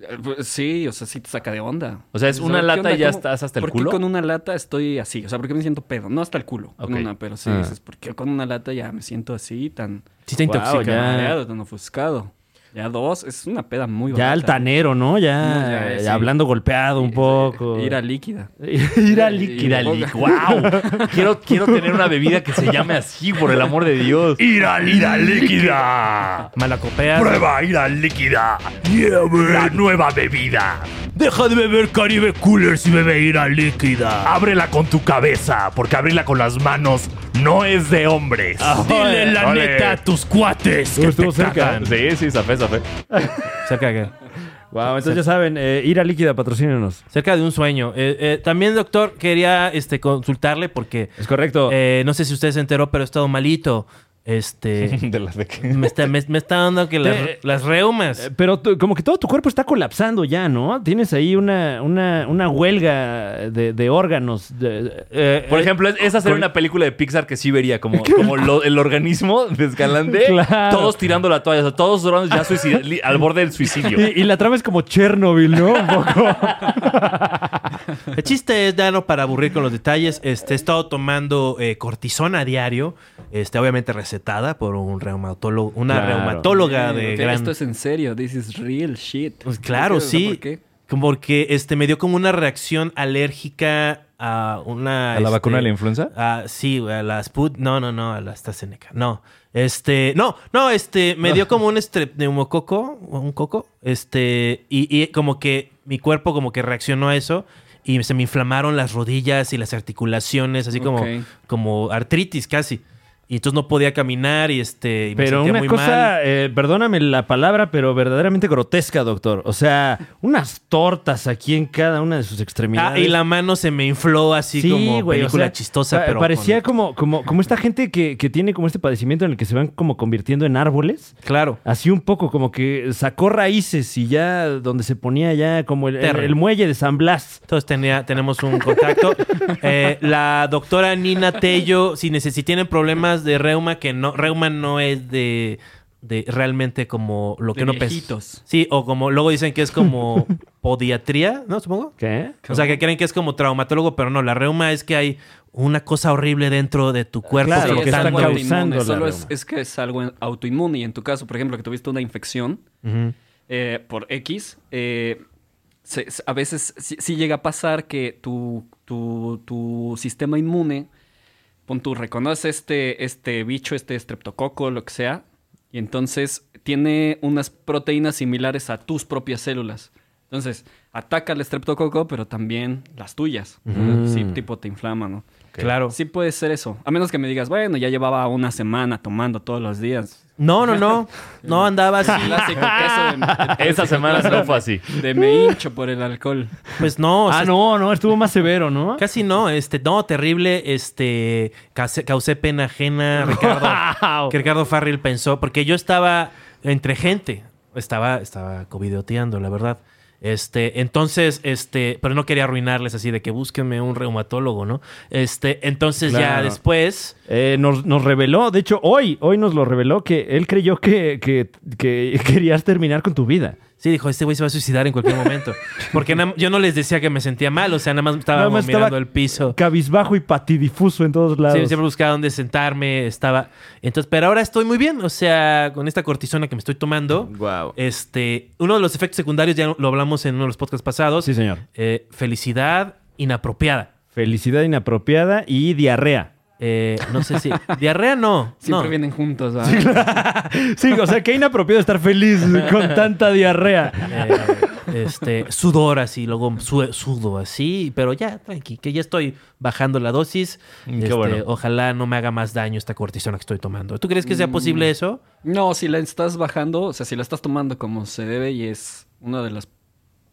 [SPEAKER 7] Eh, pues, Sí, o sea, sí te saca de onda.
[SPEAKER 2] O sea, es
[SPEAKER 7] Dices,
[SPEAKER 2] una
[SPEAKER 7] "¿Qué
[SPEAKER 2] lata
[SPEAKER 7] onda?
[SPEAKER 2] y ya
[SPEAKER 7] ¿Cómo-
[SPEAKER 2] estás hasta el
[SPEAKER 7] ¿por
[SPEAKER 2] culo?
[SPEAKER 7] qué con una lata estoy así? O sea, ¿por qué me siento pedo? No hasta el culo. con
[SPEAKER 2] Ok.
[SPEAKER 7] una, pero sí
[SPEAKER 3] Ah.
[SPEAKER 7] dices, ¿por qué con una lata ya me siento así, tan
[SPEAKER 1] Sí te
[SPEAKER 3] Wow,
[SPEAKER 1] intoxica.
[SPEAKER 3] ya.
[SPEAKER 7] mareado, tan ofuscado? Ya dos, es una peda muy
[SPEAKER 3] Ya
[SPEAKER 7] barata.
[SPEAKER 3] altanero, ¿no? Ya,
[SPEAKER 7] No, ya,
[SPEAKER 3] eh,
[SPEAKER 7] sí.
[SPEAKER 3] hablando golpeado un poco.
[SPEAKER 7] Ira líquida.
[SPEAKER 3] Ir al líquido.
[SPEAKER 2] Ira Lic. ¡Wow! Quiero, quiero tener una bebida que se llame así, por el amor de Dios.
[SPEAKER 6] ¡Ira, ira líquida!
[SPEAKER 1] Malacopeas.
[SPEAKER 6] ¡Prueba ira líquida! ¡La nueva bebida! Deja de beber Caribe Cooler si bebe ira líquida. Ábrela con tu cabeza, porque abrirla con las manos no es de hombres. Dile la neta a tus cuates. Que
[SPEAKER 3] estuvo
[SPEAKER 6] te
[SPEAKER 3] cerca.
[SPEAKER 6] cagan.
[SPEAKER 2] Sí, sí, zafé, zafé.
[SPEAKER 1] Cerca, de-
[SPEAKER 3] Wow, entonces ya saben, eh, ir al líquida, patrocínenos.
[SPEAKER 1] cerca de un sueño. Eh, eh, también, doctor, quería este, consultarle porque
[SPEAKER 3] Es correcto.
[SPEAKER 1] eh, no sé si usted se enteró, pero he estado malito. Este,
[SPEAKER 2] De las de que-
[SPEAKER 1] me, está, me, me está dando que las,
[SPEAKER 3] Te-
[SPEAKER 1] las reumas.
[SPEAKER 3] Eh, Pero tú- como que todo tu cuerpo está colapsando ya, ¿no? Tienes ahí una, una, una huelga de, de órganos. de- eh,
[SPEAKER 2] Por
[SPEAKER 3] eh,
[SPEAKER 2] ejemplo, es- esa sería una película de Pixar que sí vería, como, como lo- el organismo de Escalante,
[SPEAKER 3] Claro.
[SPEAKER 2] todos tirando la toalla, o sea, todos drones ya suicida- li- al borde del suicidio.
[SPEAKER 3] y, y la trama es como Chernobyl, ¿no? Un poco.
[SPEAKER 1] El chiste es, Dano, para aburrir con los detalles, este, he estado tomando eh, cortisona a diario, este, obviamente recetada por un reumatólogo, una
[SPEAKER 3] Claro.
[SPEAKER 1] reumatóloga
[SPEAKER 7] Eh,
[SPEAKER 1] de
[SPEAKER 7] ok,
[SPEAKER 1] gran...
[SPEAKER 7] Esto es en serio, this is real shit.
[SPEAKER 1] Pues claro,
[SPEAKER 7] ¿Por qué? O sea,
[SPEAKER 1] sí.
[SPEAKER 7] ¿Por qué?
[SPEAKER 1] Como Porque este, me dio como una reacción alérgica a una...
[SPEAKER 2] ¿A la vacuna de la
[SPEAKER 1] este,
[SPEAKER 2] influenza?
[SPEAKER 1] Ah, sí, güey, a la Sput. No, no, no, a la AstraZeneca. No. Este, no, no, este, me dio como un strep neumococo, o un coco, este, y, y como que mi cuerpo como que reaccionó a eso y se me inflamaron las rodillas y las articulaciones, así como,
[SPEAKER 7] Ok.
[SPEAKER 1] como artritis casi. Y entonces no podía caminar y este, y me
[SPEAKER 3] Pero
[SPEAKER 1] sentía
[SPEAKER 3] una
[SPEAKER 1] muy
[SPEAKER 3] cosa,
[SPEAKER 1] mal.
[SPEAKER 3] eh, perdóname la palabra, pero verdaderamente grotesca, doctor. O sea, unas tortas aquí en cada una de sus extremidades.
[SPEAKER 1] Ah, y la mano se me infló así como
[SPEAKER 3] güey, o
[SPEAKER 1] película
[SPEAKER 3] sea,
[SPEAKER 1] chistosa,
[SPEAKER 3] pa-
[SPEAKER 1] pero
[SPEAKER 3] parecía
[SPEAKER 1] con-
[SPEAKER 3] como, como, como esta gente que, que tiene como este padecimiento en el que se van como convirtiendo en árboles.
[SPEAKER 1] claro.
[SPEAKER 3] Así un poco, como que sacó raíces y ya donde se ponía ya como el, el-
[SPEAKER 1] Terre.
[SPEAKER 3] el muelle de San Blas.
[SPEAKER 1] Entonces tenía, tenemos un contacto. Eh, la doctora Nina Tello, si, neces- si tienen problemas de reuma, que no, reuma no es de, de realmente como lo que
[SPEAKER 7] De
[SPEAKER 1] no pes-
[SPEAKER 7] viejitos.
[SPEAKER 1] Sí, o como luego dicen que es como podiatría, ¿no? Supongo.
[SPEAKER 3] ¿Qué?
[SPEAKER 1] O sea, que creen que es como traumatólogo, pero no, la reuma es que hay una cosa horrible dentro de tu cuerpo.
[SPEAKER 3] Claro,
[SPEAKER 7] Sí,
[SPEAKER 3] lo que
[SPEAKER 7] es
[SPEAKER 3] está
[SPEAKER 7] algo
[SPEAKER 1] flotando.
[SPEAKER 7] autoinmune,
[SPEAKER 3] causando la
[SPEAKER 7] Solo es,
[SPEAKER 3] reuma.
[SPEAKER 7] es que es algo en- autoinmune. Y en tu caso, por ejemplo, que tuviste una infección
[SPEAKER 1] Ujú.
[SPEAKER 7] eh, por X, eh, se- se- a veces sí, sí llega a pasar que tu, tu, tu sistema inmune, pon tú, reconoce este, este bicho, este streptococo, lo que sea, y entonces tiene unas proteínas similares a tus propias células. Entonces, ataca al streptococo, pero también las tuyas.
[SPEAKER 3] Mm.
[SPEAKER 7] Sí, tipo te inflama, ¿no?
[SPEAKER 1] Claro.
[SPEAKER 7] Sí puede ser eso. A menos que me digas, bueno, ya llevaba una semana tomando todos los días.
[SPEAKER 1] No, no, no. No andaba así.
[SPEAKER 7] Clásico queso de,
[SPEAKER 2] Esa semana no fue así.
[SPEAKER 7] de me hincho por el alcohol.
[SPEAKER 1] Pues no. o sea,
[SPEAKER 3] ah, no, no, estuvo más severo, ¿no?
[SPEAKER 1] Casi no, este, no, terrible, este, case- causé, pena ajena,
[SPEAKER 3] Ah,
[SPEAKER 1] Ricardo, que Ricardo Farril pensó, porque yo estaba entre gente, estaba, estaba covidoteando, la verdad. Este, entonces, este, pero no quería arruinarles así de que búsquenme un reumatólogo, ¿no? Este, entonces ya
[SPEAKER 3] Claro.
[SPEAKER 1] después,
[SPEAKER 3] Eh, nos, nos reveló, de hecho, hoy, hoy nos lo reveló que él creyó que, que- que querías terminar con tu vida.
[SPEAKER 1] Sí, dijo, este güey se va a suicidar en cualquier momento. Porque na- yo no les decía que me sentía mal, o sea, nada más estaba
[SPEAKER 3] Nada
[SPEAKER 1] como
[SPEAKER 3] más estaba
[SPEAKER 1] mirando el piso.
[SPEAKER 3] Cabizbajo y patidifuso en todos lados.
[SPEAKER 1] Sí, siempre buscaba dónde sentarme, estaba... Entonces, pero ahora estoy muy bien, o sea, con esta cortisona que me estoy tomando.
[SPEAKER 3] Wow.
[SPEAKER 1] Este, uno de los efectos secundarios, ya lo hablamos en uno de los podcasts pasados.
[SPEAKER 3] Sí, señor.
[SPEAKER 1] Eh, felicidad inapropiada.
[SPEAKER 3] Felicidad inapropiada y diarrea.
[SPEAKER 1] Eh, no sé si... diarrea no.
[SPEAKER 7] Siempre
[SPEAKER 1] no.
[SPEAKER 7] vienen juntos, ¿va?
[SPEAKER 3] Sí, o sea, qué inapropiado estar feliz con tanta diarrea.
[SPEAKER 1] Eh, este, sudor así, luego su- sudo así, pero ya, tranqui, que ya estoy bajando la dosis.
[SPEAKER 2] Mm, qué
[SPEAKER 1] Este,
[SPEAKER 2] bueno.
[SPEAKER 1] Ojalá no me haga más daño esta cortisona que estoy tomando. ¿Tú crees que
[SPEAKER 7] Mm.
[SPEAKER 1] sea posible eso?
[SPEAKER 7] No, si la estás bajando, o sea, si la estás tomando como se debe y es una de las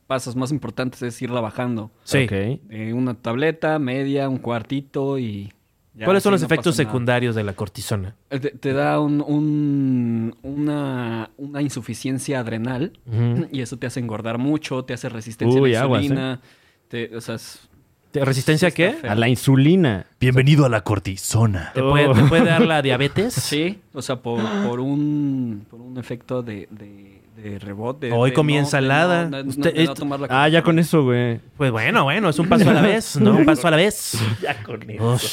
[SPEAKER 7] pasos más importantes es irla bajando.
[SPEAKER 1] Sí.
[SPEAKER 3] Ok.
[SPEAKER 7] Eh, una tableta, media, un cuartito y... ya,
[SPEAKER 1] ¿Cuáles son los
[SPEAKER 7] así no
[SPEAKER 1] efectos
[SPEAKER 7] pasa nada.
[SPEAKER 1] secundarios de la cortisona?
[SPEAKER 7] Eh, Te, te da un- un- una, una insuficiencia adrenal
[SPEAKER 1] Ujú.
[SPEAKER 7] y eso te hace engordar mucho, te hace resistencia
[SPEAKER 3] Uy,
[SPEAKER 7] a la
[SPEAKER 3] aguas,
[SPEAKER 7] insulina. te- o sea, es-
[SPEAKER 1] ¿Te- ¿Resistencia a
[SPEAKER 7] Sí, está
[SPEAKER 1] qué?
[SPEAKER 7] feo.
[SPEAKER 3] A la insulina.
[SPEAKER 6] Bienvenido a la cortisona.
[SPEAKER 1] ¿Te puede, te puede dar la diabetes?
[SPEAKER 7] sí, o sea, por, por un, por un efecto de, de, de rebote.
[SPEAKER 1] Hoy
[SPEAKER 7] de
[SPEAKER 1] comí
[SPEAKER 7] no- de
[SPEAKER 1] ensalada.
[SPEAKER 7] no- de no-
[SPEAKER 1] Usted-
[SPEAKER 7] de no
[SPEAKER 1] es-
[SPEAKER 7] tomar la-
[SPEAKER 3] Ah, ya con eso, güey.
[SPEAKER 1] Pues bueno, bueno, es un paso a la vez, ¿no? Un paso a la vez. ya con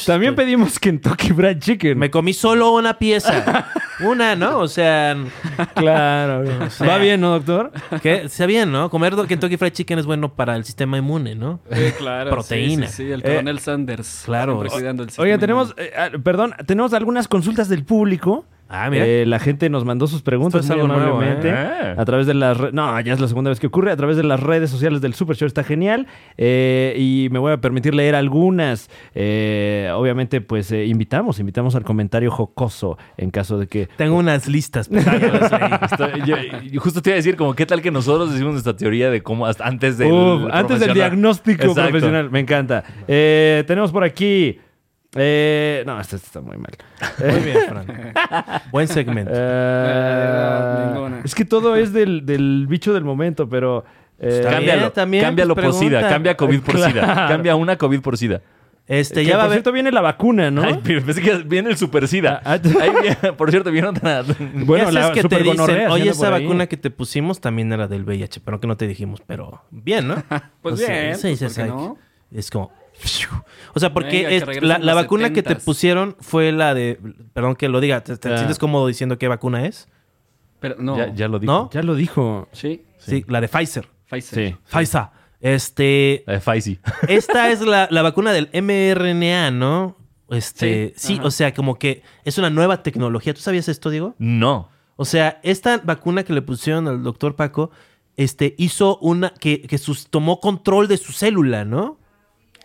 [SPEAKER 3] También pedimos Kentucky Fried Chicken.
[SPEAKER 1] Pues, Me comí solo una pieza. Una, ¿no? O sea,
[SPEAKER 3] Claro. güey. Va bien, ¿no, doctor?
[SPEAKER 1] que sea bien, ¿no? Comer do- Kentucky Fried Chicken es bueno para el sistema inmune, ¿no?
[SPEAKER 7] Sí, claro.
[SPEAKER 1] Proteína.
[SPEAKER 7] Sí, sí, sí, el
[SPEAKER 3] Eh,
[SPEAKER 7] coronel Sanders.
[SPEAKER 1] claro.
[SPEAKER 7] siempre cuidando el
[SPEAKER 3] Oiga,
[SPEAKER 7] sistema
[SPEAKER 3] tenemos, eh, ah, perdón, tenemos algunas consultas del público.
[SPEAKER 1] Ah, mira.
[SPEAKER 3] Eh, la gente nos mandó sus preguntas
[SPEAKER 1] Esto es
[SPEAKER 3] muy
[SPEAKER 1] algo nuevo,
[SPEAKER 3] amablemente.
[SPEAKER 2] ¿eh?
[SPEAKER 3] A través de las re- No, ya es la segunda vez que ocurre. A través de las redes sociales del Super Show está genial. Eh, y me voy a permitir leer algunas. Eh, obviamente, pues eh, invitamos, invitamos al comentario jocoso en caso de que.
[SPEAKER 1] Tengo unas listas. pues, ya las leí.
[SPEAKER 2] Estoy- yo- yo justo te iba a decir, como, ¿qué tal que nosotros decimos esta teoría de cómo hasta antes del.
[SPEAKER 3] Uf, antes del
[SPEAKER 2] profesional?
[SPEAKER 3] diagnóstico
[SPEAKER 2] Exacto.
[SPEAKER 3] profesional, me encanta. Eh, tenemos por aquí. eh, no, este, este está muy mal.
[SPEAKER 1] Muy bien, Fran. Buen segmento.
[SPEAKER 3] Eh,
[SPEAKER 7] ninguna.
[SPEAKER 3] es que todo es del, del bicho del momento, pero. eh,
[SPEAKER 1] Está bien.
[SPEAKER 2] Cámbialo,
[SPEAKER 1] también,
[SPEAKER 2] cámbialo
[SPEAKER 1] pues,
[SPEAKER 2] por SIDA,
[SPEAKER 1] pregunta.
[SPEAKER 2] cambia COVID por
[SPEAKER 3] Claro.
[SPEAKER 2] SIDA, cambia una COVID por SIDA.
[SPEAKER 1] Este,
[SPEAKER 3] que
[SPEAKER 1] ya va
[SPEAKER 3] por
[SPEAKER 1] a haber.
[SPEAKER 3] cierto viene la vacuna, ¿no?
[SPEAKER 2] Ay, pero pensé que viene el super SIDA.
[SPEAKER 3] Ah, ah,
[SPEAKER 2] Ahí viene- por cierto, vieron otra-
[SPEAKER 3] bueno,
[SPEAKER 1] ya
[SPEAKER 3] la
[SPEAKER 1] sabes que te dicen,
[SPEAKER 3] supergonorrea
[SPEAKER 1] oye,
[SPEAKER 3] siendo
[SPEAKER 1] esa
[SPEAKER 3] por ahí".
[SPEAKER 1] vacuna que te pusimos también era del VIH, pero que no te dijimos, pero bien, ¿no?
[SPEAKER 7] Pues bien, pues, ¿por qué no?
[SPEAKER 1] Es como... O sea, porque
[SPEAKER 7] Venga, que
[SPEAKER 1] es-
[SPEAKER 7] regresen
[SPEAKER 1] la, la
[SPEAKER 7] los
[SPEAKER 1] vacuna que te
[SPEAKER 7] 70s.
[SPEAKER 1] pusieron fue la de... Perdón que lo diga, ¿te, te
[SPEAKER 3] Ah.
[SPEAKER 1] sientes cómodo diciendo qué vacuna es?
[SPEAKER 7] Pero no.
[SPEAKER 2] Ya, ya lo dijo.
[SPEAKER 1] ¿No?
[SPEAKER 3] Ya lo dijo.
[SPEAKER 7] Sí,
[SPEAKER 1] Sí, la de Pfizer.
[SPEAKER 7] Pfizer.
[SPEAKER 1] Pfizer. Este...
[SPEAKER 2] La de Eh, Faisy.
[SPEAKER 1] Esta es la, la vacuna del mRNA, ¿no? Este, sí,
[SPEAKER 7] Sí, ajá.
[SPEAKER 1] o sea, como que es una nueva tecnología. ¿Tú sabías esto, Diego?
[SPEAKER 2] No.
[SPEAKER 1] O sea, esta vacuna que le pusieron al doctor Paco, este, hizo una que, que sus- tomó control de su célula, ¿no?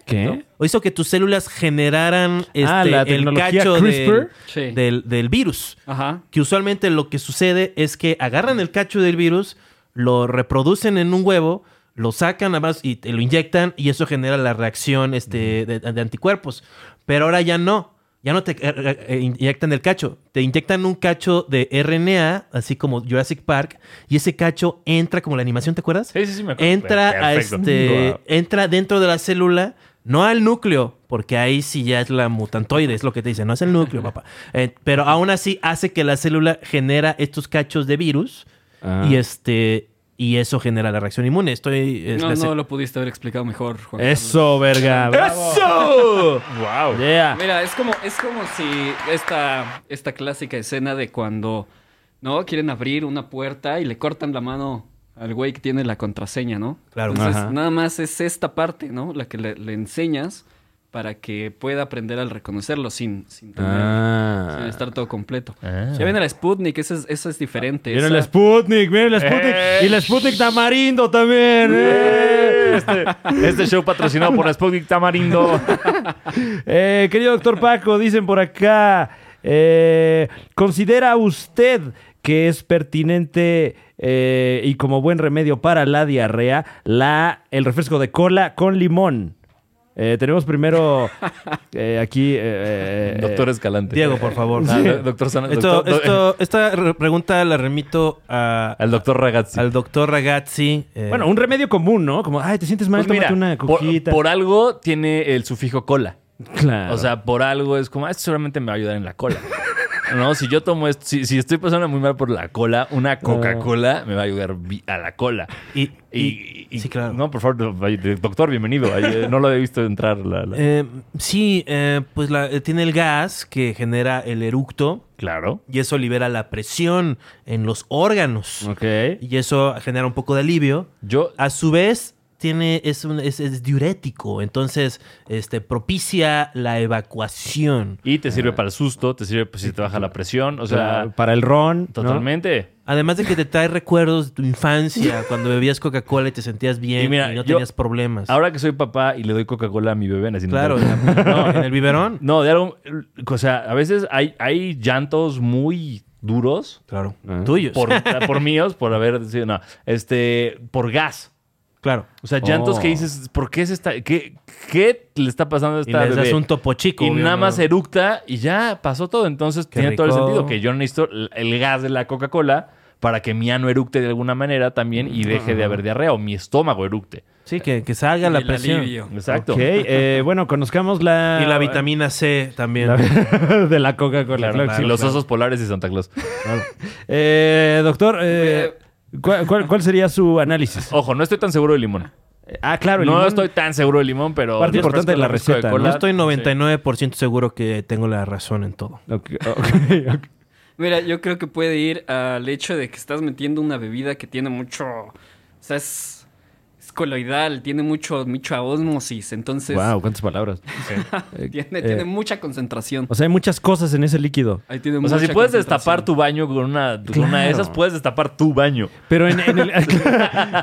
[SPEAKER 3] ¿Qué?
[SPEAKER 1] O hizo que tus células generaran este,
[SPEAKER 3] Ah, la
[SPEAKER 1] el
[SPEAKER 3] tecnología
[SPEAKER 1] cacho del,
[SPEAKER 3] CRISPR.
[SPEAKER 7] Sí.
[SPEAKER 1] del- del virus.
[SPEAKER 7] Ajá.
[SPEAKER 1] Que usualmente lo que sucede es que agarran el cacho del virus, lo reproducen en un huevo, lo sacan nada más y te lo inyectan y eso genera la reacción este, de, de anticuerpos. Pero ahora ya no. Ya no te eh, eh, eh, inyectan el cacho. Te inyectan un cacho de RNA, así como Jurassic Park, y ese cacho entra como la animación, ¿te acuerdas?
[SPEAKER 2] Sí, sí, sí, me acuerdo.
[SPEAKER 1] entra a
[SPEAKER 2] Perfecto.
[SPEAKER 1] este
[SPEAKER 2] Wow.
[SPEAKER 1] entra dentro de la célula no al núcleo porque ahí sí ya es la mutantoide es lo que te dicen no es el núcleo papá Eh, pero aún así hace que la célula genera estos cachos de virus
[SPEAKER 3] Ah.
[SPEAKER 1] y este y eso genera la reacción inmune estoy es
[SPEAKER 7] No,
[SPEAKER 1] la ce-
[SPEAKER 7] no lo pudiste haber explicado mejor, Juan
[SPEAKER 3] Eso, verga.
[SPEAKER 2] ¡Eso! ¡Wow!
[SPEAKER 3] Yeah.
[SPEAKER 7] Mira, es como, es como si esta, esta clásica escena de cuando, ¿no? Quieren abrir una puerta y le cortan la mano al güey que tiene la contraseña, ¿no?
[SPEAKER 1] Claro.
[SPEAKER 7] Entonces,
[SPEAKER 3] Ajá.
[SPEAKER 7] nada más es esta parte, ¿no? La que le, le enseñas para que pueda aprender al reconocerlo sin, sin tener- sin
[SPEAKER 3] Ah.
[SPEAKER 7] estar todo completo.
[SPEAKER 2] Ah.
[SPEAKER 7] Ya viene la Sputnik, eso es, eso es diferente.
[SPEAKER 3] Viene
[SPEAKER 7] esa-
[SPEAKER 3] el Sputnik, viene el Sputnik. Y el Sputnik tamarindo también. eh.
[SPEAKER 2] Este, este show patrocinado por Sputnik Tamarindo.
[SPEAKER 3] Eh, querido doctor Paco, dicen por acá, eh, ¿considera usted que es pertinente eh, y como buen remedio para la diarrea la, el refresco de cola con limón? Eh, tenemos primero eh, aquí... eh, eh, eh,
[SPEAKER 2] Doctor Escalante.
[SPEAKER 1] Diego por favor
[SPEAKER 2] Ah, do- doctor San-
[SPEAKER 1] Esto-
[SPEAKER 2] doctor-
[SPEAKER 1] esto- esta re- pregunta la remito a-
[SPEAKER 2] Al doctor Ragazzi.
[SPEAKER 1] al doctor Ragazzi eh,
[SPEAKER 3] Bueno, un remedio común, ¿no? Como, ay, te sientes mal,
[SPEAKER 2] Pues mira,
[SPEAKER 3] tómate una
[SPEAKER 2] por-
[SPEAKER 3] coquita.
[SPEAKER 2] por algo tiene el sufijo cola.
[SPEAKER 3] claro.
[SPEAKER 2] O sea, por algo es como, ah, esto seguramente me va a ayudar en la cola. No, si yo tomo esto, si, si estoy pasando muy mal por la cola, una Coca-Cola me va a ayudar vi- a la cola.
[SPEAKER 1] Y,
[SPEAKER 2] Y, y-
[SPEAKER 1] sí, claro.
[SPEAKER 2] No, por favor, do- ay, de- doctor, bienvenido. Ay, eh, No lo había visto entrar. La, la-
[SPEAKER 1] Eh, sí, eh, pues la- eh, tiene el gas que genera el eructo
[SPEAKER 2] Claro.
[SPEAKER 1] y eso libera la presión en los órganos.
[SPEAKER 3] Ok.
[SPEAKER 1] Y eso genera un poco de alivio.
[SPEAKER 2] Yo,
[SPEAKER 1] A su vez, tiene, es, un, es, es diurético, entonces este, propicia la evacuación.
[SPEAKER 2] y te
[SPEAKER 1] Ah.
[SPEAKER 2] sirve para el susto, te sirve pues, si te baja la presión. O sea,
[SPEAKER 3] para el ron. ¿no?
[SPEAKER 2] totalmente.
[SPEAKER 1] Además de que te trae recuerdos de tu infancia, cuando bebías Coca-Cola y te sentías bien y,
[SPEAKER 2] Y mira,
[SPEAKER 1] no
[SPEAKER 2] yo-
[SPEAKER 1] tenías problemas.
[SPEAKER 2] Ahora que soy papá y le doy Coca-Cola a mi bebé, así no-
[SPEAKER 1] claro, no, en el biberón.
[SPEAKER 2] No, de algo. O sea, a veces hay, hay llantos muy duros
[SPEAKER 1] Claro. Tuyos.
[SPEAKER 2] Ah. por, por míos, por haber decidido. No, este, por gas.
[SPEAKER 1] Claro.
[SPEAKER 2] O sea, llantos
[SPEAKER 3] Oh.
[SPEAKER 2] que dices, ¿por qué se está, qué, qué le está pasando
[SPEAKER 1] Y
[SPEAKER 2] a esta
[SPEAKER 1] les das
[SPEAKER 2] bebé?
[SPEAKER 1] un topo chico.
[SPEAKER 2] y
[SPEAKER 1] obvio,
[SPEAKER 2] nada
[SPEAKER 1] ¿no?
[SPEAKER 2] más eructa y ya pasó todo. Entonces
[SPEAKER 1] Qué
[SPEAKER 2] tiene todo el
[SPEAKER 1] rico.
[SPEAKER 2] sentido que yo necesito el- el gas de la Coca-Cola para que mi ano eructe de alguna manera también y deje de haber diarrea o mi estómago eructe.
[SPEAKER 1] Sí, que, que salga la
[SPEAKER 7] El
[SPEAKER 1] presión.
[SPEAKER 7] alivio.
[SPEAKER 2] Exacto.
[SPEAKER 3] Ok, eh, bueno, conozcamos la...
[SPEAKER 2] Ah,
[SPEAKER 1] Y la vitamina C también.
[SPEAKER 3] la- de la Coca-Cola.
[SPEAKER 2] Claro,
[SPEAKER 3] claro que
[SPEAKER 2] sí,
[SPEAKER 3] sí.
[SPEAKER 2] los osos polares y Santa Claus.
[SPEAKER 3] Eh, doctor, eh, ¿cuál, cuál, cuál sería su análisis?
[SPEAKER 2] Ojo, no estoy tan seguro del limón.
[SPEAKER 3] Ah, claro. el
[SPEAKER 2] no
[SPEAKER 3] limón.
[SPEAKER 2] estoy tan seguro del limón, pero.
[SPEAKER 3] Parte importante de la
[SPEAKER 2] refresco
[SPEAKER 3] receta,
[SPEAKER 1] Yo
[SPEAKER 2] cola-
[SPEAKER 1] estoy 99% seguro que tengo la razón en todo.
[SPEAKER 3] Ok, ok, ok.
[SPEAKER 7] Mira, yo creo que puede ir al hecho de que estás metiendo una bebida que tiene mucho. O sea, es, es coloidal, tiene mucho, mucho osmosis, entonces.
[SPEAKER 3] Wow, cuántas palabras.
[SPEAKER 7] Tiene,
[SPEAKER 3] Eh,
[SPEAKER 7] tiene mucha concentración.
[SPEAKER 3] O sea, hay muchas cosas en ese líquido.
[SPEAKER 7] Ahí tiene
[SPEAKER 2] O sea, si
[SPEAKER 7] mucha
[SPEAKER 2] puedes
[SPEAKER 7] concentración.
[SPEAKER 2] destapar tu baño con una, con una de esas, puedes destapar tu baño.
[SPEAKER 3] Pero en, en el,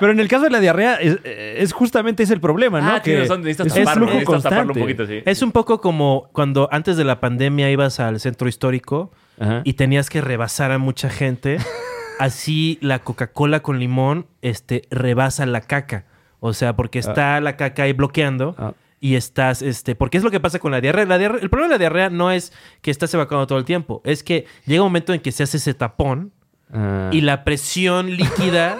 [SPEAKER 3] pero en el caso de la diarrea, es, eh, es justamente ese el problema, ¿no?
[SPEAKER 2] Ah, tienes razón, necesitas
[SPEAKER 3] es un
[SPEAKER 2] taparlo,
[SPEAKER 3] flujo
[SPEAKER 2] necesitas taparlo un
[SPEAKER 3] constante.
[SPEAKER 2] poquito, sí.
[SPEAKER 1] Es un poco como cuando antes de la pandemia ibas al centro histórico
[SPEAKER 3] Ajá.
[SPEAKER 1] y tenías que rebasar a mucha gente. Así la Coca-Cola con limón este, rebasa la caca. O sea, porque está la caca ahí bloqueando.
[SPEAKER 3] Ah.
[SPEAKER 1] Y estás, este, porque es lo que pasa con la diarrea. La diarrea- El problema de la diarrea no es que estás evacuando todo el tiempo, es que llega un momento en que se hace ese tapón
[SPEAKER 3] Ah.
[SPEAKER 1] y la presión líquida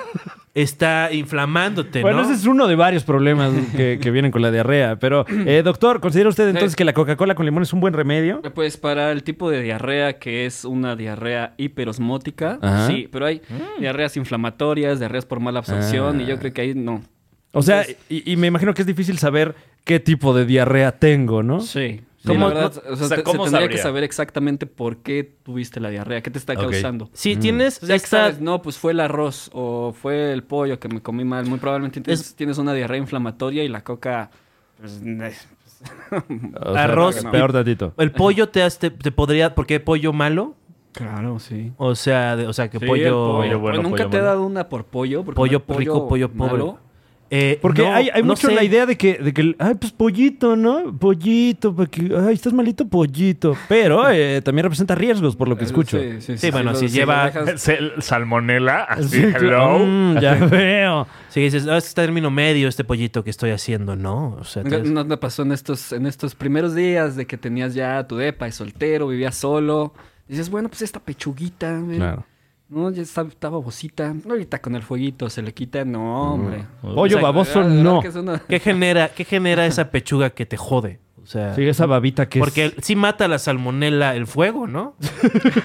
[SPEAKER 1] está inflamándote,
[SPEAKER 3] Bueno,
[SPEAKER 1] ¿no?
[SPEAKER 3] ese es uno de varios problemas que, que vienen con la diarrea. Pero, eh, doctor, ¿considera usted entonces que la Coca-Cola con limón es un buen remedio?
[SPEAKER 7] Pues para el tipo de diarrea que es una diarrea hiperosmótica,
[SPEAKER 3] Ajá.
[SPEAKER 7] sí, pero hay diarreas inflamatorias, diarreas por mala absorción,
[SPEAKER 2] Ah.
[SPEAKER 7] y yo creo que ahí no.
[SPEAKER 3] O sea,
[SPEAKER 1] Pues
[SPEAKER 3] y, y me imagino que es difícil saber qué tipo de diarrea tengo, ¿no?
[SPEAKER 7] Sí.
[SPEAKER 2] ¿Cómo-
[SPEAKER 7] la verdad,
[SPEAKER 2] no?
[SPEAKER 7] o sea,
[SPEAKER 2] O sea,
[SPEAKER 7] te-
[SPEAKER 2] ¿cómo
[SPEAKER 7] se tendría
[SPEAKER 2] sabría?
[SPEAKER 7] que saber exactamente por qué tuviste la diarrea, qué te está
[SPEAKER 2] Ok.
[SPEAKER 7] causando.
[SPEAKER 3] Mm.
[SPEAKER 1] Si tienes
[SPEAKER 7] Entonces, ya que
[SPEAKER 1] esta-
[SPEAKER 7] sabes, no, pues fue el arroz o fue el pollo que me comí mal. Muy probablemente entonces tienes una diarrea inflamatoria y la coca. pues, ne-
[SPEAKER 3] O sea,
[SPEAKER 1] Arroz.
[SPEAKER 3] Peor tantito.
[SPEAKER 1] el pollo te, hace- te, te podría, ¿por qué pollo malo?
[SPEAKER 7] Claro, sí.
[SPEAKER 1] O sea, de- o sea que
[SPEAKER 7] Sí, el
[SPEAKER 1] pollo,
[SPEAKER 2] pollo bueno,
[SPEAKER 7] Pues, Nunca
[SPEAKER 2] pollo
[SPEAKER 7] te he
[SPEAKER 2] bueno.
[SPEAKER 7] dado una por pollo. Porque
[SPEAKER 1] pollo
[SPEAKER 7] no hay
[SPEAKER 1] rico, pollo pobre.
[SPEAKER 7] malo.
[SPEAKER 1] Eh,
[SPEAKER 3] Porque
[SPEAKER 1] no,
[SPEAKER 3] hay, hay
[SPEAKER 1] no
[SPEAKER 3] mucho
[SPEAKER 1] sé.
[SPEAKER 3] la idea de que, de que, el- ay, pues pollito, ¿no? Pollito, porque, ay, estás malito, pollito. Pero eh, también representa riesgos, por lo que escucho.
[SPEAKER 1] Eh, Sí, bueno,
[SPEAKER 7] lo-
[SPEAKER 1] si
[SPEAKER 7] lo
[SPEAKER 1] lleva-
[SPEAKER 7] dejas-
[SPEAKER 2] Salmonela,
[SPEAKER 3] Sí, claro. Mm, ya veo.
[SPEAKER 1] Si dices, "Ah, este término medio, este pollito que estoy haciendo, no. O sea,
[SPEAKER 7] Nunca-
[SPEAKER 1] tienes-
[SPEAKER 7] ¿No te pasó en estos, en estos primeros días de que tenías ya tu depa y soltero, vivías solo? Dices, bueno, pues esta pechuguita, güey,
[SPEAKER 3] Claro.
[SPEAKER 7] ¿no? Ya está, está babosita. Ahorita con el fueguito se le quita. No, hombre.
[SPEAKER 3] Pollo baboso,
[SPEAKER 7] de verdad
[SPEAKER 3] no.
[SPEAKER 7] que es una-
[SPEAKER 1] ¿Qué genera, qué genera esa pechuga que te jode? O sea,
[SPEAKER 3] Sí, esa babita que
[SPEAKER 1] porque
[SPEAKER 3] es...
[SPEAKER 1] el- sí mata la salmonela el fuego, ¿no?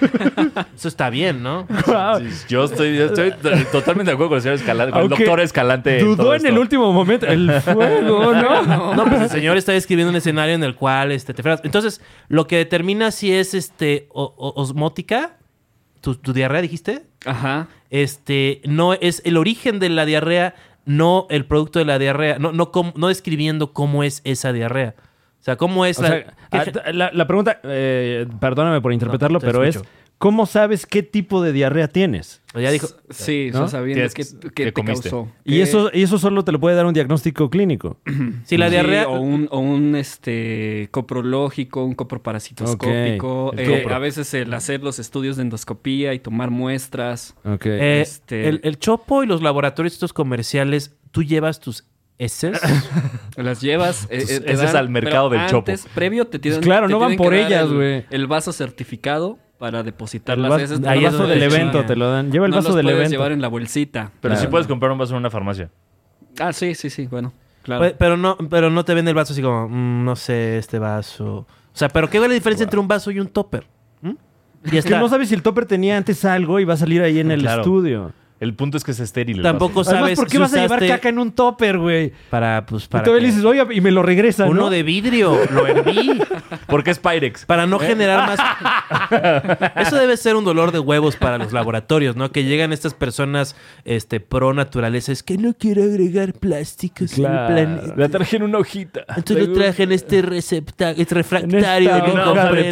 [SPEAKER 1] Eso está bien, ¿no?
[SPEAKER 3] Wow.
[SPEAKER 2] Yo estoy, yo estoy t- totalmente de acuerdo con el señor Escalante, con el
[SPEAKER 3] Aunque
[SPEAKER 2] doctor Escalante. todo
[SPEAKER 3] Dudó en
[SPEAKER 2] esto.
[SPEAKER 3] el último momento. El fuego, ¿no?
[SPEAKER 1] No, pues el señor está describiendo un escenario en el cual este, te enfermas. Entonces, lo que determina si es este o- o- osmótica, tu, tu diarrea, dijiste,
[SPEAKER 7] Ajá.
[SPEAKER 1] este, no es el origen de la diarrea, no el producto de la diarrea, no, no, com- no describiendo cómo es esa diarrea. O sea, cómo es
[SPEAKER 3] O
[SPEAKER 1] la.
[SPEAKER 3] sea,
[SPEAKER 1] ¿qué
[SPEAKER 3] ah,
[SPEAKER 1] gen-
[SPEAKER 3] la, la pregunta, eh, perdóname por interpretarlo,
[SPEAKER 1] te
[SPEAKER 3] pero
[SPEAKER 1] escucho.
[SPEAKER 3] es, ¿cómo sabes qué tipo de diarrea tienes?
[SPEAKER 1] ya dijo.
[SPEAKER 7] Sí,
[SPEAKER 3] ¿No?
[SPEAKER 7] o sea, sabiendo
[SPEAKER 2] Tienes-
[SPEAKER 7] qué,
[SPEAKER 2] ¿qué
[SPEAKER 7] qué te
[SPEAKER 2] comiste?
[SPEAKER 7] causó.
[SPEAKER 3] Y
[SPEAKER 1] Eh,
[SPEAKER 7] ¿Qué-
[SPEAKER 3] eso, y eso solo te lo puede dar un diagnóstico clínico.
[SPEAKER 1] Si la
[SPEAKER 7] Sí,
[SPEAKER 1] diarrea.
[SPEAKER 7] o un, o un este, coprológico, un coproparasitoscópico.
[SPEAKER 3] Ok.
[SPEAKER 7] eh,
[SPEAKER 3] El copro.
[SPEAKER 7] a veces el hacer los estudios de endoscopía y tomar muestras.
[SPEAKER 3] Ok.
[SPEAKER 1] eh,
[SPEAKER 7] este-
[SPEAKER 1] el, el chopo y los laboratorios estos comerciales, tú llevas tus heces.
[SPEAKER 7] Las llevas. eh,
[SPEAKER 2] Entonces,
[SPEAKER 7] eh, te
[SPEAKER 2] ese es al mercado
[SPEAKER 7] pero
[SPEAKER 2] del chopo.
[SPEAKER 7] antes, Previo te tienen.
[SPEAKER 3] Pues claro,
[SPEAKER 7] te
[SPEAKER 3] no van
[SPEAKER 7] tienen que
[SPEAKER 3] por
[SPEAKER 7] dar
[SPEAKER 3] ellas,
[SPEAKER 7] el-
[SPEAKER 3] güey.
[SPEAKER 7] El vaso certificado para depositar
[SPEAKER 3] el
[SPEAKER 7] las
[SPEAKER 3] vaso,
[SPEAKER 7] heces.
[SPEAKER 3] el
[SPEAKER 1] ahí es
[SPEAKER 3] vaso
[SPEAKER 1] donde
[SPEAKER 3] del
[SPEAKER 1] te
[SPEAKER 3] evento
[SPEAKER 1] chingan.
[SPEAKER 3] te lo dan. Lleva el
[SPEAKER 7] No
[SPEAKER 3] vaso
[SPEAKER 7] los
[SPEAKER 3] del
[SPEAKER 7] puedes
[SPEAKER 3] evento.
[SPEAKER 7] llevar en la bolsita.
[SPEAKER 2] Pero
[SPEAKER 3] Claro.
[SPEAKER 2] sí puedes comprar un vaso en una farmacia.
[SPEAKER 7] Ah, sí, sí, sí. Bueno, claro.
[SPEAKER 1] Pe- Pero no, pero no te vende el vaso así como, "Mm, no sé, este vaso. O sea, pero ¿qué es la diferencia entre un vaso y un topper? Y
[SPEAKER 3] Es que
[SPEAKER 1] está-
[SPEAKER 3] no sabes si el topper tenía antes algo y va a salir ahí en el
[SPEAKER 2] Claro.
[SPEAKER 3] estudio.
[SPEAKER 2] El punto es que es estéril. el
[SPEAKER 1] Tampoco
[SPEAKER 2] vaso.
[SPEAKER 1] sabes
[SPEAKER 3] Además, ¿por qué
[SPEAKER 1] si
[SPEAKER 3] vas a llevar
[SPEAKER 1] usaste
[SPEAKER 3] caca en un topper, güey?
[SPEAKER 1] para pues
[SPEAKER 3] Y
[SPEAKER 1] para
[SPEAKER 3] todavía le
[SPEAKER 1] que-
[SPEAKER 3] dices, oye, y me lo regresa,
[SPEAKER 1] uno
[SPEAKER 3] ¿no?
[SPEAKER 1] de vidrio, lo herví
[SPEAKER 2] Porque es Pyrex.
[SPEAKER 1] para no
[SPEAKER 3] Eh.
[SPEAKER 1] generar más Eso debe ser un dolor de huevos para los laboratorios, ¿no? Que llegan estas personas este pro naturaleza, es que no quiero agregar plásticos
[SPEAKER 2] Claro.
[SPEAKER 1] en el planeta.
[SPEAKER 2] La traje en una hojita.
[SPEAKER 1] Entonces lo traje en este receptáculo, este refractario
[SPEAKER 3] En esta
[SPEAKER 1] que
[SPEAKER 2] una hoja
[SPEAKER 1] compré
[SPEAKER 2] de
[SPEAKER 1] en-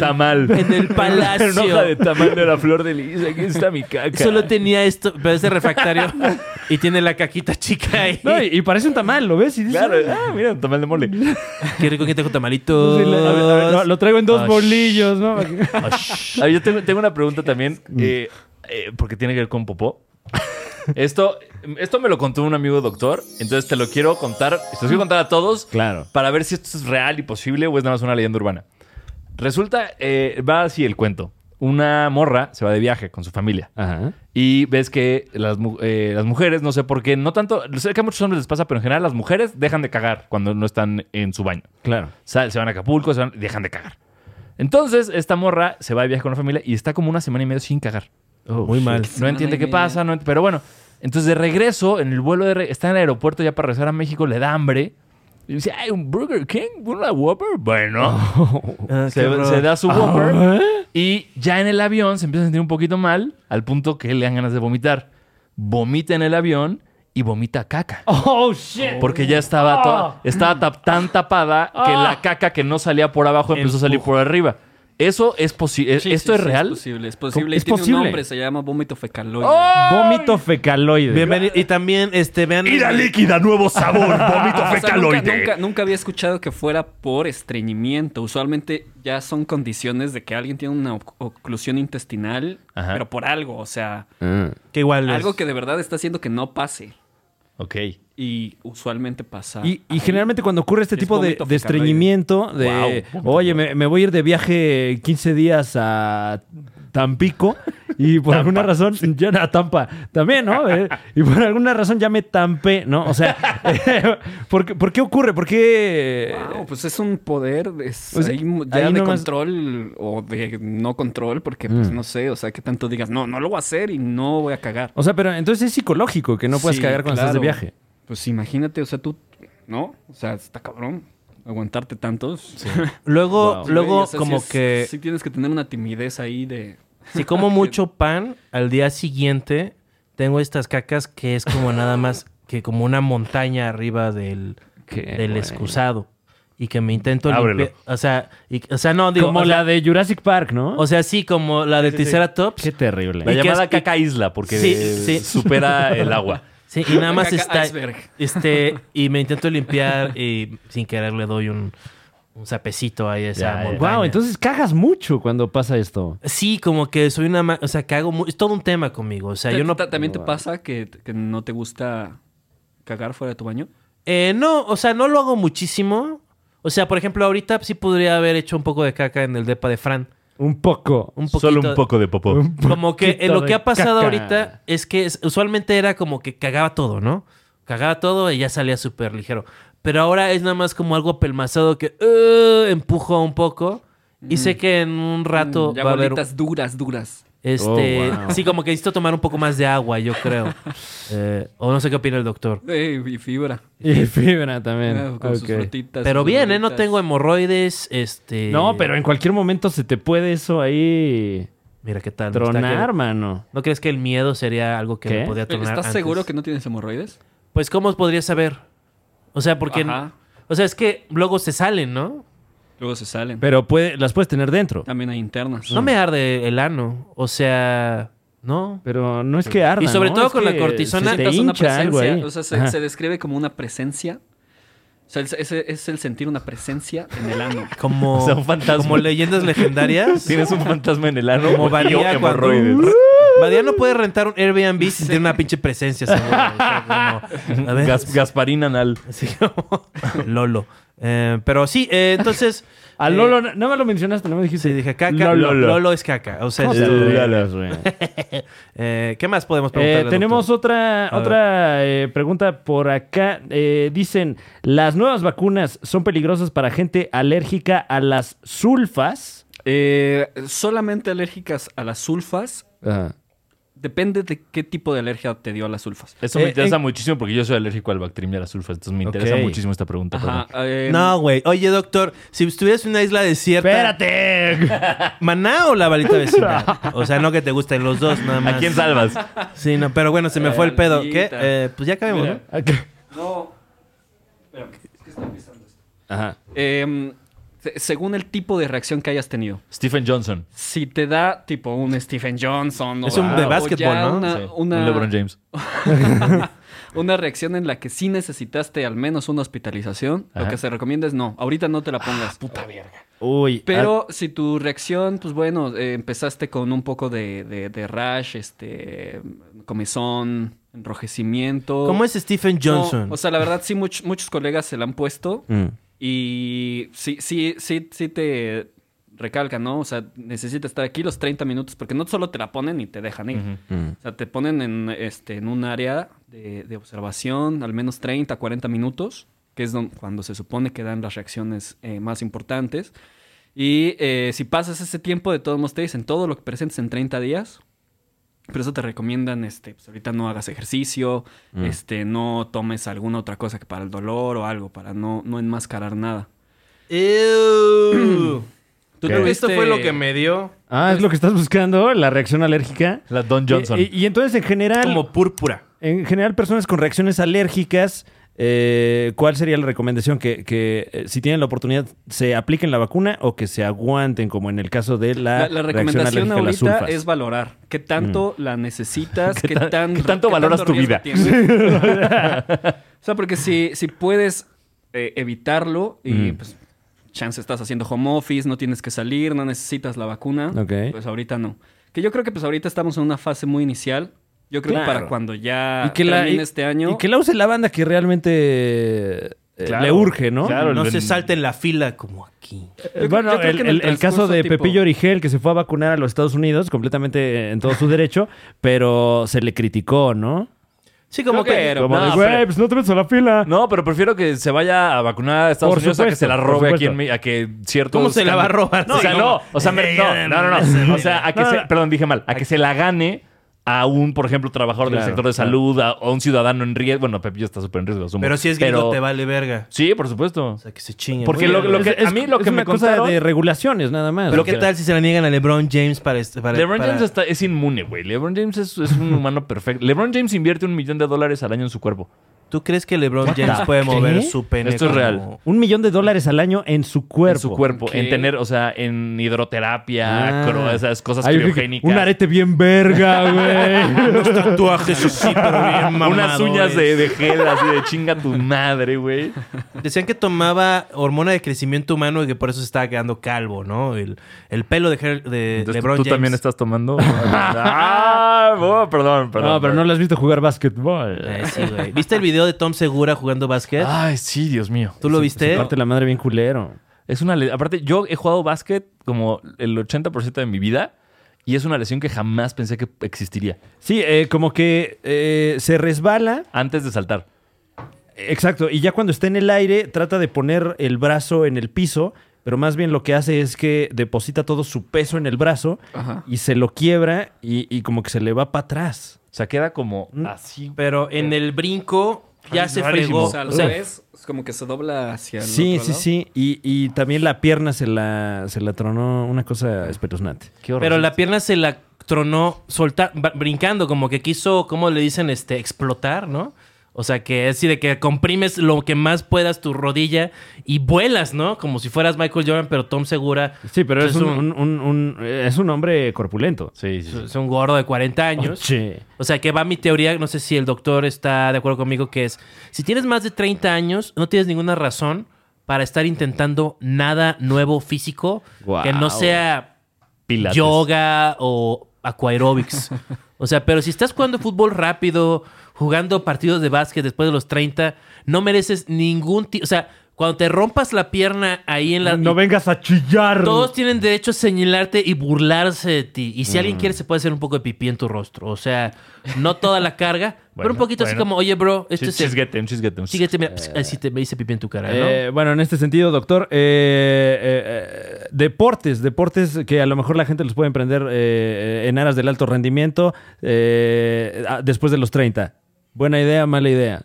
[SPEAKER 2] tamal.
[SPEAKER 1] en el palacio.
[SPEAKER 2] una hoja de tamal de la flor de lis. Aquí está mi caca.
[SPEAKER 1] Solo tenía esto, pero ese refractario y tiene la caquita chica ahí.
[SPEAKER 3] No, y, y parece un tamal, ¿lo ves? Y dices,
[SPEAKER 2] Claro.
[SPEAKER 3] "Ah,
[SPEAKER 2] Ah, mira, tamal de mole.
[SPEAKER 1] Qué rico que tengo
[SPEAKER 3] pues,
[SPEAKER 1] tamalitos.
[SPEAKER 3] sí, la- a ver, a ver, no, lo traigo en dos
[SPEAKER 2] Ah,
[SPEAKER 3] bolillos, ¿no?
[SPEAKER 2] A ver, yo tengo, tengo una pregunta también, eh, eh, porque tiene que ver con popó. Esto, esto me lo contó un amigo doctor, entonces te lo quiero contar, se los quiero contar a todos
[SPEAKER 3] Claro.
[SPEAKER 2] para ver si esto es real y posible o es nada más una leyenda urbana. Resulta, eh, va así el cuento. Una morra se va de viaje con su familia.
[SPEAKER 3] Ajá.
[SPEAKER 2] Y ves que las, mu- eh, las mujeres, no sé por qué, no tanto, sé que a muchos hombres les pasa, pero en general las mujeres dejan de cagar cuando no están en su baño.
[SPEAKER 3] Claro.
[SPEAKER 2] Sal- se van a Acapulco, se van- dejan de cagar. Entonces, esta morra se va de viaje con la familia y está como una semana y media sin cagar.
[SPEAKER 1] Muy mal.
[SPEAKER 2] No
[SPEAKER 7] Semana
[SPEAKER 2] entiende
[SPEAKER 7] y
[SPEAKER 2] qué
[SPEAKER 7] media.
[SPEAKER 2] pasa, no ent- pero bueno. Entonces, de regreso, en el vuelo, de re- está en el aeropuerto ya para regresar a México, le da hambre. Y dice, ay, un Burger King, una Whopper. Bueno,
[SPEAKER 1] Ah, qué
[SPEAKER 2] se,
[SPEAKER 1] horror.
[SPEAKER 2] se da su Whopper. Y ya en el avión se empieza a sentir un poquito mal, al punto que le dan ganas de vomitar. Vomita en el avión y vomita caca.
[SPEAKER 3] Oh, shit.
[SPEAKER 2] Porque ya estaba, toda- estaba tap- tan tapada que la caca que no salía por abajo empezó a salir por arriba. Eso es posible.
[SPEAKER 7] Sí,
[SPEAKER 2] ¿Esto
[SPEAKER 7] sí,
[SPEAKER 2] es
[SPEAKER 7] sí,
[SPEAKER 2] real?
[SPEAKER 7] Es posible, es posible.
[SPEAKER 3] ¿Es
[SPEAKER 7] Y tiene
[SPEAKER 3] posible? ¡Oh!
[SPEAKER 7] un nombre, se llama vómito fecaloide.
[SPEAKER 3] Vómito fecaloide.
[SPEAKER 1] Bienvenido. Y también, este, vean.
[SPEAKER 6] líquida, nuevo sabor, vómito
[SPEAKER 7] O sea, nunca, nunca- nunca había escuchado que fuera por estreñimiento. Usualmente ya son condiciones de que alguien tiene una oc- oclusión intestinal,
[SPEAKER 2] Ajá.
[SPEAKER 7] pero por algo, o sea,
[SPEAKER 1] Que igual. es-
[SPEAKER 7] algo que de verdad está haciendo que no pase.
[SPEAKER 2] Ok.
[SPEAKER 7] Y usualmente pasa.
[SPEAKER 3] Y, y generalmente cuando ocurre este
[SPEAKER 7] Es
[SPEAKER 3] tipo de,
[SPEAKER 7] vómito
[SPEAKER 3] de
[SPEAKER 7] fecaloide.
[SPEAKER 3] estreñimiento, de, oye, me, me voy a ir de viaje 15 días a Tampico y por alguna razón, ya a Tampa también, ¿no? Eh, y por alguna razón ya me tampé, ¿no? O sea, eh, ¿por, qué- por qué ocurre? ¿Por qué...?
[SPEAKER 7] Wow, pues es un poder es
[SPEAKER 3] O sea,
[SPEAKER 7] ahí mu- ya
[SPEAKER 3] Pues ahí
[SPEAKER 7] de
[SPEAKER 3] nomás- Mm.
[SPEAKER 7] control o de no control, porque pues no sé, o sea, que tanto digas, no, no lo voy a hacer y no voy a cagar.
[SPEAKER 3] O sea, pero entonces es psicológico que no puedas
[SPEAKER 7] Sí,
[SPEAKER 3] cagar cuando estás de
[SPEAKER 7] claro.
[SPEAKER 3] viaje.
[SPEAKER 7] Pues imagínate, o sea, tú, ¿no? O sea, está cabrón aguantarte tantos.
[SPEAKER 1] Luego,
[SPEAKER 3] Wow.
[SPEAKER 7] Sí,
[SPEAKER 1] luego
[SPEAKER 7] o sea, sí
[SPEAKER 1] como
[SPEAKER 7] es-
[SPEAKER 1] que.
[SPEAKER 7] Sí tienes que tener una timidez ahí de...
[SPEAKER 1] Si como mucho pan, al día siguiente tengo estas cacas que es como nada más que como una montaña arriba del,
[SPEAKER 3] Qué
[SPEAKER 1] del
[SPEAKER 3] bueno.
[SPEAKER 1] excusado. Y que me intento
[SPEAKER 2] Ábrelo.
[SPEAKER 1] limpiar. O sea, y- o sea, no, digo.
[SPEAKER 3] Como
[SPEAKER 1] o sea-
[SPEAKER 3] la de Jurassic Park, ¿no?
[SPEAKER 1] O sea, sí, como la de Triceratops.
[SPEAKER 3] qué terrible.
[SPEAKER 2] La
[SPEAKER 1] ¿Y qué
[SPEAKER 2] llamada
[SPEAKER 1] es- y-
[SPEAKER 2] caca isla, porque
[SPEAKER 1] Sí,
[SPEAKER 2] eh,
[SPEAKER 1] sí.
[SPEAKER 2] supera el agua.
[SPEAKER 1] Sí, y nada más
[SPEAKER 7] Caca
[SPEAKER 1] está.
[SPEAKER 7] iceberg.
[SPEAKER 1] Este, y me intento limpiar y sin querer le doy un, un sapecito ahí a esa
[SPEAKER 2] Ya, ya.
[SPEAKER 1] montaña.
[SPEAKER 3] Wow, entonces cagas mucho cuando pasa esto.
[SPEAKER 1] Sí, como que soy una. ma- O sea, cago. mu- Es todo un tema conmigo. O sea, yo no.
[SPEAKER 7] Ta- ¿También te pasa que, que no te gusta cagar fuera de tu baño?
[SPEAKER 1] Eh, no, o sea, no lo hago muchísimo. O sea, por ejemplo, ahorita sí podría haber hecho un poco de caca en el depa de Fran.
[SPEAKER 3] Un poco.
[SPEAKER 1] Un poquito,
[SPEAKER 2] Solo un poco de popó.
[SPEAKER 1] Como que eh,
[SPEAKER 3] poquito
[SPEAKER 1] lo que
[SPEAKER 3] de
[SPEAKER 1] ha pasado
[SPEAKER 3] caca.
[SPEAKER 1] ahorita es que es- usualmente era como que cagaba todo, ¿no? Cagaba todo y ya salía súper ligero. Pero ahora es nada más como algo apelmazado que eh, empujo un poco. Y sé que en un rato
[SPEAKER 7] Mm. Ya
[SPEAKER 1] va a haber...
[SPEAKER 7] bolitas duras, duras.
[SPEAKER 1] Este,
[SPEAKER 3] Oh, wow.
[SPEAKER 1] Sí, como que necesito tomar un poco más de agua, yo creo. Eh, o no sé qué opina el doctor.
[SPEAKER 7] Eh, y fibra.
[SPEAKER 3] Y fibra también.
[SPEAKER 7] Ah, con sus
[SPEAKER 3] Ok.
[SPEAKER 7] frutitas.
[SPEAKER 1] Pero
[SPEAKER 7] sus
[SPEAKER 1] bien, ¿eh? No
[SPEAKER 7] bolitas.
[SPEAKER 1] tengo hemorroides, este...
[SPEAKER 3] No, pero en cualquier momento se te puede eso ahí
[SPEAKER 1] Mira qué tal.
[SPEAKER 3] tronar,
[SPEAKER 1] Está que-
[SPEAKER 3] mano.
[SPEAKER 1] ¿No crees que el miedo sería algo que
[SPEAKER 3] ¿Qué?
[SPEAKER 1] me podía
[SPEAKER 7] Pero,
[SPEAKER 1] tronar?
[SPEAKER 7] ¿Estás
[SPEAKER 1] antes?
[SPEAKER 7] seguro que no tienes hemorroides?
[SPEAKER 1] Pues, ¿cómo podría saber? O sea, porque.
[SPEAKER 7] Ajá.
[SPEAKER 1] O sea, es que luego se salen, ¿no?
[SPEAKER 7] Luego se salen.
[SPEAKER 3] Pero puede, las puedes tener dentro.
[SPEAKER 7] También hay internas.
[SPEAKER 1] No me arde el ano. O sea, no.
[SPEAKER 3] Pero no es que arda.
[SPEAKER 1] Y sobre
[SPEAKER 3] ¿no?
[SPEAKER 1] todo
[SPEAKER 3] Es
[SPEAKER 1] con la
[SPEAKER 3] que
[SPEAKER 1] cortisona,
[SPEAKER 3] Se te
[SPEAKER 7] Sientas una
[SPEAKER 3] hincha algo
[SPEAKER 7] presencia,
[SPEAKER 3] ahí.
[SPEAKER 7] O sea,
[SPEAKER 3] Ajá.
[SPEAKER 7] se, se describe como una presencia. O sea, es, es- es el sentir una presencia
[SPEAKER 1] Eh,
[SPEAKER 7] en el ano.
[SPEAKER 1] Como,
[SPEAKER 2] O sea, un fantasma.
[SPEAKER 1] como leyendas legendarias.
[SPEAKER 2] Tienes un fantasma en el ano
[SPEAKER 1] como
[SPEAKER 2] y
[SPEAKER 1] Badía cuando...
[SPEAKER 2] hemorroides.
[SPEAKER 1] Badía no puede rentar un Airbnb sin tener una pinche presencia. seguro. O sea, como- a ver.
[SPEAKER 2] Gas- Gasparín anal.
[SPEAKER 1] Así como- Lolo. Eh, pero sí, eh, entonces...
[SPEAKER 3] A
[SPEAKER 1] eh,
[SPEAKER 3] Lolo, na- nada más lo mencionaste, no me dijiste.
[SPEAKER 1] Sí, dije caca.
[SPEAKER 3] Lolo.
[SPEAKER 1] Lolo. es caca. O sea,
[SPEAKER 3] Cosas,
[SPEAKER 1] este,
[SPEAKER 3] güey.
[SPEAKER 1] eh, ¿qué más podemos
[SPEAKER 3] Eh,
[SPEAKER 1] preguntar?
[SPEAKER 3] tenemos otra,
[SPEAKER 1] A
[SPEAKER 3] otra eh, pregunta por acá. Eh, dicen, ¿las nuevas vacunas son peligrosas para gente alérgica a las sulfas?
[SPEAKER 7] Eh, solamente alérgicas a las sulfas.
[SPEAKER 3] Ajá.
[SPEAKER 7] Depende de qué tipo de alergia te dio a las sulfas.
[SPEAKER 2] Eso me
[SPEAKER 1] Eh,
[SPEAKER 2] interesa
[SPEAKER 1] eh.
[SPEAKER 2] muchísimo porque yo soy alérgico al Bactrim y a la sulfa. Entonces me interesa
[SPEAKER 3] Ok.
[SPEAKER 2] muchísimo esta pregunta.
[SPEAKER 7] Ajá.
[SPEAKER 2] perdón.
[SPEAKER 7] eh,
[SPEAKER 1] No, güey. Oye, doctor, si estuvieras en una isla desierta.
[SPEAKER 3] ¡Espérate!
[SPEAKER 1] ¿Maná o la balita vecina? O sea, no que te gusten los dos, nada más.
[SPEAKER 2] ¿A quién salvas?
[SPEAKER 1] Sí, no, pero bueno, se me fue el pedo. ¿Qué?
[SPEAKER 7] Maldita.
[SPEAKER 1] Eh, pues ya acabemos, ¿no?
[SPEAKER 7] Mira. No. Espérame, es que está pisando esto.
[SPEAKER 3] Ajá.
[SPEAKER 7] Em, se- según el tipo de reacción que hayas tenido.
[SPEAKER 2] Stephen Johnson.
[SPEAKER 7] Si te da tipo un Stephen Johnson o,
[SPEAKER 1] Es un de
[SPEAKER 7] o
[SPEAKER 1] básquetbol,
[SPEAKER 7] ya
[SPEAKER 1] ¿no?
[SPEAKER 7] Una,
[SPEAKER 2] Sí, un
[SPEAKER 7] una-
[SPEAKER 2] LeBron James.
[SPEAKER 7] una reacción en la que sí necesitaste al menos una hospitalización, lo
[SPEAKER 2] Ajá.
[SPEAKER 7] que se recomienda es no. Ahorita no te la pongas. Ah, puta verga.
[SPEAKER 3] Uy.
[SPEAKER 1] Ah.
[SPEAKER 7] Pero si tu reacción, pues bueno, eh, empezaste con un poco de, de- de rash, este, comezón, enrojecimiento.
[SPEAKER 1] ¿Cómo es Stephen
[SPEAKER 7] No,
[SPEAKER 1] Johnson? Mm.
[SPEAKER 7] o sea, la verdad sí much- muchos colegas se la han puesto y sí, sí, sí, sí te recalcan, ¿no? O sea, necesitas estar aquí los 30 minutos porque no solo te la ponen y te dejan ir.
[SPEAKER 1] Mm.
[SPEAKER 7] O sea, te ponen en, este, en un área de, de observación al menos 30, 40 minutos, que es don- cuando se supone que dan las reacciones eh, más importantes. Y eh, si pasas ese tiempo, de todos modos te dicen todo lo que presentes en 30 días. Pero eso te recomiendan, este, pues ahorita no hagas ejercicio, este, no tomes alguna otra cosa que para el dolor o algo, para no, no enmascarar nada.
[SPEAKER 1] Ew. Este,
[SPEAKER 7] ¿Tú
[SPEAKER 1] Creo que Esto
[SPEAKER 7] tuviste-
[SPEAKER 1] fue lo que me dio
[SPEAKER 3] Ah, es lo que estás buscando, la reacción alérgica.
[SPEAKER 2] La Don Johnson.
[SPEAKER 3] Y, Eh, y- y entonces, en general,
[SPEAKER 1] como púrpura.
[SPEAKER 3] en general, personas con reacciones alérgicas, eh, ¿cuál sería la recomendación? ¿Que, que, eh, si tienen la oportunidad se apliquen la vacuna o que se aguanten, como en el caso de la,
[SPEAKER 7] La, la recomendación
[SPEAKER 3] reacción alérgica a las Mm.
[SPEAKER 7] ahorita
[SPEAKER 3] sulfas?
[SPEAKER 7] es valorar qué tanto la necesitas, qué,
[SPEAKER 2] tan-
[SPEAKER 7] tan,
[SPEAKER 2] qué tanto valoras tu
[SPEAKER 7] riesgo
[SPEAKER 2] vida?
[SPEAKER 7] tienes. o sea, porque si, si puedes eh, evitarlo y
[SPEAKER 3] Mm.
[SPEAKER 7] pues chance estás haciendo home office, no tienes que salir, no necesitas la vacuna,
[SPEAKER 3] Ok.
[SPEAKER 7] pues ahorita no. Que yo creo que pues ahorita estamos en una fase muy inicial. Yo creo que
[SPEAKER 3] Claro.
[SPEAKER 7] para cuando ya
[SPEAKER 3] y que la,
[SPEAKER 7] termine
[SPEAKER 3] y-
[SPEAKER 7] este año...
[SPEAKER 3] y que la use la banda que realmente eh,
[SPEAKER 2] Claro.
[SPEAKER 3] le urge, ¿no?
[SPEAKER 2] Claro,
[SPEAKER 1] no
[SPEAKER 2] el-
[SPEAKER 1] se salte en la fila como aquí.
[SPEAKER 3] Eh,
[SPEAKER 7] Yo-
[SPEAKER 3] Bueno,
[SPEAKER 7] yo creo
[SPEAKER 3] el,
[SPEAKER 7] que en el
[SPEAKER 3] el- el caso
[SPEAKER 7] transcurso,
[SPEAKER 3] de
[SPEAKER 7] tipo-
[SPEAKER 3] Pepillo Origel, que se fue a vacunar a los Estados Unidos, completamente eh, en todo su derecho, pero se le criticó, ¿no?
[SPEAKER 1] Sí, como
[SPEAKER 7] Creo
[SPEAKER 1] que.
[SPEAKER 7] que-
[SPEAKER 3] Como
[SPEAKER 2] no,
[SPEAKER 3] de, güey,
[SPEAKER 2] pero-
[SPEAKER 3] pues no te metes a la fila.
[SPEAKER 2] No, pero prefiero que se vaya a vacunar a Estados
[SPEAKER 3] Por
[SPEAKER 2] Unidos a que
[SPEAKER 3] supuesto,
[SPEAKER 2] se la
[SPEAKER 3] por
[SPEAKER 2] robe aquí
[SPEAKER 3] supuesto.
[SPEAKER 2] en mi, a que cierto.
[SPEAKER 1] ¿Cómo se la va a robar?
[SPEAKER 2] No, o sea,
[SPEAKER 1] Sí,
[SPEAKER 2] no,
[SPEAKER 1] no.
[SPEAKER 2] o sea, me- no, no, no, no. O sea, a que
[SPEAKER 3] No,
[SPEAKER 2] se,
[SPEAKER 3] no.
[SPEAKER 2] perdón, dije mal, a que se la gane a un, por ejemplo, trabajador del
[SPEAKER 3] Claro,
[SPEAKER 2] sector de
[SPEAKER 3] claro.
[SPEAKER 2] salud, a, a un ciudadano en riesgo. Bueno, Pepillo está súper en riesgo, asumo.
[SPEAKER 1] Pero si es gringo, te vale verga.
[SPEAKER 2] Sí, por supuesto.
[SPEAKER 1] O sea, que se chingue.
[SPEAKER 2] Porque lo- lo que- a mí lo
[SPEAKER 3] es
[SPEAKER 2] que
[SPEAKER 3] una
[SPEAKER 2] me
[SPEAKER 3] cosa
[SPEAKER 2] contaron-
[SPEAKER 3] de regulaciones, nada más.
[SPEAKER 1] Pero
[SPEAKER 3] Lo
[SPEAKER 1] ¿qué tal si se la niegan a LeBron James para... este- para
[SPEAKER 2] LeBron
[SPEAKER 1] para-
[SPEAKER 2] James está- es inmune, güey. LeBron James es, es un humano perfecto. LeBron James invierte un millón de dólares al año en su cuerpo.
[SPEAKER 1] ¿Tú crees que LeBron James puede mover su pene
[SPEAKER 2] Esto es
[SPEAKER 1] como-
[SPEAKER 2] real.
[SPEAKER 3] Un millón de dólares al año en su cuerpo.
[SPEAKER 2] En su cuerpo.
[SPEAKER 7] Ok.
[SPEAKER 2] En tener, o sea, en hidroterapia,
[SPEAKER 3] Ah.
[SPEAKER 2] cro- esas cosas
[SPEAKER 3] Ay, yo creo que
[SPEAKER 2] criogénicas.
[SPEAKER 3] Un arete bien verga, güey.
[SPEAKER 1] Unos tatuajes así, pero bien
[SPEAKER 2] Unas
[SPEAKER 1] mamadores. Eh,
[SPEAKER 2] uñas de, de gel así de chinga tu madre, güey.
[SPEAKER 1] Decían que tomaba hormona de crecimiento humano y que por eso se estaba quedando calvo, ¿no? El, el pelo de, Her- de
[SPEAKER 2] Entonces,
[SPEAKER 1] LeBron
[SPEAKER 2] ¿Tú
[SPEAKER 1] James.
[SPEAKER 2] también estás tomando? ah, oh, perdón, perdón.
[SPEAKER 3] no, pero no lo has visto jugar básquetbol.
[SPEAKER 1] Eh, sí, güey. ¿Viste el video de Tom Segura jugando básquet?
[SPEAKER 2] Ay, Ah, sí, Dios mío.
[SPEAKER 1] ¿Tú lo viste?
[SPEAKER 3] Parte la madre bien culero.
[SPEAKER 2] Es una le- Aparte, yo he jugado básquet como el 80% de mi vida y es una lesión que jamás pensé que existiría.
[SPEAKER 3] Sí, eh, como que eh, se resbala.
[SPEAKER 2] Antes de saltar.
[SPEAKER 3] Exacto, y ya cuando está en el aire trata de poner el brazo en el piso, pero más bien lo que hace es que deposita todo su peso en el brazo
[SPEAKER 7] Ajá.
[SPEAKER 3] y se lo quiebra y, y como que se le va para atrás.
[SPEAKER 2] O sea, queda como
[SPEAKER 1] Mm.
[SPEAKER 2] así.
[SPEAKER 1] Pero en el brinco ya
[SPEAKER 2] Ay,
[SPEAKER 1] se
[SPEAKER 2] rarísimo.
[SPEAKER 1] fregó.
[SPEAKER 7] O sea, al
[SPEAKER 1] O sea,
[SPEAKER 7] revés, es como que se dobla hacia el
[SPEAKER 3] Sí,
[SPEAKER 7] otro
[SPEAKER 3] sí,
[SPEAKER 7] lado.
[SPEAKER 3] sí, y, y también la pierna se la, se la tronó una cosa espeluznante.
[SPEAKER 2] Qué horror.
[SPEAKER 1] pero la pierna se la tronó solta, ba- brincando, como que quiso, ¿cómo le dicen? Este, explotar, ¿no? O sea, que es así de que comprimes lo que más puedas tu rodilla y vuelas, ¿no? Como si fueras Michael Jordan, pero Tom Segura
[SPEAKER 3] Sí, pero
[SPEAKER 1] Pues
[SPEAKER 3] es,
[SPEAKER 1] es
[SPEAKER 3] un,
[SPEAKER 1] un-
[SPEAKER 3] un- un- un- es un hombre corpulento.
[SPEAKER 2] Sí, sí, sí.
[SPEAKER 1] es un gordo de
[SPEAKER 3] Ah,
[SPEAKER 1] 40 años.
[SPEAKER 3] Oye.
[SPEAKER 1] O sea, que va mi teoría, no sé si el doctor está de acuerdo conmigo, que es, si tienes más de 30 años, no tienes ninguna razón para estar intentando nada nuevo físico
[SPEAKER 3] Guau.
[SPEAKER 1] que no sea
[SPEAKER 2] Pilates.
[SPEAKER 1] yoga o aquaerobics. o sea, pero si estás jugando fútbol rápido, jugando partidos de básquet después de los 30, no mereces ningún tipo... O sea, Cuando te rompas la pierna ahí en la...
[SPEAKER 3] No vengas a chillar.
[SPEAKER 1] Todos tienen derecho a señalarte y burlarse de ti. Y si alguien quiere, se puede hacer un poco de pipí en tu rostro. O sea, no toda la carga, pero
[SPEAKER 2] Bueno,
[SPEAKER 1] un poquito así
[SPEAKER 2] bueno.
[SPEAKER 1] como, oye, bro, esto es.
[SPEAKER 2] She's
[SPEAKER 1] el-
[SPEAKER 2] getting, she's getting.
[SPEAKER 1] Síguete, mira, pss, así te me hice pipí en tu cara, ¿no?
[SPEAKER 3] Eh, bueno, en este sentido, doctor, eh, eh, eh, deportes, deportes que a lo mejor la gente los puede emprender eh, eh, en aras del alto rendimiento eh, ah, después de los 30. Buena idea, mala idea.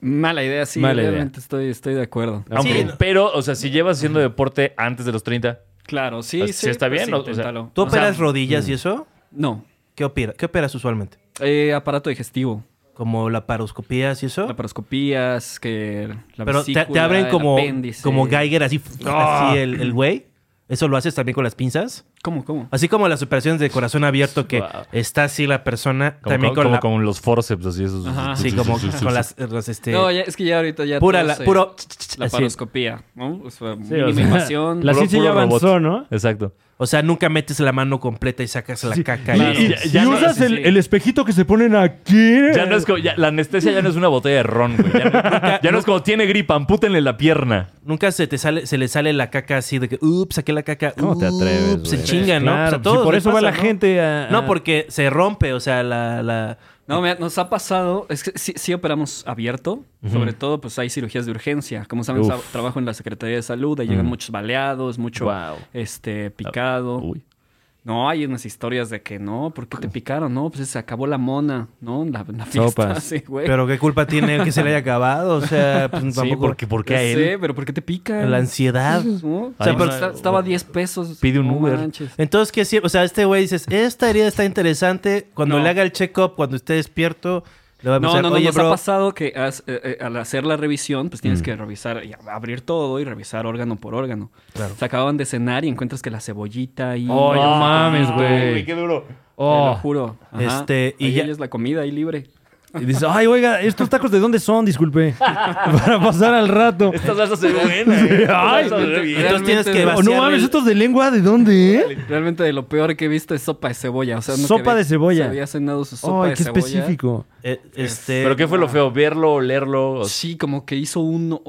[SPEAKER 7] Mala idea, sí.
[SPEAKER 3] Mala idea.
[SPEAKER 7] realmente Estoy, estoy de acuerdo.
[SPEAKER 2] Aunque-
[SPEAKER 1] Sí, no.
[SPEAKER 2] Pero, o sea, si llevas haciendo deporte antes de los 30,
[SPEAKER 7] Claro, sí,
[SPEAKER 2] Pues, sí está bien, o- o sea,
[SPEAKER 7] inténtalo.
[SPEAKER 1] ¿Tú
[SPEAKER 7] O sea,
[SPEAKER 1] operas rodillas y eso?
[SPEAKER 7] No.
[SPEAKER 1] ¿Qué, opera- ¿Qué operas usualmente?
[SPEAKER 7] Eh, aparato digestivo.
[SPEAKER 1] ¿Como la paroscopía y eso?
[SPEAKER 7] Laparoscopías, que la
[SPEAKER 1] pero te,
[SPEAKER 7] vesícula,
[SPEAKER 1] te abren
[SPEAKER 7] el
[SPEAKER 1] como,
[SPEAKER 7] apéndice.
[SPEAKER 1] como Geiger, así, así el el güey. ¿Eso lo haces también con las pinzas?
[SPEAKER 7] ¿Cómo, cómo?
[SPEAKER 1] Así como las operaciones de corazón abierto que está así la persona,
[SPEAKER 2] como,
[SPEAKER 1] también
[SPEAKER 2] con,
[SPEAKER 1] con
[SPEAKER 2] como
[SPEAKER 1] la...
[SPEAKER 2] con los forceps, así esos.
[SPEAKER 7] Ajá.
[SPEAKER 1] Sí, como con las, las, este...
[SPEAKER 7] No, ya- es que ya ahorita ya
[SPEAKER 1] Pura
[SPEAKER 7] todo
[SPEAKER 1] la-
[SPEAKER 7] se-
[SPEAKER 1] puro-
[SPEAKER 7] la
[SPEAKER 1] así.
[SPEAKER 7] paroscopía, ¿no? O sea,
[SPEAKER 2] o
[SPEAKER 7] mínima
[SPEAKER 2] sea,
[SPEAKER 7] invasión.
[SPEAKER 3] La
[SPEAKER 2] Puro-
[SPEAKER 3] ciencia ya
[SPEAKER 2] puro robot.
[SPEAKER 3] avanzó, ¿no?
[SPEAKER 2] Exacto.
[SPEAKER 1] O sea, nunca metes la mano completa y sacas la caca.
[SPEAKER 3] Y- y
[SPEAKER 1] Y,
[SPEAKER 2] ya- ya
[SPEAKER 3] y
[SPEAKER 2] no-
[SPEAKER 3] usas
[SPEAKER 7] sí,
[SPEAKER 3] el,
[SPEAKER 7] sí.
[SPEAKER 3] el espejito que se ponen aquí.
[SPEAKER 2] Ya no es como, ya- la anestesia ya no es una botella de ron, güey. Ya, no- ya no es como tiene gripa, ampútenle la pierna.
[SPEAKER 1] nunca se te sale, se le sale la caca así de que, ups, saqué la caca.
[SPEAKER 3] ¿Cómo te
[SPEAKER 1] ups",
[SPEAKER 3] atreves,
[SPEAKER 1] Se
[SPEAKER 3] güey?
[SPEAKER 1] chingan, ¿no?
[SPEAKER 3] Claro,
[SPEAKER 1] Pues
[SPEAKER 3] pues,
[SPEAKER 1] a todos
[SPEAKER 3] y por
[SPEAKER 1] les
[SPEAKER 3] eso va
[SPEAKER 1] pasa,
[SPEAKER 3] la
[SPEAKER 1] ¿no?
[SPEAKER 3] gente ah. a-
[SPEAKER 1] No, porque se rompe, o sea, la. la-
[SPEAKER 7] No, mira, nos ha pasado, es que sí, sí operamos abierto, sobre todo pues hay cirugías de urgencia. Como saben, sa- trabajo en la Secretaría de Salud, ahí llegan muchos baleados, mucho
[SPEAKER 3] Wow.
[SPEAKER 7] este picado.
[SPEAKER 2] Uy.
[SPEAKER 7] No, hay unas historias de que no, ¿por qué te picaron? No, pues se acabó la mona, ¿no? La, la fiesta,
[SPEAKER 3] Sopas.
[SPEAKER 7] sí, güey.
[SPEAKER 1] Pero qué culpa tiene el que se le haya acabado, o sea, pues,
[SPEAKER 2] Sí,
[SPEAKER 1] tampoco.
[SPEAKER 2] porque, porque
[SPEAKER 7] Ya
[SPEAKER 2] a él
[SPEAKER 7] sé, pero ¿por qué te pican?
[SPEAKER 1] La ansiedad.
[SPEAKER 7] ¿No?
[SPEAKER 2] Ay,
[SPEAKER 7] O sea,
[SPEAKER 2] pero-
[SPEAKER 7] está- estaba a 10 pesos.
[SPEAKER 2] Pide un
[SPEAKER 7] No
[SPEAKER 2] Uber.
[SPEAKER 7] manches.
[SPEAKER 1] Entonces, ¿qué sirve? O sea, este güey dices, esta herida está interesante. Cuando
[SPEAKER 7] No.
[SPEAKER 1] le haga el check-up, cuando esté despierto, le va a
[SPEAKER 7] No,
[SPEAKER 1] pensar,
[SPEAKER 7] no, no,
[SPEAKER 1] oye,
[SPEAKER 7] nos ha
[SPEAKER 1] bro.
[SPEAKER 7] pasado que has- eh, eh, al hacer la revisión,
[SPEAKER 3] Mm.
[SPEAKER 7] pues tienes que revisar, y ab- abrir todo y revisar órgano por órgano. Se acababan de cenar y encuentras que la cebollita y...
[SPEAKER 3] Oh, no mames,
[SPEAKER 2] Uy,
[SPEAKER 3] güey.
[SPEAKER 2] qué duro.
[SPEAKER 7] Te lo
[SPEAKER 3] Oh.
[SPEAKER 7] juro. Ajá.
[SPEAKER 1] Este, y
[SPEAKER 7] Ahí
[SPEAKER 1] ya-
[SPEAKER 7] es la comida ahí libre.
[SPEAKER 3] Y dices, ay, oiga, ¿estos tacos de dónde son? Disculpe. Para pasar al rato.
[SPEAKER 2] Esta salsa se ve buena. eh. Esta
[SPEAKER 3] Ay.
[SPEAKER 2] salsa se ve bien.
[SPEAKER 1] Entonces tienes que
[SPEAKER 7] Realmente no.
[SPEAKER 3] Oh, no
[SPEAKER 1] vaciar
[SPEAKER 3] mames,
[SPEAKER 1] el-
[SPEAKER 3] ¿estos de lengua de dónde, eh?
[SPEAKER 7] Realmente de lo peor que he visto es sopa de cebolla. O sea, no que
[SPEAKER 3] Sopa
[SPEAKER 7] había-
[SPEAKER 3] de cebolla.
[SPEAKER 7] Se había cenado su sopa
[SPEAKER 3] Ay,
[SPEAKER 7] de
[SPEAKER 3] qué
[SPEAKER 7] cebolla.
[SPEAKER 3] específico.
[SPEAKER 1] eh, este,
[SPEAKER 2] Pero ¿qué fue lo feo? ¿Verlo, olerlo? O sea,
[SPEAKER 7] Sí, como que hizo un...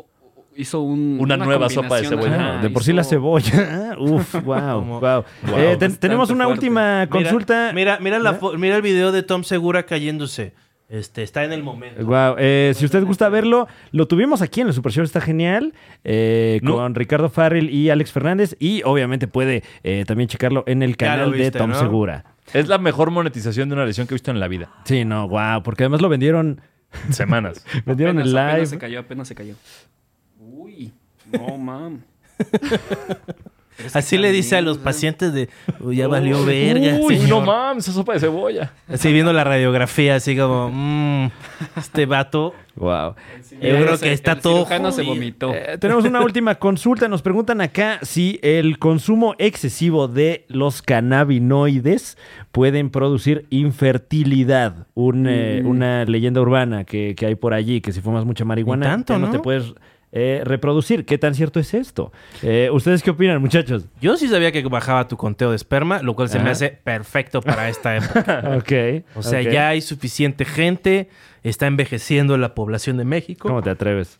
[SPEAKER 7] Hizo un...
[SPEAKER 2] Una nueva sopa de
[SPEAKER 7] combinación,
[SPEAKER 2] cebolla.
[SPEAKER 7] ajá,
[SPEAKER 3] Ah, de por sí la
[SPEAKER 7] Pues, ah, hizo-
[SPEAKER 3] cebolla. Uf, wow,
[SPEAKER 1] Como-
[SPEAKER 3] wow.
[SPEAKER 2] Wow.
[SPEAKER 3] Eh, ten-
[SPEAKER 7] Bastante
[SPEAKER 3] tenemos una
[SPEAKER 7] fuerte.
[SPEAKER 3] última
[SPEAKER 1] Mira,
[SPEAKER 3] consulta.
[SPEAKER 1] Mira, mira, la fo- mira el video de Tom Segura cayéndose. Este, está en el momento.
[SPEAKER 3] Wow, eh, si usted gusta verlo, lo tuvimos aquí en el Super Show, está genial, eh,
[SPEAKER 2] No.
[SPEAKER 3] con Ricardo Farrell y Alex Fernández, y obviamente puede eh, también checarlo en el
[SPEAKER 1] Ya lo
[SPEAKER 3] canal de
[SPEAKER 1] viste,
[SPEAKER 3] Tom
[SPEAKER 1] ¿no?
[SPEAKER 3] Segura.
[SPEAKER 2] Es la mejor monetización de una lesión que he visto en la vida.
[SPEAKER 3] Sí, no, wow, porque además lo vendieron,
[SPEAKER 2] Semanas.
[SPEAKER 3] vendieron
[SPEAKER 7] apenas,
[SPEAKER 3] en
[SPEAKER 7] apenas
[SPEAKER 3] live.
[SPEAKER 7] se cayó, apenas se cayó. Uy, no, mam.
[SPEAKER 1] Así le dice a los pacientes de, "Uy, ya valió verga.
[SPEAKER 2] Uy, no
[SPEAKER 1] señor".
[SPEAKER 2] mames, esa sopa de cebolla.
[SPEAKER 1] Así viendo la radiografía, así como, "Mm, este vato.
[SPEAKER 3] Wow.
[SPEAKER 1] Yo creo que está todo
[SPEAKER 7] No se
[SPEAKER 1] jodido.
[SPEAKER 7] vomitó.
[SPEAKER 3] Eh, tenemos una última consulta. Nos preguntan acá si el consumo excesivo de los cannabinoides pueden producir infertilidad. Un, eh, Una leyenda urbana que, que hay por allí, que si fumas mucha marihuana,
[SPEAKER 1] Ni tanto,
[SPEAKER 3] ya no,
[SPEAKER 1] ¿no?
[SPEAKER 3] te puedes eh, reproducir. ¿Qué tan cierto es esto? Eh, ¿Ustedes qué opinan, muchachos?
[SPEAKER 1] Yo sí sabía que bajaba tu conteo de esperma, lo cual se me
[SPEAKER 3] Ajá.
[SPEAKER 1] hace perfecto para esta época.
[SPEAKER 3] ok.
[SPEAKER 1] O sea,
[SPEAKER 3] ok.
[SPEAKER 1] ya hay suficiente gente, está envejeciendo la población de México.
[SPEAKER 3] ¿Cómo te atreves?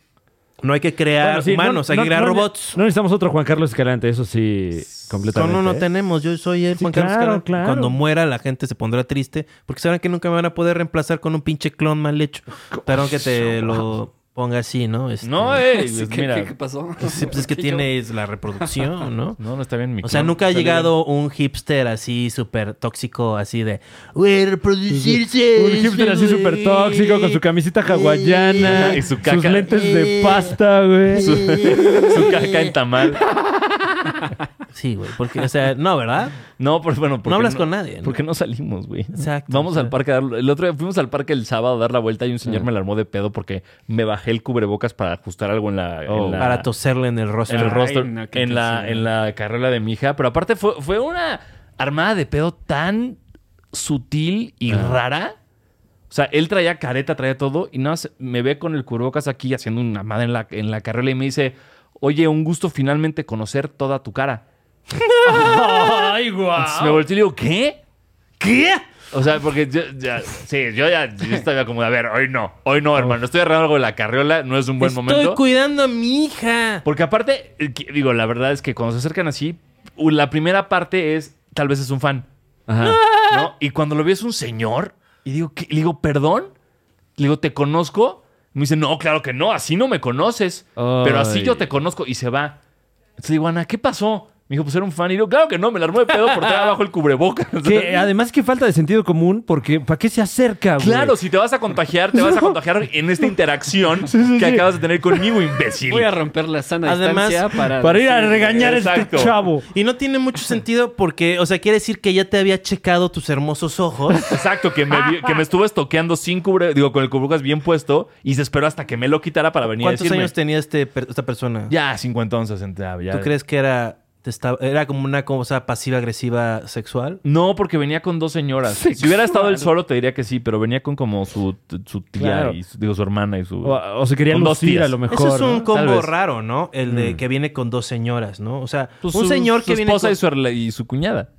[SPEAKER 1] No hay que crear
[SPEAKER 3] Bueno, sí, no-
[SPEAKER 1] humanos, hay
[SPEAKER 3] no-
[SPEAKER 1] que crear
[SPEAKER 3] no-
[SPEAKER 1] robots.
[SPEAKER 3] No necesitamos otro Juan Carlos Escalante, eso sí,
[SPEAKER 1] No,
[SPEAKER 3] completamente.
[SPEAKER 1] no, no
[SPEAKER 3] ¿eh?
[SPEAKER 1] tenemos. Yo soy el
[SPEAKER 3] Sí,
[SPEAKER 1] Juan Carlos
[SPEAKER 3] claro,
[SPEAKER 1] Escalante.
[SPEAKER 3] claro.
[SPEAKER 1] Cuando muera, la gente se pondrá triste porque sabrán que nunca me van a poder reemplazar con un pinche clon mal hecho. Perdón que te lo ponga así, ¿no? Este,
[SPEAKER 2] No, eh.
[SPEAKER 3] pues
[SPEAKER 7] Sí, ¿Qué,
[SPEAKER 2] mira.
[SPEAKER 7] pues, qué- qué pasó?
[SPEAKER 1] sí, pues es que tienes la reproducción, ¿no?
[SPEAKER 2] No, no está bien mi
[SPEAKER 1] O sea,
[SPEAKER 2] clon.
[SPEAKER 1] nunca ha llegado un hipster así súper tóxico, así de, güey, reproducirse.
[SPEAKER 3] Un hipster así súper tóxico con su camisita hawaiana,
[SPEAKER 2] Y su caca.
[SPEAKER 3] sus lentes de pasta, güey.
[SPEAKER 2] Su caca en tamal.
[SPEAKER 1] Sí, güey, porque, o sea, no, ¿verdad?
[SPEAKER 2] No, pero bueno, porque
[SPEAKER 1] No hablas con nadie, ¿no?
[SPEAKER 2] Porque no salimos, güey.
[SPEAKER 1] Exacto,
[SPEAKER 2] Vamos
[SPEAKER 1] o sea. Ah.
[SPEAKER 2] al parque a dar- El otro día fuimos al parque el sábado a dar la vuelta y un señor me la armó de pedo porque me bajé el cubrebocas para ajustar algo en la. en la-
[SPEAKER 1] Oh. Para toserle en el rostro.
[SPEAKER 2] en el rostro.
[SPEAKER 7] no, qué
[SPEAKER 2] en, la,
[SPEAKER 7] intensidad.
[SPEAKER 2] en la carrera de mi hija. Pero aparte fue, fue una armada de pedo tan sutil y rara. O sea, él traía careta, traía todo y nada más me ve con el cubrebocas aquí haciendo una madre en la, en la carrera y me dice, oye, un gusto finalmente conocer toda tu cara.
[SPEAKER 3] Ay, guau.
[SPEAKER 2] Entonces me volteé y le digo, ¿qué? ¿Qué? O sea, porque yo ya, sí, yo ya yo estaba como, a ver, hoy no, hoy no, hermano. Estoy agarrando algo de la carriola, no es un buen
[SPEAKER 1] Estoy
[SPEAKER 2] momento.
[SPEAKER 1] cuidando a mi hija.
[SPEAKER 2] Porque aparte, eh, que- digo, la verdad es que cuando se acercan así, u- la primera parte es, tal vez es un fan, ¿no? Y cuando lo vi es un señor, y digo, ¿qué? le digo, perdón, le digo, ¿te conozco? Me dice, no, claro que no, así no me conoces, pero así yo te conozco, y se va. Entonces digo, Ana, ¿qué pasó? Me dijo, pues era un fan, y digo, claro que no, me la armó de pedo por traer abajo el cubrebocas.
[SPEAKER 3] Que además que falta de sentido común, porque ¿para qué se acerca, güey?
[SPEAKER 2] Claro, si te vas a contagiar, te vas a contagiar en esta interacción que acabas de tener conmigo, imbécil.
[SPEAKER 7] Voy a romper la sana
[SPEAKER 1] Además,
[SPEAKER 7] distancia para...
[SPEAKER 3] Para ir a
[SPEAKER 7] decir-
[SPEAKER 3] regañar a este
[SPEAKER 2] Exacto.
[SPEAKER 3] chavo.
[SPEAKER 1] Y no tiene mucho sentido porque, o sea, quiere decir que ya te había checado tus hermosos ojos.
[SPEAKER 2] Exacto, que me, vi- que me estuvo estoqueando sin cubre, digo, con el cubrebocas bien puesto y se esperó hasta que me lo quitara para venir a
[SPEAKER 1] ¿Cuántos
[SPEAKER 2] decirme.
[SPEAKER 1] años tenía este, per- esta persona?
[SPEAKER 2] Ya, 50 onzas entraba, ya.
[SPEAKER 1] ¿Tú crees que era, te estaba- era como una cosa pasiva-agresiva sexual?
[SPEAKER 2] No, porque venía con dos señoras. Si hubiera estado él solo, te diría que sí, pero venía con como su, su tía
[SPEAKER 3] Claro.
[SPEAKER 2] y su, digo, su hermana y su.
[SPEAKER 3] O, o se quería
[SPEAKER 2] Con dos
[SPEAKER 3] lucir
[SPEAKER 2] tías.
[SPEAKER 3] a lo mejor.
[SPEAKER 1] Eso es un
[SPEAKER 3] ¿no?
[SPEAKER 2] Tal
[SPEAKER 1] combo
[SPEAKER 2] vez. Mm.
[SPEAKER 1] raro, ¿no? El de que viene con dos señoras, ¿no? O sea,
[SPEAKER 2] Pues
[SPEAKER 1] un
[SPEAKER 2] su-
[SPEAKER 1] señor
[SPEAKER 2] su
[SPEAKER 1] que viene
[SPEAKER 2] esposa
[SPEAKER 1] con...
[SPEAKER 2] y su, herla- y su cuñada.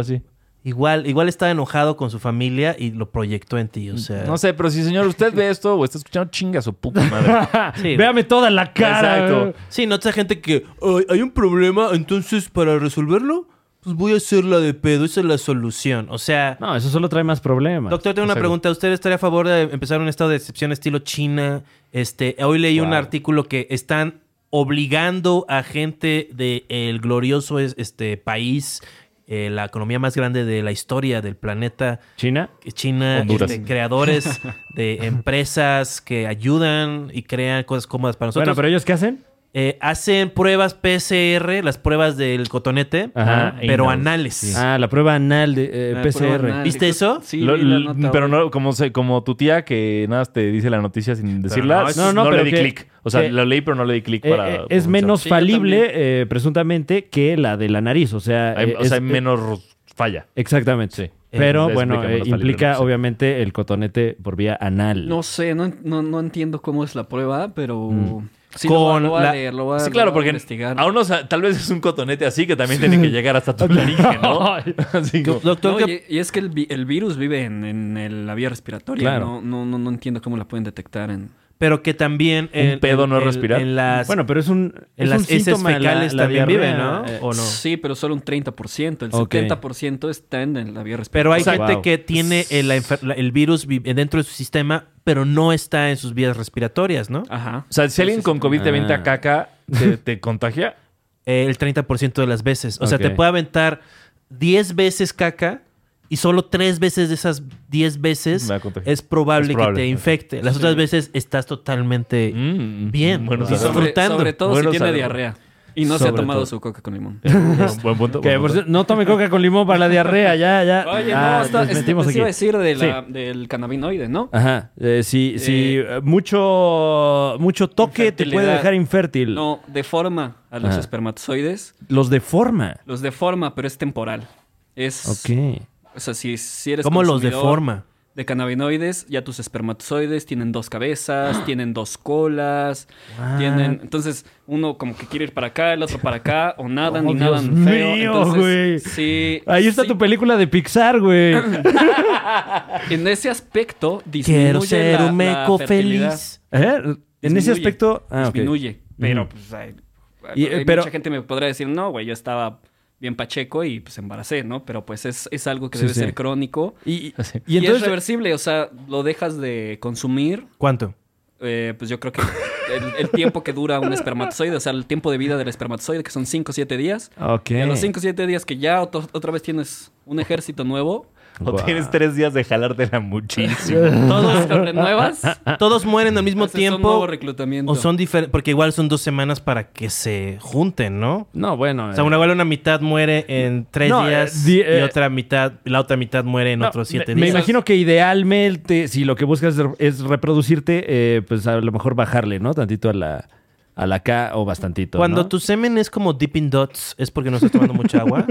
[SPEAKER 2] así.
[SPEAKER 1] Igual, igual estaba enojado con su familia y lo proyectó en ti, o sea...
[SPEAKER 2] No sé, pero si señor usted ve esto o está escuchando, chinga su puta madre.
[SPEAKER 1] Sí.
[SPEAKER 3] Véame toda la cara.
[SPEAKER 2] Exacto.
[SPEAKER 1] Sí, no esa gente que "Ay, hay un problema, entonces para resolverlo, pues voy a hacerla de pedo, esa es la solución. O sea,
[SPEAKER 3] No, eso solo trae más problemas.
[SPEAKER 1] doctor, tengo una
[SPEAKER 2] Exacto.
[SPEAKER 1] pregunta. ¿Usted estaría a favor de empezar un estado de excepción estilo China? Este, hoy leí un artículo que están obligando a gente del glorioso es- este, país, eh, la economía más grande de la historia del planeta,
[SPEAKER 3] China.
[SPEAKER 1] China,
[SPEAKER 2] Honduras.
[SPEAKER 1] este, creadores de empresas que ayudan y crean cosas cómodas para nosotros.
[SPEAKER 3] Bueno, pero ellos qué hacen?
[SPEAKER 1] Eh, hacen pruebas PCR, las pruebas del cotonete,
[SPEAKER 3] Ajá,
[SPEAKER 1] pero
[SPEAKER 2] anal.
[SPEAKER 1] anales.
[SPEAKER 3] Ah, la prueba anal de eh,
[SPEAKER 7] Ah,
[SPEAKER 3] PCR.
[SPEAKER 7] prueba anal.
[SPEAKER 1] ¿Viste eso?
[SPEAKER 7] Sí,
[SPEAKER 2] Lo-
[SPEAKER 7] vi la
[SPEAKER 2] l-
[SPEAKER 7] nota,
[SPEAKER 2] pero
[SPEAKER 7] güey.
[SPEAKER 2] no, como, se- como tu tía que nada más te dice la noticia sin decirla,
[SPEAKER 1] no,
[SPEAKER 2] no,
[SPEAKER 1] es-
[SPEAKER 2] no,
[SPEAKER 3] no,
[SPEAKER 2] le
[SPEAKER 3] pero
[SPEAKER 2] di
[SPEAKER 3] que-
[SPEAKER 2] clic. O sea,
[SPEAKER 3] que-
[SPEAKER 2] lo leí, pero no le di clic
[SPEAKER 3] Eh,
[SPEAKER 2] para.
[SPEAKER 3] eh,
[SPEAKER 2] para
[SPEAKER 3] es
[SPEAKER 2] usar.
[SPEAKER 3] menos
[SPEAKER 7] Sí, yo
[SPEAKER 3] falible,
[SPEAKER 7] también.
[SPEAKER 3] eh, presuntamente, que la de la nariz. O sea,
[SPEAKER 2] Hay-
[SPEAKER 3] eh,
[SPEAKER 2] o sea,
[SPEAKER 3] es-
[SPEAKER 2] hay menos falla.
[SPEAKER 3] Exactamente.
[SPEAKER 2] Sí.
[SPEAKER 3] Pero
[SPEAKER 2] Eh,
[SPEAKER 3] bueno,
[SPEAKER 2] explica
[SPEAKER 3] eh,
[SPEAKER 2] menos falible,
[SPEAKER 3] implica
[SPEAKER 2] no sé.
[SPEAKER 3] obviamente el cotonete por vía anal.
[SPEAKER 7] No sé, no, en- no, no entiendo cómo es la prueba, pero... Sí,
[SPEAKER 1] Con
[SPEAKER 7] lo voy a- lo voy a
[SPEAKER 1] la-
[SPEAKER 7] leer, lo voy a-
[SPEAKER 2] Sí, claro,
[SPEAKER 7] lo voy a
[SPEAKER 2] porque
[SPEAKER 7] investigar.
[SPEAKER 2] aún no sa- tal vez es un cotonete así que también tiene que llegar hasta tu laringe, ¿no? Así como-
[SPEAKER 1] Doctor,
[SPEAKER 7] No,
[SPEAKER 1] ¿qué-
[SPEAKER 7] y, y es que el, vi- el virus vive en, en el- la vía respiratoria.
[SPEAKER 3] Claro.
[SPEAKER 7] No, no, no, no entiendo cómo la pueden detectar en...
[SPEAKER 1] pero que también... en-
[SPEAKER 2] pedo no es
[SPEAKER 1] en-
[SPEAKER 2] respirar?
[SPEAKER 1] En las,
[SPEAKER 3] Bueno, pero es un.
[SPEAKER 1] en
[SPEAKER 3] es
[SPEAKER 1] las
[SPEAKER 3] un
[SPEAKER 1] heces
[SPEAKER 3] síntoma la-
[SPEAKER 1] fecales
[SPEAKER 3] la
[SPEAKER 1] también vive,
[SPEAKER 3] diarrea,
[SPEAKER 1] ¿no?
[SPEAKER 3] eh,
[SPEAKER 1] ¿O no?
[SPEAKER 7] Sí, pero solo un 30%. El
[SPEAKER 3] Ok.
[SPEAKER 7] 70% está en el- la vía
[SPEAKER 1] Pero
[SPEAKER 7] respiratoria.
[SPEAKER 1] hay
[SPEAKER 3] O sea,
[SPEAKER 1] gente
[SPEAKER 3] wow.
[SPEAKER 1] que tiene el, la enfer- la- el virus vi- dentro de su sistema, pero no está en sus vías respiratorias, ¿no?
[SPEAKER 7] Ajá.
[SPEAKER 2] o sea, si alguien con COVID te avienta
[SPEAKER 3] Ah.
[SPEAKER 2] caca, ¿te, te contagia?
[SPEAKER 1] Eh, el 30% de las veces. O sea, te
[SPEAKER 3] Ok.
[SPEAKER 1] puede aventar 10 veces caca y solo 3 veces de esas 10 veces
[SPEAKER 2] Me va a contagiar.
[SPEAKER 1] es probable,
[SPEAKER 2] Es probable.
[SPEAKER 1] que te infecte. Las otras veces estás totalmente
[SPEAKER 2] Mm,
[SPEAKER 1] bien,
[SPEAKER 2] Bueno,
[SPEAKER 7] Y
[SPEAKER 2] sí,
[SPEAKER 7] sobre,
[SPEAKER 1] disfrutando.
[SPEAKER 7] sobre todo
[SPEAKER 2] Bueno
[SPEAKER 7] si tiene
[SPEAKER 2] saberlo.
[SPEAKER 7] diarrea. Y no se ha
[SPEAKER 1] Sobre
[SPEAKER 7] tomado
[SPEAKER 1] todo.
[SPEAKER 7] su coca con limón.
[SPEAKER 2] buen, buen punto.
[SPEAKER 3] Que,
[SPEAKER 2] buen
[SPEAKER 3] por
[SPEAKER 2] punto.
[SPEAKER 3] cierto, no tome coca con limón para la diarrea, ya, ya.
[SPEAKER 7] Oye,
[SPEAKER 3] Ah,
[SPEAKER 7] no, hasta,
[SPEAKER 3] nos metimos aquí.
[SPEAKER 7] iba a decir de la- del cannabinoide, ¿no?
[SPEAKER 3] Ajá. Eh, si si
[SPEAKER 7] Eh,
[SPEAKER 3] eh, mucho, mucho toque te puede
[SPEAKER 7] infertilidad.
[SPEAKER 3] dejar infértil.
[SPEAKER 7] No, deforma a los
[SPEAKER 1] Ah.
[SPEAKER 3] Ajá.
[SPEAKER 7] espermatozoides.
[SPEAKER 3] Los deforma.
[SPEAKER 7] Los deforma, pero es temporal. Es...
[SPEAKER 3] Ok.
[SPEAKER 7] O sea, si, si eres
[SPEAKER 1] ¿Cómo los
[SPEAKER 7] consumidor
[SPEAKER 1] deforma?
[SPEAKER 7] de cannabinoides, ya tus espermatozoides tienen dos
[SPEAKER 3] Ah.
[SPEAKER 7] cabezas, tienen dos colas, tienen... Entonces, uno como que quiere ir para acá, el otro para acá, o nada, ni
[SPEAKER 3] Oh,
[SPEAKER 7] nada
[SPEAKER 3] Dios
[SPEAKER 7] feo.
[SPEAKER 3] mío,
[SPEAKER 7] Entonces,
[SPEAKER 3] güey.
[SPEAKER 7] sí,
[SPEAKER 3] Ahí está
[SPEAKER 7] sí,
[SPEAKER 3] tu película de Pixar, güey.
[SPEAKER 7] En ese aspecto disminuye
[SPEAKER 1] Quiero ser
[SPEAKER 7] la-
[SPEAKER 1] un
[SPEAKER 7] la
[SPEAKER 1] meco
[SPEAKER 7] fertilidad.
[SPEAKER 1] feliz.
[SPEAKER 3] ¿Eh? En ese
[SPEAKER 7] Disminuye,
[SPEAKER 3] aspecto. Ah, ok.
[SPEAKER 7] disminuye. Pero,
[SPEAKER 3] Ujú.
[SPEAKER 7] pues, hay,
[SPEAKER 3] Y,
[SPEAKER 7] hay
[SPEAKER 3] eh, pero-
[SPEAKER 7] mucha gente me podrá decir, no, güey, yo estaba bien pacheco y pues embaracé, ¿no? Pero pues es, es algo que
[SPEAKER 3] Sí,
[SPEAKER 7] debe
[SPEAKER 3] sí.
[SPEAKER 7] ser crónico.
[SPEAKER 3] Y, y-
[SPEAKER 7] Y,
[SPEAKER 3] y entonces.
[SPEAKER 7] es reversible, o sea, lo dejas de consumir,
[SPEAKER 1] ¿Cuánto?
[SPEAKER 7] eh, pues yo creo que el, el tiempo que dura un espermatozoide, o sea, el tiempo de vida del espermatozoide, que son 5 o 7 días.
[SPEAKER 3] ok.
[SPEAKER 7] Y a los 5 o 7 días que ya oto- otra vez tienes un ejército nuevo,
[SPEAKER 2] O tienes tres días de jalártela muchísimo.
[SPEAKER 7] todos se renuevas.
[SPEAKER 1] Todos mueren al mismo
[SPEAKER 7] haces Ah. un nuevo
[SPEAKER 1] tiempo.
[SPEAKER 7] reclutamiento.
[SPEAKER 1] O son diferentes, porque igual son dos semanas para que se junten, ¿no?
[SPEAKER 3] No, bueno.
[SPEAKER 1] O sea, una, igual una mitad muere en tres
[SPEAKER 3] No, eh,
[SPEAKER 1] días
[SPEAKER 3] di- eh,
[SPEAKER 1] y otra mitad, la otra mitad muere en otros siete
[SPEAKER 3] me, me
[SPEAKER 1] días.
[SPEAKER 3] imagino que idealmente, si lo que buscas es- es reproducirte, eh, pues a lo mejor bajarle, ¿no? Tantito a la, a la K o bastantito.
[SPEAKER 1] Cuando
[SPEAKER 3] ¿no?
[SPEAKER 1] tu semen es como dipping dots, es porque no estás tomando mucha agua.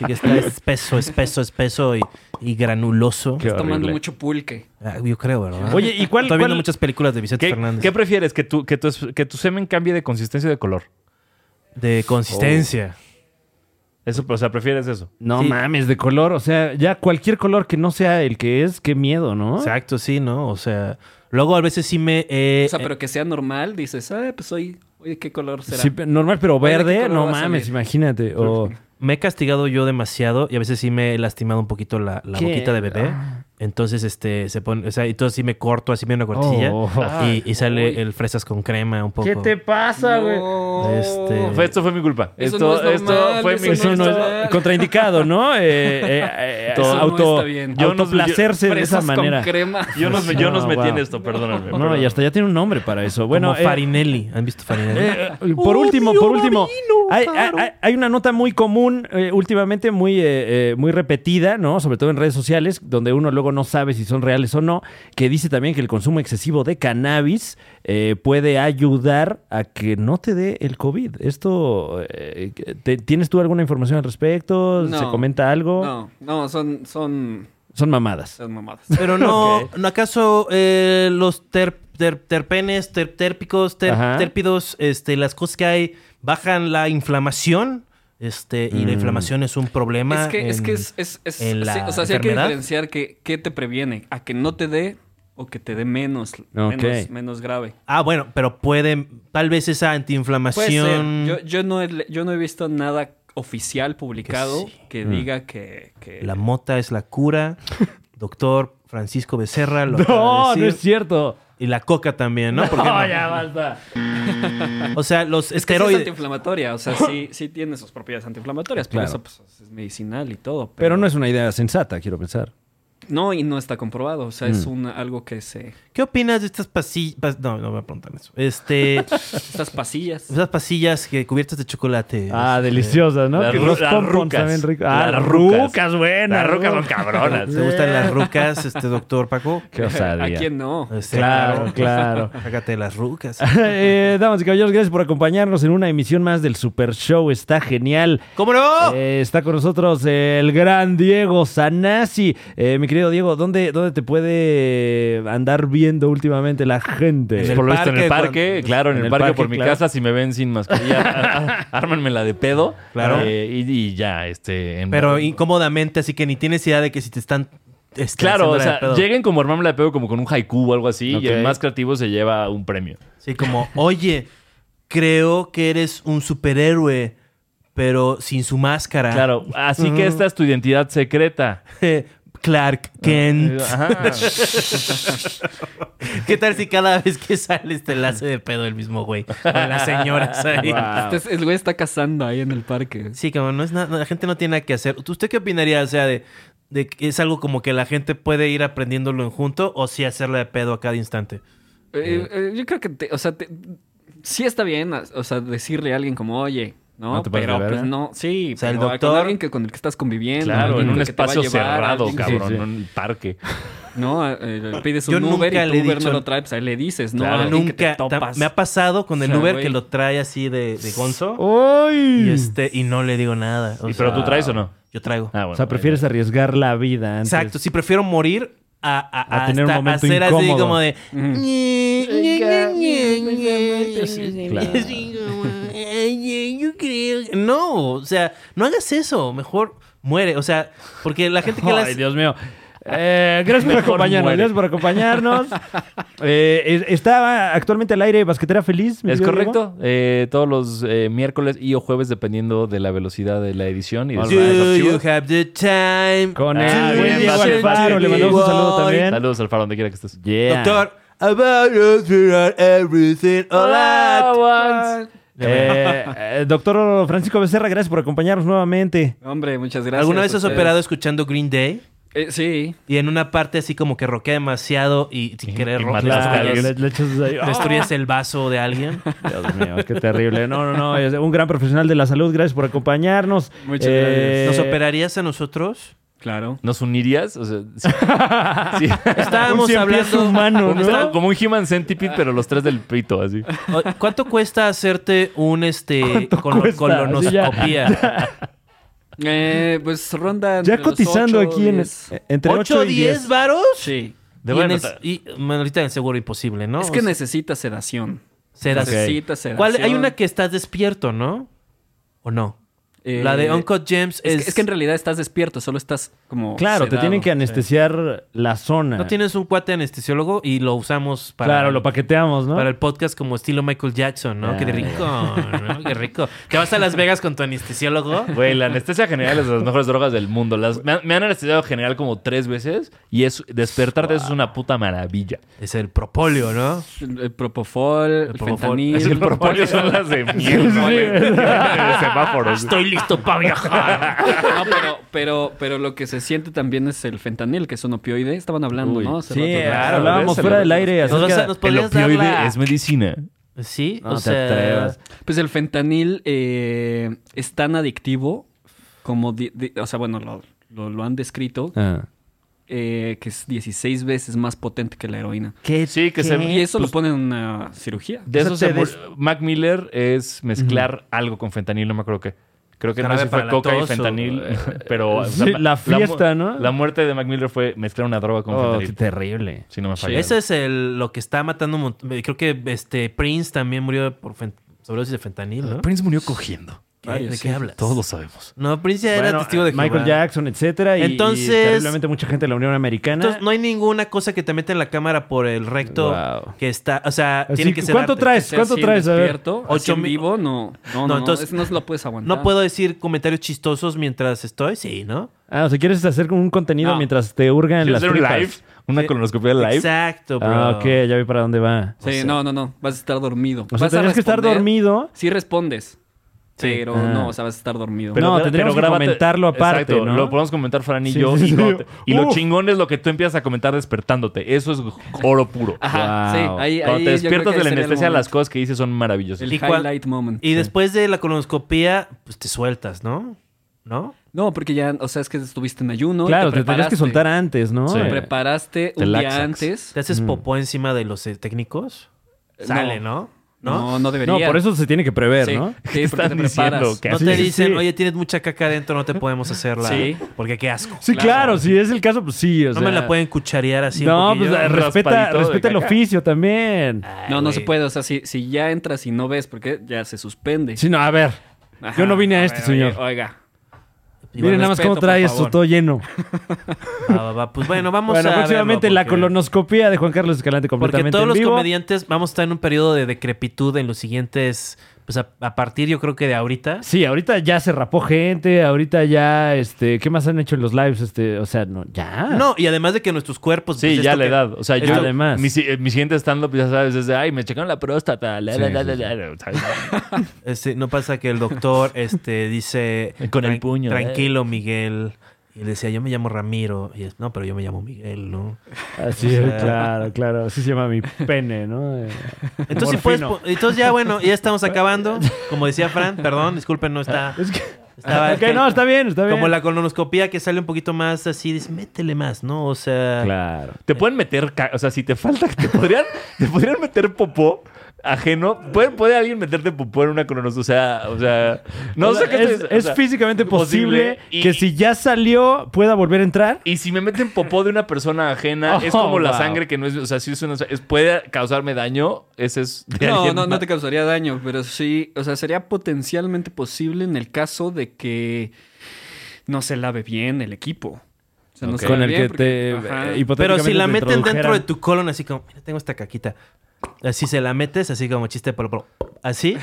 [SPEAKER 1] y que está espeso, espeso, espeso y, y granuloso.
[SPEAKER 3] Qué
[SPEAKER 7] tomando
[SPEAKER 3] horrible.
[SPEAKER 7] mucho pulque.
[SPEAKER 1] Ah, Yo creo, ¿verdad?
[SPEAKER 3] Oye, ¿y cuál-
[SPEAKER 1] Estoy viendo
[SPEAKER 3] cuál-
[SPEAKER 1] muchas películas de Vicente
[SPEAKER 2] ¿Qué,
[SPEAKER 1] Fernández.
[SPEAKER 2] qué prefieres? ¿Que tu, que, tu, es- ¿Que tu semen cambie de consistencia o de color?
[SPEAKER 1] De consistencia.
[SPEAKER 2] Eso, o sea, prefieres eso.
[SPEAKER 3] No mames, de color. O sea, ya cualquier color que no sea el que es, qué miedo, ¿no?
[SPEAKER 1] Exacto, sí, ¿no? O sea, luego a veces sí me... eh,
[SPEAKER 7] O sea, pero que sea normal, dices, ah, pues hoy, hoy ¿qué color será?
[SPEAKER 3] Sí, pe- normal, pero
[SPEAKER 7] Oye, ¿de qué
[SPEAKER 3] verde,
[SPEAKER 7] color
[SPEAKER 3] no
[SPEAKER 7] va a
[SPEAKER 3] mames,
[SPEAKER 7] salir?
[SPEAKER 3] imagínate. O
[SPEAKER 1] me he castigado yo demasiado y a veces sí me he lastimado un poquito la, la
[SPEAKER 3] ¿Qué?
[SPEAKER 1] boquita de bebé. Entonces, este, se pone, o sea, y todo así me corto, así me una cortilla
[SPEAKER 3] Oh.
[SPEAKER 1] y, y sale
[SPEAKER 7] Uy.
[SPEAKER 1] el fresas con crema un poco.
[SPEAKER 3] pasa,
[SPEAKER 7] No. Oh.
[SPEAKER 1] Este-
[SPEAKER 2] Fue- esto fue mi culpa.
[SPEAKER 7] Eso
[SPEAKER 2] esto,
[SPEAKER 7] no es
[SPEAKER 2] esto
[SPEAKER 7] normal,
[SPEAKER 2] fue
[SPEAKER 7] eso
[SPEAKER 2] mi
[SPEAKER 3] Eso no es contraindicado, ¿no? Eh, eh, eh,
[SPEAKER 7] Eso no
[SPEAKER 3] auto,
[SPEAKER 7] está bien.
[SPEAKER 3] Yo no- autoplacerse de esa
[SPEAKER 7] Fresas
[SPEAKER 3] manera.
[SPEAKER 7] con crema.
[SPEAKER 2] Yo nos, yo
[SPEAKER 3] No,
[SPEAKER 2] nos metí
[SPEAKER 3] wow.
[SPEAKER 2] en esto, perdóname.
[SPEAKER 3] No, y hasta ya tiene un nombre para eso. Bueno,
[SPEAKER 1] Como
[SPEAKER 3] eh,
[SPEAKER 1] Farinelli. ¿Han visto Farinelli?
[SPEAKER 3] Eh, eh, por último, por último, hay, hay- hay- hay una nota muy común eh, últimamente, muy, eh, eh, muy repetida, ¿no? Sobre todo en redes sociales, donde uno luego no sabe si son reales o no, que dice también que el consumo excesivo de cannabis eh, puede ayudar a que no te dé el COVID. Esto, eh, te- ¿tienes tú alguna información al respecto? ¿Se
[SPEAKER 7] No.
[SPEAKER 3] comenta algo?
[SPEAKER 7] No, no, son, son,
[SPEAKER 3] Son mamadas.
[SPEAKER 7] son mamadas.
[SPEAKER 1] Pero no, ¿no ¿acaso eh, los ter- ter- terpenes, ter- térpicos, ter-
[SPEAKER 3] Ajá.
[SPEAKER 1] térpidos, este, las cosas que hay, bajan la inflamación? Este, y la inflamación es un problema.
[SPEAKER 7] Es que es,
[SPEAKER 1] en-
[SPEAKER 7] que es, es- es-
[SPEAKER 1] en la
[SPEAKER 7] sí, o sea, sí hay que
[SPEAKER 1] enfermedad.
[SPEAKER 7] diferenciar que, qué te previene, a que no te dé o que te dé menos, menos, menos grave.
[SPEAKER 1] Ah, bueno, pero puede, tal vez esa
[SPEAKER 7] Puede ser.
[SPEAKER 1] antiinflamación.
[SPEAKER 7] Yo, yo, no he, le- yo no he visto nada oficial publicado que,
[SPEAKER 1] sí. Mm.
[SPEAKER 7] diga que, que-
[SPEAKER 1] La mota es la cura. Doctor Francisco Becerra lo acaba
[SPEAKER 3] No,
[SPEAKER 1] de
[SPEAKER 3] no es
[SPEAKER 1] decir.
[SPEAKER 3] cierto.
[SPEAKER 1] Y la coca también, ¿no? Porque no? O sea, los
[SPEAKER 7] Es que sí es
[SPEAKER 1] esteroides.
[SPEAKER 7] antiinflamatoria, o sea, sí, sí tiene sus propiedades antiinflamatorias, por
[SPEAKER 3] Claro.
[SPEAKER 7] eso pues, es medicinal y todo.
[SPEAKER 3] Pero no es una idea sensata, quiero pensar.
[SPEAKER 7] No, y no está comprobado, o sea, es
[SPEAKER 1] Mm.
[SPEAKER 7] un, algo que se...
[SPEAKER 1] ¿Qué opinas de estas pasillas? No, no me voy a preguntar eso. Este,
[SPEAKER 7] Estas pasillas.
[SPEAKER 1] esas pasillas que cubiertas de chocolate. Este,
[SPEAKER 3] Ah, deliciosas, ¿no?
[SPEAKER 2] Las
[SPEAKER 3] Que
[SPEAKER 2] ru-
[SPEAKER 3] los
[SPEAKER 2] las
[SPEAKER 3] pompons
[SPEAKER 2] rucas.
[SPEAKER 3] saben rico. Ah,
[SPEAKER 2] Las
[SPEAKER 3] las
[SPEAKER 2] rucas.
[SPEAKER 3] rucas, buenas.
[SPEAKER 2] Las rucas son
[SPEAKER 3] ¿no?
[SPEAKER 2] cabronas.
[SPEAKER 1] ¿Te gustan las rucas, este doctor Paco?
[SPEAKER 3] Qué
[SPEAKER 7] ¿A
[SPEAKER 3] osadía.
[SPEAKER 7] quién no?
[SPEAKER 1] Este,
[SPEAKER 3] Claro, claro.
[SPEAKER 1] Sácate las rucas.
[SPEAKER 3] Eh, damas y caballeros, gracias por acompañarnos en una emisión más del Super Show. Está genial.
[SPEAKER 1] ¿Cómo no?
[SPEAKER 3] Eh, está con nosotros el gran Diego Sanasi. Eh, mi querido Diego, ¿dónde, ¿dónde te puede andar viendo últimamente la gente?
[SPEAKER 1] En el
[SPEAKER 2] por lo visto en el
[SPEAKER 1] parque,
[SPEAKER 2] parque,
[SPEAKER 1] cuando-
[SPEAKER 2] claro, en, el, parque, por mi
[SPEAKER 3] claro.
[SPEAKER 2] casa, si me ven sin mascarilla, á- á- ármenmela de pedo.
[SPEAKER 1] Claro.
[SPEAKER 2] Eh, y, y ya, este. en-
[SPEAKER 1] Pero incómodamente, así que ni tienes idea de que si te están. este, haciendo
[SPEAKER 2] Claro, o
[SPEAKER 1] la de
[SPEAKER 2] sea,
[SPEAKER 1] pedo.
[SPEAKER 2] lleguen como armármela de pedo, como con un haiku o algo así, y
[SPEAKER 3] Ok.
[SPEAKER 2] el más creativo se lleva un premio.
[SPEAKER 1] Sí, como, oye, creo que eres un superhéroe, pero sin su máscara.
[SPEAKER 2] Claro, así que esta es tu identidad secreta.
[SPEAKER 1] Clark Kent.
[SPEAKER 7] Ah,
[SPEAKER 2] Ajá.
[SPEAKER 1] ¿Qué tal si cada vez que sales te la hace de pedo el mismo güey? Con las señoras ahí.
[SPEAKER 7] Este- el güey está cazando ahí en el parque.
[SPEAKER 1] Sí, como no es nada, la gente no tiene nada que hacer. ¿Tú- ¿Usted qué opinaría? O sea, de, de que es algo como que la gente puede ir aprendiéndolo en junto o sí hacerle de pedo a cada instante.
[SPEAKER 7] Eh, eh, yo creo que, te- o sea, te- sí está bien, as- o sea, decirle a alguien como, oye, ¿no?
[SPEAKER 2] No te pases
[SPEAKER 7] pero
[SPEAKER 2] de
[SPEAKER 7] pues
[SPEAKER 2] verga.
[SPEAKER 7] no, sí,
[SPEAKER 1] O sea, el
[SPEAKER 7] pero
[SPEAKER 1] doctor-
[SPEAKER 7] con alguien que, con el que estás conviviendo.
[SPEAKER 2] Claro,
[SPEAKER 7] alguien
[SPEAKER 2] en un
[SPEAKER 7] que te va a
[SPEAKER 2] espacio
[SPEAKER 7] llevar,
[SPEAKER 2] cerrado,
[SPEAKER 7] alguien que-
[SPEAKER 2] cabrón, en un parque.
[SPEAKER 7] No, eh, eh, pides
[SPEAKER 1] Yo
[SPEAKER 7] un Uber
[SPEAKER 1] nunca
[SPEAKER 7] y tu
[SPEAKER 1] le he
[SPEAKER 7] Uber
[SPEAKER 1] dicho-
[SPEAKER 7] no lo trae, pues ahí le dices, ¿no?
[SPEAKER 2] Claro.
[SPEAKER 7] Alguien que te
[SPEAKER 1] Nunca ta-
[SPEAKER 7] topas.
[SPEAKER 1] me ha pasado con el
[SPEAKER 7] O sea,
[SPEAKER 1] Uber
[SPEAKER 7] güey.
[SPEAKER 1] que lo trae así de, de gonzo
[SPEAKER 3] ¡Ay!
[SPEAKER 1] y este y no le digo nada. O
[SPEAKER 2] Y- ¿Pero
[SPEAKER 1] sea,
[SPEAKER 2] tú traes o no?
[SPEAKER 1] Yo traigo.
[SPEAKER 2] Ah, bueno,
[SPEAKER 3] o sea, prefieres arriesgar la vida antes.
[SPEAKER 1] Exacto, sí prefiero morir a, a,
[SPEAKER 3] A tener un
[SPEAKER 1] hasta
[SPEAKER 3] momento
[SPEAKER 1] hacer así
[SPEAKER 3] incómodo.
[SPEAKER 1] como de "Ñe, Ñe, Ñe, Ñe, Ñe".
[SPEAKER 3] Claro.
[SPEAKER 1] Así como, "Ay, yo creo que-". No, o sea, no hagas eso, mejor muere, o sea, porque la gente que
[SPEAKER 3] Ay,
[SPEAKER 1] las
[SPEAKER 3] Dios mío. Eh, gracias por
[SPEAKER 2] Mejor
[SPEAKER 3] acompañarnos.
[SPEAKER 2] muere.
[SPEAKER 3] Gracias por acompañarnos. Eh, es- está actualmente al aire Basquetera Feliz. mi
[SPEAKER 2] Es
[SPEAKER 3] querido Diego.
[SPEAKER 2] correcto. eh, todos los eh, miércoles y o jueves, dependiendo de la velocidad de la edición y de
[SPEAKER 1] Do
[SPEAKER 2] los
[SPEAKER 1] you
[SPEAKER 2] archivos.
[SPEAKER 1] have the time?
[SPEAKER 3] Con
[SPEAKER 2] Ah,
[SPEAKER 3] el buen
[SPEAKER 2] bien,
[SPEAKER 3] Diego
[SPEAKER 2] bien,
[SPEAKER 3] Alfaro.
[SPEAKER 2] bien,
[SPEAKER 3] Le mandamos un
[SPEAKER 1] bien.
[SPEAKER 3] saludo también.
[SPEAKER 2] Saludos, Alfaro, donde quiera que estés.
[SPEAKER 1] Doctor, about us, we are everything, all at
[SPEAKER 2] All at Ah, once.
[SPEAKER 3] Eh, eh, doctor Francisco Becerra, gracias por acompañarnos nuevamente.
[SPEAKER 7] Hombre, muchas gracias.
[SPEAKER 1] ¿Alguna vez
[SPEAKER 7] a
[SPEAKER 1] has
[SPEAKER 7] ustedes.
[SPEAKER 1] operado escuchando Green Day?
[SPEAKER 7] Eh, sí.
[SPEAKER 1] Y en una parte así como que roquea demasiado y sin querer
[SPEAKER 2] y
[SPEAKER 1] rompes
[SPEAKER 2] matas
[SPEAKER 1] las
[SPEAKER 2] a
[SPEAKER 1] calles.
[SPEAKER 2] alguien.
[SPEAKER 3] le- le echas ahí. ¡Ah!
[SPEAKER 1] destruyes el vaso de alguien.
[SPEAKER 3] Dios mío, qué terrible. No, no, no. es un gran profesional de la salud. Gracias por acompañarnos.
[SPEAKER 7] Muchas
[SPEAKER 3] Eh,
[SPEAKER 1] ¿Nos operarías a nosotros?
[SPEAKER 7] Claro.
[SPEAKER 2] ¿Nos unirías? O sea, sí. Sí.
[SPEAKER 1] Estábamos
[SPEAKER 3] cien pies
[SPEAKER 1] hablando.
[SPEAKER 3] humano, ¿no?
[SPEAKER 2] Está Como un Human Centipede, pero los tres del pito, así.
[SPEAKER 1] O- ¿Cuánto cuesta hacerte un este colo-
[SPEAKER 3] cuesta? Así
[SPEAKER 1] colonoscopía?
[SPEAKER 7] Eh, pues ronda entre
[SPEAKER 3] Ya
[SPEAKER 7] los
[SPEAKER 3] cotizando
[SPEAKER 7] ocho,
[SPEAKER 3] aquí en, eh,
[SPEAKER 7] diez.
[SPEAKER 3] entre 8,
[SPEAKER 1] ¿8
[SPEAKER 3] y 10.
[SPEAKER 1] varos? Y,
[SPEAKER 7] Sí.
[SPEAKER 2] Debo
[SPEAKER 1] en el,
[SPEAKER 2] anotar.
[SPEAKER 1] y- bueno, ahorita en el seguro imposible, ¿no?
[SPEAKER 7] Es que
[SPEAKER 1] O sea,
[SPEAKER 7] necesita sedación.
[SPEAKER 1] serás-
[SPEAKER 7] Necesita sedación.
[SPEAKER 1] ¿Cuál- Hay una que estás despierto, ¿no? ¿O no?
[SPEAKER 7] Eh,
[SPEAKER 1] La de Uncut James
[SPEAKER 7] Es,
[SPEAKER 1] es...
[SPEAKER 7] que, es que en realidad estás despierto, solo estás como.
[SPEAKER 3] Claro, te
[SPEAKER 7] sedado.
[SPEAKER 3] tienen que anestesiar la zona.
[SPEAKER 1] No tienes un cuate anestesiólogo y lo usamos para...
[SPEAKER 3] Claro, lo paqueteamos, ¿no?
[SPEAKER 1] Para el podcast como estilo Michael Jackson, ¿no?
[SPEAKER 3] Ya,
[SPEAKER 1] Qué
[SPEAKER 3] ya.
[SPEAKER 1] rico, ¿no? Qué rico. Te vas a Las Vegas con tu anestesiólogo.
[SPEAKER 2] Güey, la anestesia general es de las mejores drogas del mundo. Las, me, han- me han anestesiado general como tres veces y es despertarte eso es una puta maravilla.
[SPEAKER 1] Es el propóleo, ¿no?
[SPEAKER 7] El, el propofol, el,
[SPEAKER 1] propofol.
[SPEAKER 7] fentanil.
[SPEAKER 2] Es que el propóleo son las de mierda, güey. De semáforos.
[SPEAKER 1] Estoy listo para viajar.
[SPEAKER 7] No, pero, pero, pero lo que se siente también es el fentanil, que es un opioide. Estaban hablando,
[SPEAKER 2] Uy,
[SPEAKER 7] ¿no? Hace rato, ¿no?
[SPEAKER 2] claro,
[SPEAKER 3] hablábamos
[SPEAKER 2] ves,
[SPEAKER 3] fuera
[SPEAKER 2] lo-
[SPEAKER 3] del aire.
[SPEAKER 1] Nos,
[SPEAKER 3] acerca-
[SPEAKER 1] vas a- nos
[SPEAKER 2] El
[SPEAKER 1] podrías dar
[SPEAKER 2] opioide
[SPEAKER 1] la...
[SPEAKER 2] es medicina.
[SPEAKER 1] Sí,
[SPEAKER 3] No
[SPEAKER 1] o
[SPEAKER 3] te
[SPEAKER 1] sea...
[SPEAKER 3] atrevas.
[SPEAKER 7] Pues el fentanil eh, es tan adictivo como. di- di- o sea, bueno, lo, lo- lo han descrito
[SPEAKER 3] Ah.
[SPEAKER 7] eh, que es 16 veces más potente que la heroína.
[SPEAKER 2] Sí, que se...
[SPEAKER 7] Y eso
[SPEAKER 2] pues,
[SPEAKER 7] lo ponen en una cirugía.
[SPEAKER 2] De
[SPEAKER 3] O sea,
[SPEAKER 2] eso se
[SPEAKER 3] te
[SPEAKER 2] mur-
[SPEAKER 3] des-
[SPEAKER 2] Mac Miller es mezclar algo con fentanil, no me acuerdo qué. Creo que no
[SPEAKER 1] Jarabe
[SPEAKER 2] sé si fue
[SPEAKER 1] para la
[SPEAKER 2] coca y
[SPEAKER 1] tos o-
[SPEAKER 2] fentanil, pero... o
[SPEAKER 3] Sí, la
[SPEAKER 2] mu-
[SPEAKER 3] fiesta, ¿no?
[SPEAKER 2] La muerte de Mac Miller fue mezclar una droga con
[SPEAKER 3] Oh, qué
[SPEAKER 2] fentanil.
[SPEAKER 3] terrible.
[SPEAKER 2] Si no me falla.
[SPEAKER 1] Eso es el- lo que está matando un montón. Creo que este Prince también murió por fen- sobredosis de fentanil, ¿no?
[SPEAKER 2] Prince murió cogiendo.
[SPEAKER 1] ¿Qué? ¿De qué hablas?
[SPEAKER 2] Todos lo sabemos.
[SPEAKER 1] No, Prince ya era
[SPEAKER 3] Bueno, eh,
[SPEAKER 1] testigo de
[SPEAKER 3] Michael
[SPEAKER 1] Jehová.
[SPEAKER 3] Jackson, etcétera. y-
[SPEAKER 1] Entonces-
[SPEAKER 3] y terriblemente mucha gente de la Unión Americana.
[SPEAKER 1] Entonces, no hay ninguna cosa que te meta en la cámara por el recto
[SPEAKER 3] Wow.
[SPEAKER 1] que está. O sea,
[SPEAKER 3] Así
[SPEAKER 1] tiene
[SPEAKER 3] que,
[SPEAKER 1] que ser.
[SPEAKER 3] ¿Cuánto traes?
[SPEAKER 7] Ser
[SPEAKER 3] ¿Cuánto
[SPEAKER 7] así en
[SPEAKER 3] traes? A ver.
[SPEAKER 7] despierto,
[SPEAKER 1] Ocho
[SPEAKER 7] así en
[SPEAKER 1] mil-
[SPEAKER 7] vivo, no. No, no,
[SPEAKER 1] No,
[SPEAKER 7] no,
[SPEAKER 1] entonces-
[SPEAKER 7] eso no se lo puedes aguantar.
[SPEAKER 1] No puedo decir comentarios chistosos mientras estoy, sí, ¿no?
[SPEAKER 3] Ah, o sea, ¿quieres hacer como un contenido
[SPEAKER 7] No.
[SPEAKER 3] mientras te hurgan
[SPEAKER 2] ¿Quieres
[SPEAKER 3] las
[SPEAKER 2] hacer un
[SPEAKER 3] tripas?
[SPEAKER 2] live? ¿Una colonoscopia live?
[SPEAKER 1] Exacto, bro.
[SPEAKER 3] Ah, ok, ya vi para dónde va.
[SPEAKER 7] Sí, no, no, no. Vas a estar dormido.
[SPEAKER 3] O sea,
[SPEAKER 7] Vas a
[SPEAKER 3] tenías que estar
[SPEAKER 7] responder.
[SPEAKER 3] dormido.
[SPEAKER 7] Sí respondes. Pero
[SPEAKER 3] Ah.
[SPEAKER 7] no, o sea, vas a estar dormido.
[SPEAKER 3] Pero- No, tendríamos que comentarlo aparte,
[SPEAKER 2] Exacto,
[SPEAKER 3] ¿no?
[SPEAKER 2] Lo podemos comentar Fran y
[SPEAKER 3] Sí,
[SPEAKER 2] yo.
[SPEAKER 3] sí,
[SPEAKER 2] y
[SPEAKER 3] sí.
[SPEAKER 2] cuando te- y lo
[SPEAKER 3] Uf.
[SPEAKER 2] chingón es lo que tú empiezas a comentar despertándote. Eso es oro puro.
[SPEAKER 3] Wow.
[SPEAKER 7] Ajá, sí. Ahí,
[SPEAKER 2] Cuando te
[SPEAKER 7] ahí yo creo
[SPEAKER 2] despiertas
[SPEAKER 7] que
[SPEAKER 2] de la
[SPEAKER 7] sería el
[SPEAKER 2] anestesia, las
[SPEAKER 7] momento.
[SPEAKER 2] cosas que dices son
[SPEAKER 3] pues,
[SPEAKER 2] maravillosas.
[SPEAKER 7] El
[SPEAKER 1] Y cuan-
[SPEAKER 7] highlight moment.
[SPEAKER 1] Y después de la colonoscopía, pues te sueltas, ¿no? ¿No?
[SPEAKER 7] No, porque ya, o sea, es que estuviste en ayuno. y
[SPEAKER 3] claro, te, tenías que
[SPEAKER 7] preparaste.
[SPEAKER 3] soltar antes, ¿no?
[SPEAKER 2] Sí.
[SPEAKER 7] Te
[SPEAKER 3] Eh,
[SPEAKER 7] preparaste
[SPEAKER 2] Te
[SPEAKER 7] un
[SPEAKER 2] laxas.
[SPEAKER 7] día antes.
[SPEAKER 1] ¿Te
[SPEAKER 3] Mm.
[SPEAKER 1] haces popó encima de los eh, técnicos?
[SPEAKER 7] Eh, No.
[SPEAKER 1] Sale, ¿no? ¿No?
[SPEAKER 7] No, no debería.
[SPEAKER 3] No, por eso se tiene que prever,
[SPEAKER 7] Sí,
[SPEAKER 3] ¿no?
[SPEAKER 7] sí, porque te
[SPEAKER 2] están diciendo?
[SPEAKER 7] preparas.
[SPEAKER 2] ¿Qué
[SPEAKER 1] No
[SPEAKER 3] Sí,
[SPEAKER 1] te
[SPEAKER 3] sí,
[SPEAKER 1] dicen,
[SPEAKER 3] sí.
[SPEAKER 1] oye, tienes mucha caca adentro, no te podemos hacerla.
[SPEAKER 7] Sí.
[SPEAKER 1] Porque qué asco.
[SPEAKER 3] Sí, claro,
[SPEAKER 7] Claro.
[SPEAKER 3] si es el caso, pues sí. O
[SPEAKER 1] no
[SPEAKER 3] sea,
[SPEAKER 1] me la pueden cucharear así.
[SPEAKER 3] No,
[SPEAKER 1] un
[SPEAKER 3] pues
[SPEAKER 1] poquillo.
[SPEAKER 3] eh,
[SPEAKER 2] un
[SPEAKER 3] respeta,
[SPEAKER 2] raspadito de
[SPEAKER 3] respeta el
[SPEAKER 2] caca.
[SPEAKER 3] oficio también.
[SPEAKER 1] Ay,
[SPEAKER 7] No, no
[SPEAKER 1] güey.
[SPEAKER 7] se puede. O sea, si, si ya entras y no ves, porque ya se suspende.
[SPEAKER 3] Sí, no, a ver.
[SPEAKER 7] Ajá.
[SPEAKER 3] Yo no vine a este,
[SPEAKER 7] ver,
[SPEAKER 3] señor.
[SPEAKER 7] Oiga. oiga.
[SPEAKER 3] Miren nada más
[SPEAKER 7] respeto,
[SPEAKER 3] cómo
[SPEAKER 7] por
[SPEAKER 3] trae
[SPEAKER 7] favor.
[SPEAKER 3] esto todo lleno.
[SPEAKER 1] Va, va, va. Pues bueno, vamos
[SPEAKER 3] bueno,
[SPEAKER 1] a.
[SPEAKER 3] próximamente
[SPEAKER 1] verlo,
[SPEAKER 3] la
[SPEAKER 1] porque-
[SPEAKER 3] colonoscopía de Juan Carlos Escalante completamente
[SPEAKER 1] Porque todos
[SPEAKER 3] en
[SPEAKER 1] los
[SPEAKER 3] vivo.
[SPEAKER 1] comediantes vamos a estar en un periodo de decrepitud en los siguientes. Pues a, a partir, yo creo que de ahorita.
[SPEAKER 3] Sí, ahorita ya se rapó gente, ahorita ya, este, ¿qué más han hecho en los lives? Este, o sea, no, ya.
[SPEAKER 1] No, y además de que nuestros cuerpos.
[SPEAKER 2] Sí,
[SPEAKER 1] pues,
[SPEAKER 2] ya
[SPEAKER 1] esto
[SPEAKER 2] la
[SPEAKER 1] que-
[SPEAKER 2] edad. O sea, yo.
[SPEAKER 3] esto- Además.
[SPEAKER 2] Mi, si- eh, mi siguiente stand-up, ya sabes, es de, ay, me checaron la próstata. la,
[SPEAKER 3] Sí,
[SPEAKER 2] la, la,
[SPEAKER 3] sí,
[SPEAKER 2] la,
[SPEAKER 3] sí.
[SPEAKER 2] la, la", ¿sabes?
[SPEAKER 1] Este, no pasa que el doctor este, dice.
[SPEAKER 2] Con el
[SPEAKER 1] "Tran-
[SPEAKER 2] puño,
[SPEAKER 3] ¿eh?
[SPEAKER 1] Tranquilo, Miguel. Y le decía, yo me llamo Ramiro. Y es, no, pero yo me llamo Miguel, ¿no?
[SPEAKER 3] Así
[SPEAKER 1] O
[SPEAKER 3] es,
[SPEAKER 1] sea-
[SPEAKER 3] claro, claro. Así se llama mi pene, ¿no? Eh,
[SPEAKER 1] Entonces, sí puedes,
[SPEAKER 3] morfino.
[SPEAKER 1] po- entonces ya, bueno, ya estamos acabando. Como decía Fran, perdón, disculpen, no está.
[SPEAKER 3] Es que-
[SPEAKER 1] estaba-
[SPEAKER 3] Ok, no, está bien, está bien.
[SPEAKER 1] Como la colonoscopía que sale un poquito más así, dices, métele más, ¿no? O sea.
[SPEAKER 3] Claro.
[SPEAKER 2] Te pueden meter. ca- O sea, si te falta, te podrían, te podrían meter popó ajeno. ¿Puede, puede alguien meterte popó en una colonoscopia. O sea, o sea. No
[SPEAKER 3] O sea,
[SPEAKER 2] sé qué
[SPEAKER 3] es,
[SPEAKER 2] te- o
[SPEAKER 3] es
[SPEAKER 2] sea,
[SPEAKER 3] físicamente posible,
[SPEAKER 2] posible y-
[SPEAKER 3] que si ya salió pueda volver a entrar.
[SPEAKER 2] Y si me meten popó de una persona ajena,
[SPEAKER 3] Oh,
[SPEAKER 2] es como la
[SPEAKER 3] wow.
[SPEAKER 2] sangre que no es. O sea, si es una. es- puede causarme daño. Ese es. de
[SPEAKER 7] No,
[SPEAKER 2] alguien
[SPEAKER 7] no, no
[SPEAKER 2] más.
[SPEAKER 7] te causaría daño, pero sí, o sea, sería potencialmente posible en el caso de que no se lave bien el equipo. O sea, no se
[SPEAKER 3] Con
[SPEAKER 7] lave
[SPEAKER 3] el
[SPEAKER 7] bien
[SPEAKER 3] que
[SPEAKER 7] porque-
[SPEAKER 3] te eh,
[SPEAKER 7] ajá.
[SPEAKER 1] Pero si la meten dentro de
[SPEAKER 3] tu...
[SPEAKER 1] tu colon, así como, mira, tengo esta caquita. Así se la metes, así como chiste de polo, polo. Así.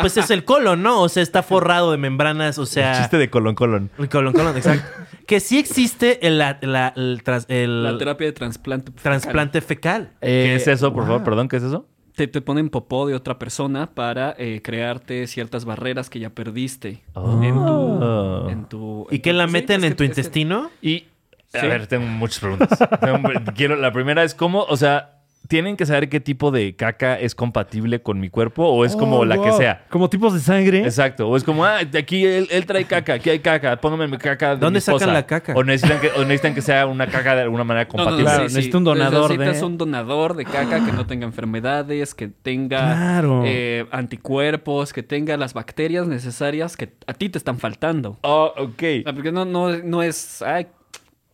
[SPEAKER 1] Pues es el colon, ¿no? O sea, está forrado de membranas, o sea.
[SPEAKER 2] Chiste de colon colon.
[SPEAKER 1] El colon, colon, exacto. que sí existe el, la- la- el tras- el
[SPEAKER 7] La terapia de trasplante.
[SPEAKER 1] trasplante fecal.
[SPEAKER 3] Eh,
[SPEAKER 2] ¿Qué es eso, por favor? Perdón, ¿qué es eso?
[SPEAKER 7] Te, te ponen popó de otra persona para eh, crearte ciertas barreras que ya perdiste en tu... en tu-
[SPEAKER 1] ¿Y que la
[SPEAKER 7] Sí,
[SPEAKER 1] meten
[SPEAKER 7] es
[SPEAKER 1] en
[SPEAKER 7] que-
[SPEAKER 1] tu
[SPEAKER 7] es que-
[SPEAKER 1] intestino?
[SPEAKER 2] Y. A
[SPEAKER 7] Sí.
[SPEAKER 2] ver, tengo muchas preguntas. Tengo- Quiero, la primera es cómo, o sea, ¿tienen que saber qué tipo de caca es compatible con mi cuerpo o es
[SPEAKER 7] Oh,
[SPEAKER 2] como la que sea?
[SPEAKER 3] Como tipos de sangre.
[SPEAKER 2] Exacto. O es como, ah, de aquí él, él trae caca, aquí hay caca, póngame mi caca. De
[SPEAKER 1] ¿Dónde
[SPEAKER 2] mi esposa.
[SPEAKER 1] sacan la caca?
[SPEAKER 2] O necesitan, que, o necesitan que sea una caca de alguna manera
[SPEAKER 7] No, no,
[SPEAKER 2] compatible.
[SPEAKER 3] Claro, necesita un donador de-
[SPEAKER 7] Necesitas un donador de caca que no tenga enfermedades, que tenga
[SPEAKER 3] Claro.
[SPEAKER 7] eh, anticuerpos, que tenga las bacterias necesarias que a ti te están faltando. Ah,
[SPEAKER 2] Oh, ok.
[SPEAKER 7] O sea, Porque no, no, no es, ay,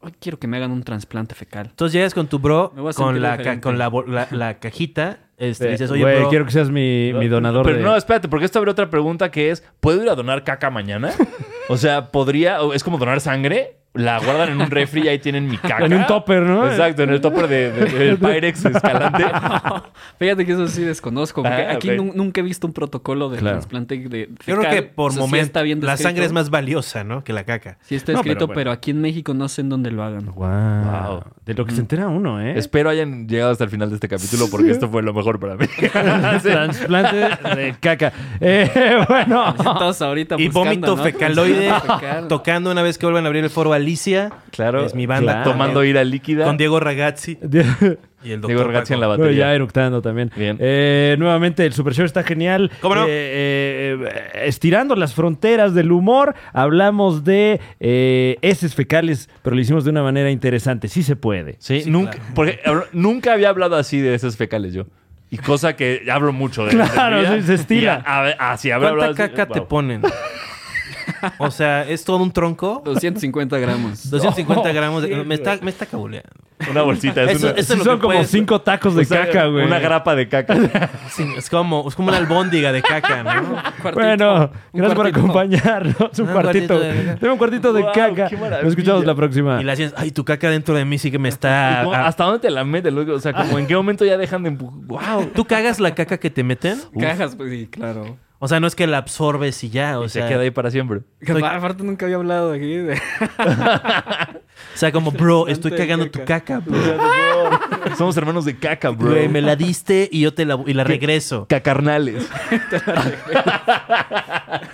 [SPEAKER 7] "Ay, quiero que me hagan un trasplante fecal.
[SPEAKER 1] Entonces llegas con tu bro,
[SPEAKER 7] Me voy a
[SPEAKER 1] con,
[SPEAKER 7] sentir
[SPEAKER 1] la, ca-
[SPEAKER 7] diferente.
[SPEAKER 1] con la, bo- la- la cajita, este,
[SPEAKER 3] Eh,
[SPEAKER 1] dices, oye,
[SPEAKER 3] güey,
[SPEAKER 1] bro,
[SPEAKER 3] quiero que seas mi, mi donador
[SPEAKER 2] Pero
[SPEAKER 3] de-
[SPEAKER 2] no, espérate, porque esto abre otra pregunta que es, ¿puedo ir a donar caca mañana? O sea, ¿podría? o ¿Es como donar sangre? La guardan en un refri y ahí tienen mi caca.
[SPEAKER 3] En un topper, ¿no?
[SPEAKER 2] Exacto, en el topper de, de- del Pyrex Escalante.
[SPEAKER 7] Fíjate que eso sí desconozco. porque
[SPEAKER 2] Ah,
[SPEAKER 7] aquí
[SPEAKER 2] ok.
[SPEAKER 7] nun- nunca he visto un protocolo de
[SPEAKER 3] Claro.
[SPEAKER 7] trasplante de fecal.
[SPEAKER 1] Yo creo que por
[SPEAKER 7] O sea, sí
[SPEAKER 1] momento
[SPEAKER 7] está bien
[SPEAKER 1] la
[SPEAKER 7] descrito.
[SPEAKER 1] sangre es más valiosa, ¿no? Que la caca.
[SPEAKER 7] Sí está
[SPEAKER 3] No, pero
[SPEAKER 7] escrito, pero,
[SPEAKER 3] bueno.
[SPEAKER 7] aquí en México no sé en dónde lo hagan.
[SPEAKER 3] Wow.
[SPEAKER 2] Wow.
[SPEAKER 3] Ah, De lo que se entera uno, ¿eh?
[SPEAKER 2] Espero hayan llegado hasta el final de este capítulo porque esto fue lo mejor para mí.
[SPEAKER 3] Transplante de caca. Eh, bueno.
[SPEAKER 7] Todos ahorita
[SPEAKER 1] Y
[SPEAKER 7] buscando,
[SPEAKER 1] vómito
[SPEAKER 7] ¿no?
[SPEAKER 1] fecaloide,
[SPEAKER 7] Fecal.
[SPEAKER 1] tocando una vez que vuelvan a abrir el foro Alicia.
[SPEAKER 2] Claro.
[SPEAKER 1] Es mi banda. Eh,
[SPEAKER 3] Claro.
[SPEAKER 2] Tomando ira líquida.
[SPEAKER 1] Con Diego Ragazzi y el doctor
[SPEAKER 2] Diego Ragazzi
[SPEAKER 1] Paco.
[SPEAKER 2] en la
[SPEAKER 3] Bueno, ya
[SPEAKER 2] batería.
[SPEAKER 3] eructando también.
[SPEAKER 2] Bien.
[SPEAKER 3] Eh, nuevamente, el Super Show está genial.
[SPEAKER 1] ¿Cómo no?
[SPEAKER 3] Eh, eh, eh, estirando las fronteras del humor, hablamos de eh, heces fecales, pero lo hicimos de una manera interesante. Sí se puede.
[SPEAKER 2] Sí, nunca, porque hablo- nunca había hablado así de esas fecales yo. Y cosa que hablo mucho de
[SPEAKER 3] Claro,
[SPEAKER 2] de mi vida.
[SPEAKER 3] sí, se estira.
[SPEAKER 2] Y a- a- Así habrá
[SPEAKER 1] ¿Cuánta
[SPEAKER 2] hablado.
[SPEAKER 1] caca te ponen? o sea, ¿es todo un tronco?
[SPEAKER 7] 250 gramos.
[SPEAKER 1] 250 gramos. de- me, está, me está cabuleando.
[SPEAKER 2] Una bolsita. Es
[SPEAKER 1] Eso-
[SPEAKER 2] una,
[SPEAKER 1] eso es
[SPEAKER 3] Sí
[SPEAKER 1] lo
[SPEAKER 3] son
[SPEAKER 1] que
[SPEAKER 3] como
[SPEAKER 1] puedes-
[SPEAKER 3] cinco tacos de
[SPEAKER 2] o sea,
[SPEAKER 3] caca, güey.
[SPEAKER 2] Una grapa de caca.
[SPEAKER 1] Sí, es, como, es como una albóndiga de caca, ¿no?
[SPEAKER 7] Cuartito.
[SPEAKER 3] Bueno,
[SPEAKER 7] Un
[SPEAKER 3] gracias por
[SPEAKER 7] cuartito.
[SPEAKER 3] acompañarnos. Un
[SPEAKER 1] Ah,
[SPEAKER 3] cuartito.
[SPEAKER 1] cuartito de-
[SPEAKER 3] Tengo un cuartito de
[SPEAKER 2] Guau,
[SPEAKER 3] caca.
[SPEAKER 2] qué
[SPEAKER 3] Nos
[SPEAKER 2] maravilla.
[SPEAKER 3] escuchamos la próxima.
[SPEAKER 1] Y le haces, ay, tu caca dentro de mí sí que me está...
[SPEAKER 2] Como,
[SPEAKER 1] ah".
[SPEAKER 2] ¿Hasta dónde te la metes? loco? O sea, como en qué momento ya dejan de empujar. ¡Wow!
[SPEAKER 1] ¿Tú cagas la caca que te meten?
[SPEAKER 7] Cajas, pues sí, claro.
[SPEAKER 1] O sea, no es que la absorbes y ya, o
[SPEAKER 2] Y
[SPEAKER 1] sea...
[SPEAKER 2] se queda ahí para siempre.
[SPEAKER 1] Estoy-
[SPEAKER 7] Aparte nunca había hablado aquí de...
[SPEAKER 1] O sea, como, bro, estoy cagando tu caca, bro.
[SPEAKER 2] Somos hermanos de caca, bro.
[SPEAKER 1] Güey, me la diste y yo te la, y la regreso.
[SPEAKER 2] Cacarnales.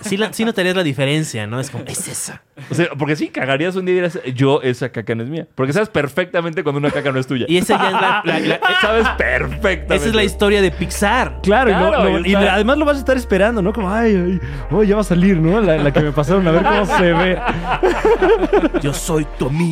[SPEAKER 1] Sí, la- sí notarías la diferencia, ¿no? Es como, es esa.
[SPEAKER 2] O sea, porque sí, cagarías un día y dirías, yo, esa caca no es mía. Porque sabes perfectamente cuando una caca no es tuya.
[SPEAKER 1] Y esa ya es la... la- la-
[SPEAKER 2] sabes perfectamente.
[SPEAKER 1] esa es la historia de Pixar.
[SPEAKER 3] Claro, y lo- lo-
[SPEAKER 2] Claro, ya
[SPEAKER 3] y
[SPEAKER 2] está.
[SPEAKER 3] además lo vas a estar esperando, ¿no? Como, ay, ay, oh, ya va a salir, ¿no? La, la que me pasaron, a ver cómo se ve.
[SPEAKER 1] Yo soy tu